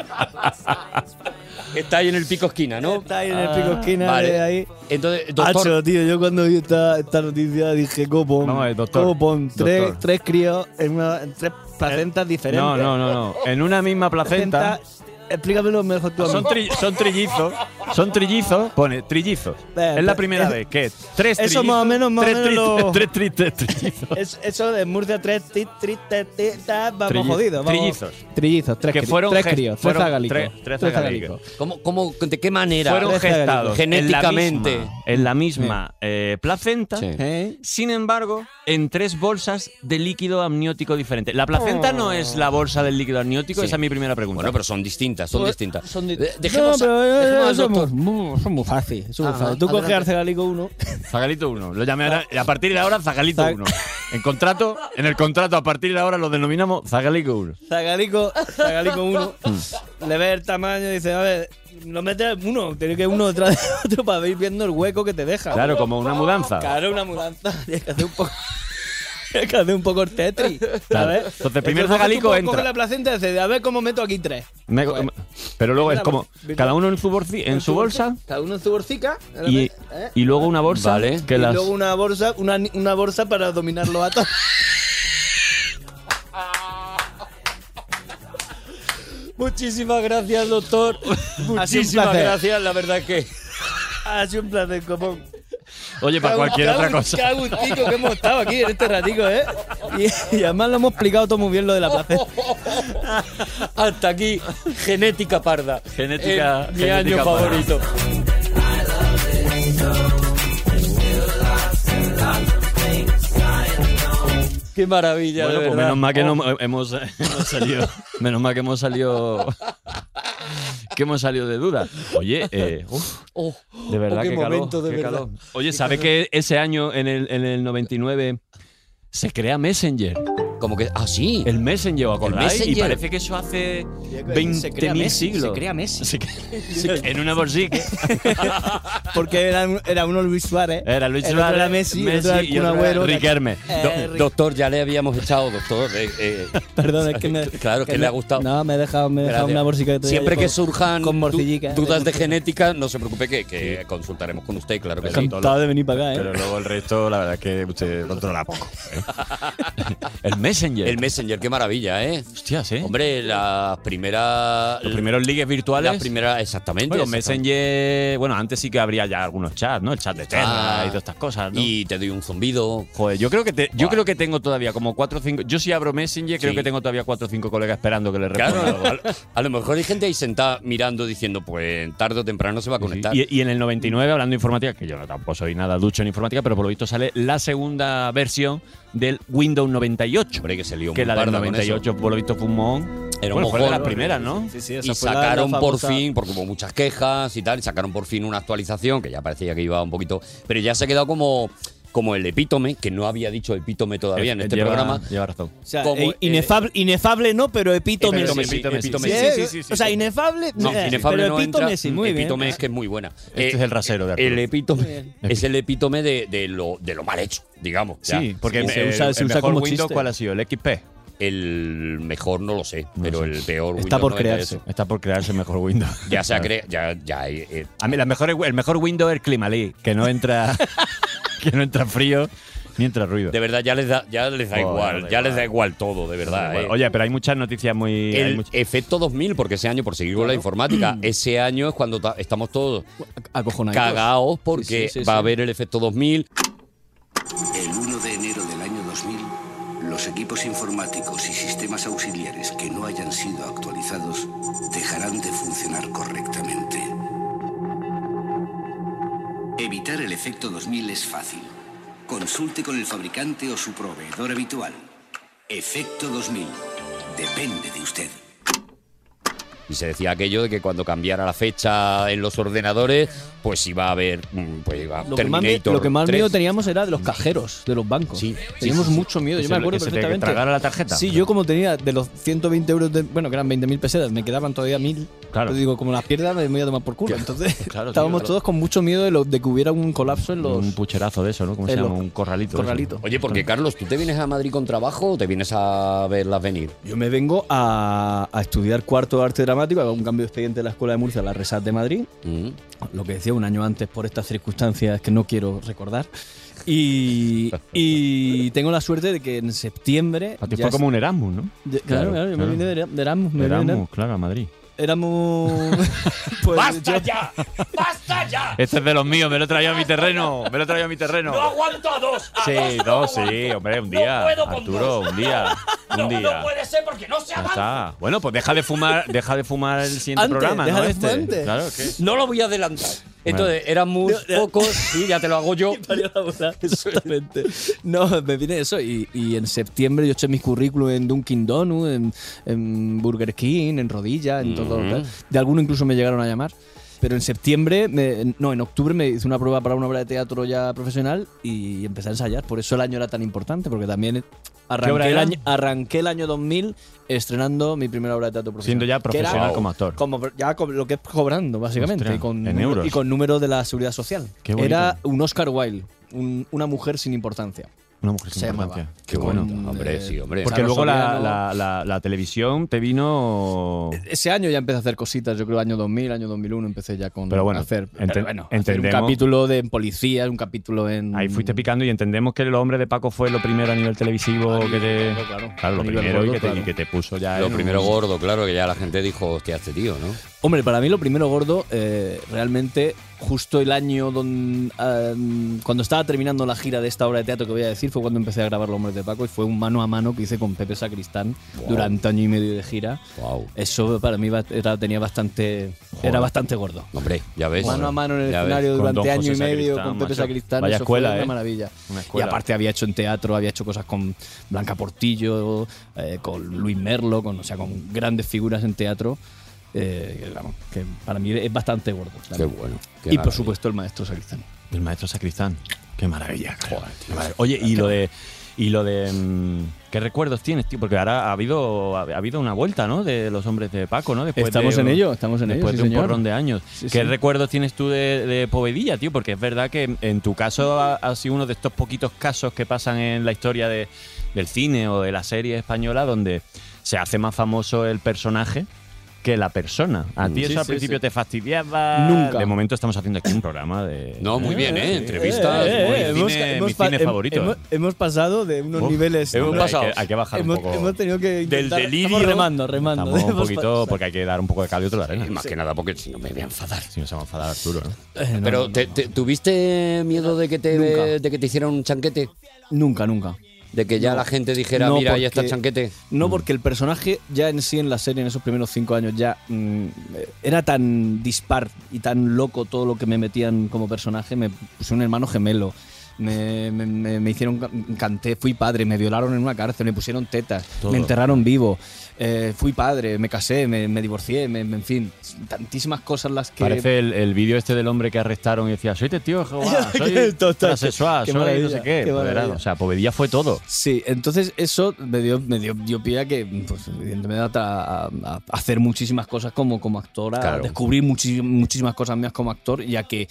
Está ahí en el pico esquina, ¿no? Está ahí en el pico esquina, eh, de ahí. Entonces, Hacho, Eh, doctor. tío, yo cuando vi esta, esta noticia dije, copón, Vamos a ver, eh, doctor, tres, doctor. Eh, tres críos en, una, en tres placentas diferentes. No, no, no, no. En una misma placenta. Placenta, Explícamelo mejor tú a mí. Son, tri- son trillizos. Son trillizos. Pone trillizos. Eh, es la eh, primera eh, vez que tres eso trillizos. más o menos, más o tres, menos tri- lo- tres, tri- tres trillizos. Es- eso de Murcia, tres, tri, tri- te- te- ta, eh. vamos Trilli- jodidos. vamos. trillizos. Trillizos, tres, Que cri- fueron tres gest- críos, fueron tres zagalicos. tres- tres zagalicos. ¿Cómo, cómo, ¿De qué manera? Fueron gestados Genéticamente. en la misma, eh, placenta. Sí. Sin embargo, en tres bolsas de líquido amniótico diferente. La placenta Oh. no es la bolsa del líquido amniótico, Sí. esa es mi primera pregunta. Bueno, pero son distintas, son distintas. Pues, di- De- dejemos no, a- pero eh, dejemos eso al es doctor. muy, eso es muy fácil. eso es muy Ah, fácil. Tú coges adelante. al zagalico uno. Zagalito 1. Lo llamaré ahora- a partir de ahora Zagalito Zag- 1. En contrato, en el contrato a partir de ahora lo denominamos Zagalico 1. Zagalico, Zagalico 1. Le ve el tamaño y dice, a ver, no metes uno, tienes que uno detrás de otro para ir viendo el hueco que te deja. Claro, como una mudanza. Claro, una mudanza. Tienes que hacer un poco. tienes que hacer un poco el Tetris. Claro. ¿sabes? Entonces, Entonces, primer tú zagalico coges entra. la placenta y dices, a ver cómo meto aquí tres. Me- pero luego es como Mira, cada uno en su, borci- en su bolsa Cada uno en su bolsica. y, ¿eh? y luego una bolsa que y las luego una bolsa, una, una bolsa para dominar los atos. Muchísimas gracias, doctor. Muchísimas gracias, la verdad que. Ha sido un placer, común. Oye, para cualquier otra cosa. Qué agustico que hemos estado aquí en este ratico, ¿eh? Y, y además lo hemos explicado todo muy bien lo de la placenta. Hasta aquí, genética parda. Genética- Eh, mi genética año parda. favorito. Qué maravilla, Bueno, de pues verdad. menos mal que Oh. no hemos, hemos salido. Menos mal que hemos salido. que hemos salido de duda. Oye, eh, uf, Oh, de verdad oh, qué que calor, momento, de qué verdad. calor. Oye, Qué ¿sabes calor. que ese año en el, en el 99 se crea Messenger? Como que, ah, sí. El Messenger, ¿acordáis? Messenger. ¿eh? Y parece que eso hace Se crea 20.000 Messi, siglos. se crea Messi. Se crea- en una bolsica. Porque era, un- ¿eh? era uno Luis Suárez. Era Luis el otro Suárez, Era Messi, el Messi otro era el y Kun otro era Agüero. Riquelme. Eh, Do- Ri- doctor, ya le habíamos echado, doctor. eh, eh. Perdón, es que me. Claro, que, le me- ha gustado. No, Ah, me he dejado, me he dejado Gracias. una bolsica de Siempre que surja surjan con du- morcillica, ¿eh? de dudas de genética, no se preocupe que, que consultaremos con usted, claro que sí. Encantado de venir para acá, ¿eh? Pero luego el resto, la verdad es que usted controla poco. ¿eh? El Messenger. El Messenger, qué maravilla, ¿eh? Hostias, ¿eh? Hombre, las primeras. Los primeros ligues virtuales. Las primeras, exactamente. Bueno, exactamente. Messenger. Bueno, antes sí que habría ya algunos chats, ¿no? El chat de Terra Ah, y todas estas cosas, ¿no? Y te doy un zumbido. Joder, yo creo que te- yo Buah. creo que tengo todavía como cuatro o cinco. Yo si abro Messenger, creo Sí. que tengo todavía cuatro o cinco colegas esperando que le responda Claro, algo. a, a lo mejor hay gente ahí sentada mirando diciendo, pues tarde o temprano se va a conectar. Y, y en el 99, hablando de informática, que yo no tampoco soy nada ducho en informática, pero por lo visto sale la segunda versión del Windows 98. Hombre, que se lió Que muy la del parda con 98, por lo visto, fue un mohón. Era un bueno, fue de mojón. las primeras, ¿no? Sí, sí, esa Y fue la- la sacaron por famosa- fin, porque hubo muchas quejas y tal, y sacaron por fin una actualización que ya parecía que iba un poquito. Pero ya se ha quedado como, como el epítome, que no había dicho epítome todavía en Eh, este lleva- programa. Lleva razón. O sea, como, eh, inefable, inefable no, pero epítome Epítome sí. sí, epítome Sí, sí. eh, Sí, sí, sí, sí, O sea, sí. inefable, No, eh, inefable pero no epítome entra. sí, muy bien. epítome es que es muy buena. Eh, Este es el rasero de Arturo. El Muy epítome bien. es el epítome de, de lo, de lo mal hecho, digamos. ya. Sí, porque Sí, el- se el- usa- el se usa mejor como Windows, chiste. ¿cuál ha sido? ¿El XP? El mejor no lo sé, pero el peor Está Windows por 98. crearse. Está por crearse el mejor Windows. Ya se ha cre- ya, ya hay, eh, A mí la mejor, el mejor Windows es el Climalí, que no entra que no entra frío ni entra ruido. De verdad, ya les da, ya les da Joder, igual, da ya les da igual todo, de verdad. Bueno, eh. Oye, pero hay muchas noticias muy... hay el muchas- efecto 2000, porque ese año, por seguir con la informática, ese año es cuando ta- estamos todos cagados Sí, sí, porque sí, va a sí. haber el efecto 2000. El 1 de enero del año 2000, los equipos informáticos y sistemas auxiliares que no hayan sido actualizados dejarán de funcionar correctamente. Evitar el efecto 2000 es fácil. Consulte con el fabricante o su proveedor habitual. Efecto 2000. Depende de usted. Y se decía aquello de que cuando cambiara la fecha en los ordenadores, pues iba a haber. mm, Pues iba Lo que, más, mi- Terminator. lo que más 3. miedo teníamos era de los cajeros, de los bancos. teníamos sí, sí, mucho miedo, Que yo se me le- acuerdo que se te perfectamente. tragara la tarjeta. Sí, yo como tenía de los 120 euros, de, bueno, que eran 20.000 pesetas, me quedaban todavía 1.000. Claro. Yo digo, como las pierdas me voy a tomar por culo. Entonces Claro, tío, estábamos claro. todos con mucho miedo de, lo- de que hubiera un colapso en los... Un pucherazo de eso, ¿no? ¿Cómo se en llama? los- Un corralito. de eso. corralito. Oye, porque Carlos, ¿tú te vienes a Madrid con trabajo o te vienes a verlas venir? Yo me vengo a, a estudiar cuarto de arte dramático, hago un cambio de expediente de la Escuela de Murcia a la Resat de Madrid, Mm. lo que decía un año antes por estas circunstancias que no quiero recordar. Y, y tengo la suerte de que en septiembre... A ti ya fue es- como un Erasmus, ¿no? de- claro, Claro, claro, yo claro. me vine de, de Erasmus. me vine de Erasmus, claro, a Madrid. Erasmus. pues yo- ya! ¡Basta ya! Este es de los míos, me lo he traído a mi terreno. Me lo he traído a mi terreno. aguanto a dos! Sí, dos, sí, hombre, un día. puedo con Arturo, un día. Un día. ser porque no se Ya está. Bueno, pues deja de fumar, deja de fumar el siguiente Antes, programa, deja ¿no? de Este. fumar antes. Claro, que. No lo voy a adelantar. Entonces, eran muy pocos y ya te lo hago yo. Parió la bola, Exactamente. No, me viene eso. Y, y en septiembre yo eché mis currículum en Dunkin' Donuts, en, en Burger King, en Rodilla, en todo. Mm. tal. De alguno incluso me llegaron a llamar. Pero en septiembre, me- no, en octubre me hice una prueba para una obra de teatro ya profesional y empecé a ensayar. Por eso el año era tan importante, porque también obra arranqué el, era? año, arranqué el año 2000 estrenando mi primera obra de teatro profesional. Siendo ya que era profesional como actor. como ya con lo que es cobrando, básicamente. Ostras, y con en número- euros. Y con número de la seguridad social. Qué bonito. Era un Oscar Wilde, un- una mujer sin importancia. Una mujer sin Se importancia. llamaba. Qué Con, bueno. Hombre, eh, sí, hombre. Porque Carlos luego la, Soriano. la- la- la televisión te vino. Ese año ya empecé a hacer cositas, yo creo año 2000, año 2001 empecé ya con Pero bueno, a hacer, ente- pero bueno, hacer entendemos. un capítulo de en policía, un capítulo en Ahí fuiste picando y entendemos que el hombre de Paco fue lo primero a nivel televisivo que te. claro, claro. lo A nivel primero y, gordo, que te, y claro. que te puso ya. Lo en un- primero gordo, claro, que ya la gente dijo, hostia, este tío, ¿no? Hombre, para mí lo primero gordo, eh, realmente, justo el año don- ah, cuando estaba terminando la gira de esta obra de teatro que voy a decir, fue cuando empecé a grabar Los Hombres de Paco y fue un mano a mano que hice con Pepe Sacristán Wow. durante año y medio de gira. Wow. Eso para mí va- era, tenía bastante, era bastante gordo. Hombre, ya ves. Mano a mano en el Ya ves. escenario Con durante don año y José medio Sacristán, con Pepe macho. Sacristán, Vaya eso escuela, fue ¿eh? una maravilla. Una escuela. Y aparte Este había hecho en teatro, había hecho cosas con Blanca Portillo, eh, con Luis Merlo, con, o sea, con grandes figuras en teatro. eh, que, vamos, que para mí es bastante gordo. la Qué verdad. bueno. qué Y por maravilla. supuesto el maestro Sacristán. El maestro Sacristán. Qué maravilla. Joder, Oye, y lo de. Y lo de. mm, ¿Qué recuerdos tienes, tío? Porque ahora ha habido, ha habido una vuelta, ¿no? De los hombres de Paco, ¿no? Después Estamos de- en ello, estamos en ello, Después sí, de un señor. porrón de años. Sí, ¿Qué sí. recuerdos tienes tú de, de Povedilla, tío? Porque es verdad que en tu caso ha, ha sido uno de estos poquitos casos que pasan en la historia de- del cine o de la serie española donde se hace más famoso el personaje que la persona. A ti Mm, Sí, eso al sí, principio sí. te fastidiaba. Nunca. De momento estamos haciendo aquí un programa de. No, muy bien, ¿eh? Entrevistas, Eh, eh, muy eh, cine, hemos- mi hemos- cine pa- em- favorito. Hemos, hemos pasado de unos Uf, niveles. hemos ¿no? pasado. Hay que- hay que bajar un hemos, poco Hemos tenido que del intentar, delirio. Estamos remando, remando. Estamos un Hemos poquito, porque hay que dar un poco de cal y otro de arena. más que nada, porque si no me voy a enfadar. Eh, Si no se va a enfadar Arturo, ¿no? Pero, te- te- ¿tuviste Este miedo de que te, de que te hicieran un chanquete? Nunca, nunca. De que ya No. la gente dijera, No, mira, ahí está el porque- chanquete. No, porque el personaje ya en sí en la serie, en esos primeros cinco años, ya mm, eh, era tan dispar y tan loco todo lo que me metían como personaje. Me puse un hermano gemelo. Me, me- me- me hicieron, ca- canté, fui padre, me violaron en una cárcel, me pusieron tetas, Todo. me enterraron vivo, eh, fui padre, me casé, me, me divorcié, me- me- en fin, tantísimas cosas las que... Parece el, el vídeo este del hombre que arrestaron y decía, soy testigo de Jehová, Qué Ah, soy total. transexual, Qué soy no maravilla, sé qué. qué Pues era- maravilla. o sea, Povedilla fue todo. Sí, entonces eso me dio, me dio, dio pie a que, pues, evidentemente, a, a- a hacer muchísimas cosas como, como actora, a Claro. descubrir muchis- muchísimas cosas mías como actor, ya que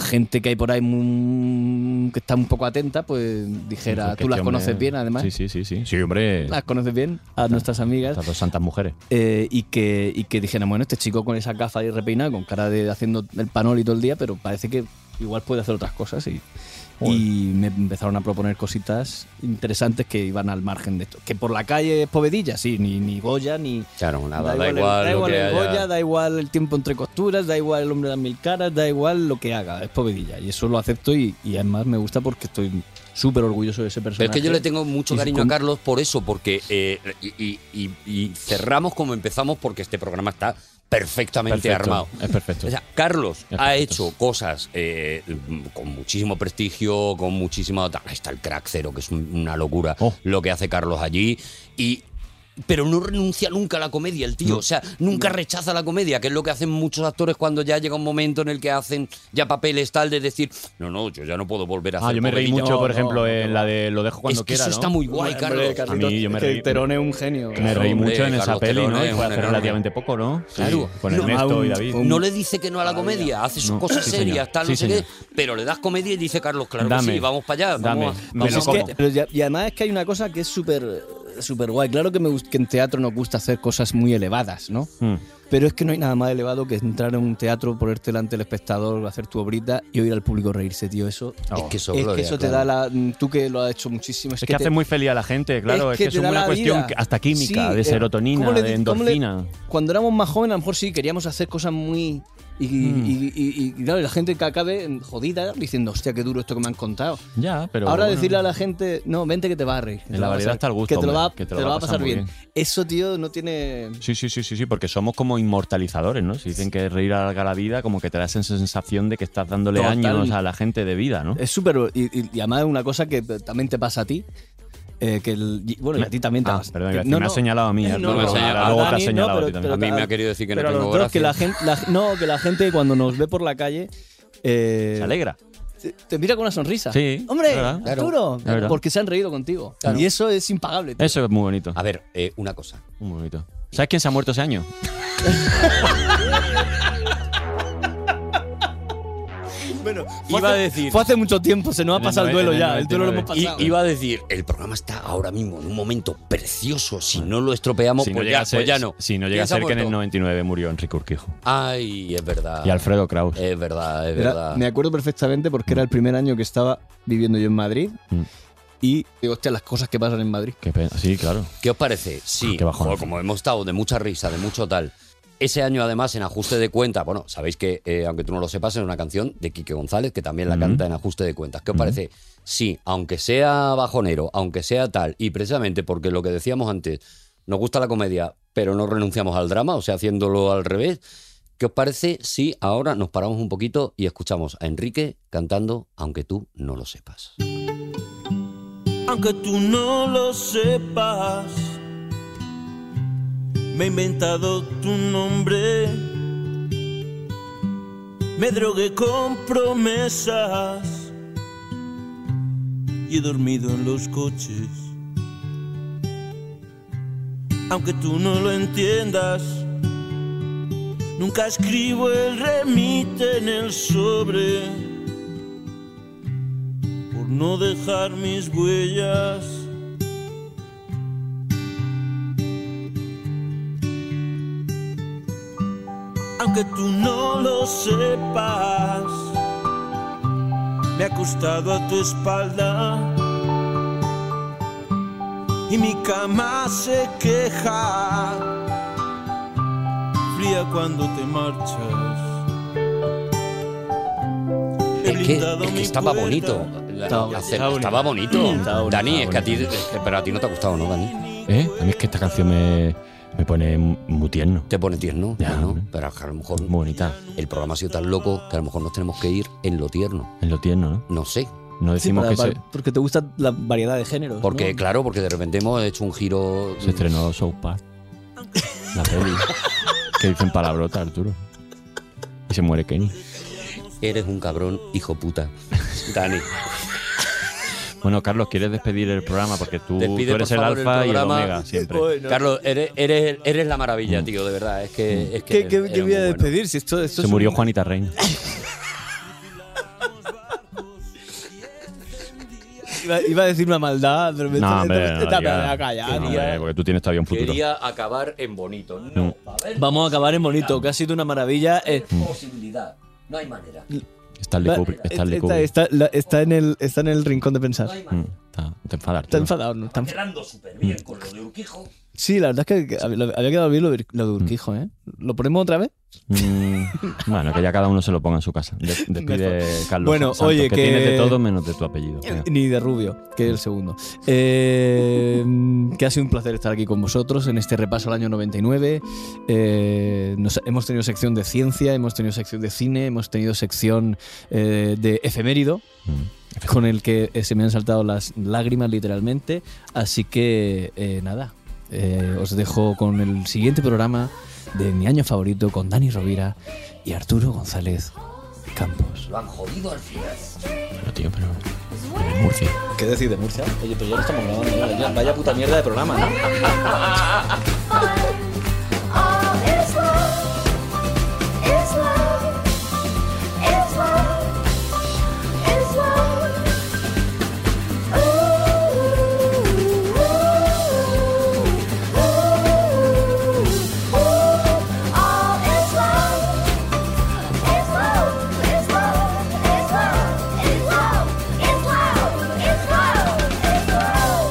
gente que hay por ahí muy- que está un poco atenta, pues dijera, Pues que tú las este hombre- conoces bien, además. Sí, sí, sí. Sí, sí hombre, Las conoces bien a nuestras amigas. estas dos santas mujeres. eh, y, que, y que dijeran, bueno, este chico con esa gafa ahí repeinada, con cara de haciendo el panol y todo el día, pero parece que igual puede hacer otras cosas. Y, y me empezaron a proponer cositas interesantes que iban al margen de esto. Que por la calle es povedilla, sí, ni, ni Goya, ni... Claro, nada, da, el- igual, da lo igual que el haya. Goya, da igual el tiempo entre costuras, da igual el hombre de las mil caras, da igual lo que haga, es povedilla. Y eso lo acepto y, y además me gusta porque estoy súper orgulloso de ese personaje. Pero es que yo le tengo mucho Y cariño a con- Carlos por eso, porque eh, y, y- y- y cerramos como empezamos, porque este programa está perfectamente Perfecto, armado. Es perfecto. O sea, Carlos ha hecho cosas eh, con muchísimo prestigio, con muchísima. Ahí está el crack cero, que es un- una locura Oh. lo que hace Carlos allí. Y. Pero no renuncia nunca a la comedia, el tío. O sea, nunca rechaza la comedia, que es lo que hacen muchos actores cuando ya llega un momento en el que hacen ya papeles tal de decir, no, no, yo ya no puedo volver a hacer Ah, yo me reí comedia". mucho, por No, ejemplo, eh, no, en la de Lo dejo cuando Es que quiera. eso ¿no? está muy guay, Hombre, Carlos. A mí yo me que reí. Terón es un genio. Me reí Hombre, mucho en esa Carlos peli, ¿no? Telón Y es fue un hace enorme. relativamente poco, ¿no? Claro. Sí, Con No, Ernesto un- y David. No le dice que no a la comedia, hace sus No, cosas sí, señor. serias, tal, Sí, no sé qué, señor. pero le das comedia y dice Carlos, claro Dame. que sí, vamos para allá, Dame. vamos a- Me vamos lo a- como. Pero ya- y además es que hay una cosa que es súper súper guay. Claro que, me, gust- que en teatro nos gusta hacer cosas muy elevadas, ¿no? Mm. Pero es que no hay nada más elevado que entrar en un teatro, ponerte delante del espectador, hacer tu obrita y oír al público reírse, tío. Eso Es que eso, es que gloria, eso te claro. da la. Tú que lo has hecho muchísimo. Es, Es que te- hace muy feliz a la gente, claro. Es que es te da una la cuestión vida. que- hasta química, Sí, de eh, serotonina, ¿cómo le de di- cómo le- endorfina. cuando éramos más jóvenes, a lo mejor sí, queríamos hacer cosas muy. Y, y- Mm. y- y- y, claro, la gente que acabe jodida diciendo, hostia, qué duro esto que me han contado. Ya, pero. Ahora bueno. decirle a la gente, no, vente que te va a reír. que te la lo va a variedad pasar- está el gusto, Que te lo hombre, va, que te lo va a pasar muy bien. bien. Eso, tío, no tiene. Sí, sí, sí, sí, sí, porque somos como inmortalizadores, ¿no? Si dicen que reír alarga la vida, como que te da esa sensación de que estás dándole Total. años a la gente de vida, Eh, ¿no? Es súper. Y, y- y además es una cosa que también te pasa a ti. eh, que el- y- bueno, y a ti también te Ah, pasa. perdón, Que- iba a decir, me ha señalado a mí, Arturo, me ha señalado. Luego te ha Dani, señalado a ti pero- también. pero A mí me ha querido decir que no pero a tengo nosotros, que la gracia. gente, la- No, que la gente cuando nos ve por la calle. eh, Se alegra. Te, te mira con una sonrisa. Sí, Hombre, es verdad. Claro, Arturo, es verdad. porque se han reído contigo. Claro. Y eso es impagable. tío. Eso es muy bonito. A ver, eh, una cosa. Muy bonito. ¿Sabes quién se ha muerto ese año? Bueno, Iba fue hace- a decir- Fue hace mucho tiempo, se nos ha En el pasado el noven- duelo en el ya. El duelo lo hemos 99. pasado. I- iba a decir, el programa está ahora mismo en un momento precioso, si no lo estropeamos, Si no pues, llega ya, a ser- pues ya no. Si no ¿Quién llega a se ha ser que en el muerto? 99 murió Enrique Urquijo. Ay, es verdad. Y Alfredo Kraus. Es verdad, es Era- verdad. me acuerdo perfectamente porque era el primer año que estaba viviendo yo en Madrid Mm. y digo, hostia, las cosas que pasan en Madrid. Qué pena. Sí, claro. Ah, ¿Qué os parece? Sí, Qué bajón. joder, como hemos estado de mucha risa, de mucho tal. Ese año, además, en ajuste de cuenta, bueno, sabéis que, eh, aunque tú no lo sepas, es una canción de Quique González que también la canta en ajuste de cuentas. ¿Qué os parece? Sí, aunque sea bajonero, aunque sea tal, y precisamente porque lo que decíamos antes, nos gusta la comedia, pero no renunciamos al drama, o sea, haciéndolo al revés. ¿Qué os parece si ahora nos paramos un poquito y escuchamos a Enrique cantando, aunque tú no lo sepas? Aunque tú no lo sepas, me he inventado tu nombre. Me drogué con promesas y y he dormido en los coches. Aunque tú no lo entiendas, nunca escribo el remite en el sobre. Por no dejar mis huellas. Aunque tú no lo sepas, me he acostado a tu espalda y mi cama se queja, fría cuando te marchas. Es que, es que estaba bonito. La- la- Estaba, bonito. Dani, es que a ti. es que- pero a ti no te ha gustado, ¿no, Dani? ¿Eh? A mí es que esta canción me, me pone muy tierno. Te pone tierno, ya, ¿no? Pero a lo mejor. Muy bonita. El programa ha sido tan loco que a lo mejor nos tenemos que ir en lo tierno. En lo tierno, ¿no? No sé. No decimos que se, Porque te gusta la variedad de géneros. Porque, claro, porque de repente hemos hecho un giro. se estrenó South Park. La peli. que dicen palabrotas, Arturo. Y se muere Kenny. Eres un cabrón, hijo puta. Dani. Bueno, Carlos, ¿quieres despedir el programa? Porque tú, tú Despide, eres por el favor, alfa y el programa. omega siempre. Mm. Carlos, eres, eres, eres la maravilla, tío, de verdad. Es que. Es que ¿Qué, qué- eres qué voy a muy bueno. despedir si esto, esto Se es murió un- Juanita Reina. Iba, iba a decir una maldad, pero me No, hombre, no, me- me- me- diga- me- calla, no, tía. hombre, porque tú tienes todavía un futuro. Mm. Quería acabar en bonito. No, No. Vamos a acabar en bonito, que ha sido una maravilla. eh, Mm. Oh, posibilidad. No hay manera. Stanley va- Kubrick, está, Stanley Kubrick. está- la- está en el, está en el rincón de pensar. Mm, Está, te Está enfada, Arturo. enfadado, ¿no? Está enf- súper bien con lo de Urquijo. Sí, la verdad es que hab- lo- había quedado bien lo de- lo de Urquijo, ¿eh? ¿Lo ponemos otra vez? Mm, bueno, que ya cada uno se lo ponga en su casa. De- despide Mejor. Carlos. Bueno, Santos, oye, que- tienes de todo menos de tu apellido. Venga. Ni de Rubio, que es el segundo. Eh, que ha sido un placer estar aquí con vosotros en este repaso al año 99. Eh, nos- hemos tenido sección de ciencia, hemos tenido sección de cine, hemos tenido sección eh, de efemérido, con el que eh, se me han saltado las lágrimas literalmente. Así que eh, nada, eh, os dejo con el siguiente programa de mi año favorito con Dani Rovira y Arturo González Campos. Lo han jodido al final. Pero tío, pero. pero en Murcia. ¿Qué decís de Murcia? Oye, pero ya no estamos grabando. ya- ya- vaya puta mierda de programa, ¿no? All is love, is love, is love, is love. Ooh, ooh, ooh, ooh. All is love, is love, is love, is love, is love, is love, is love, is love.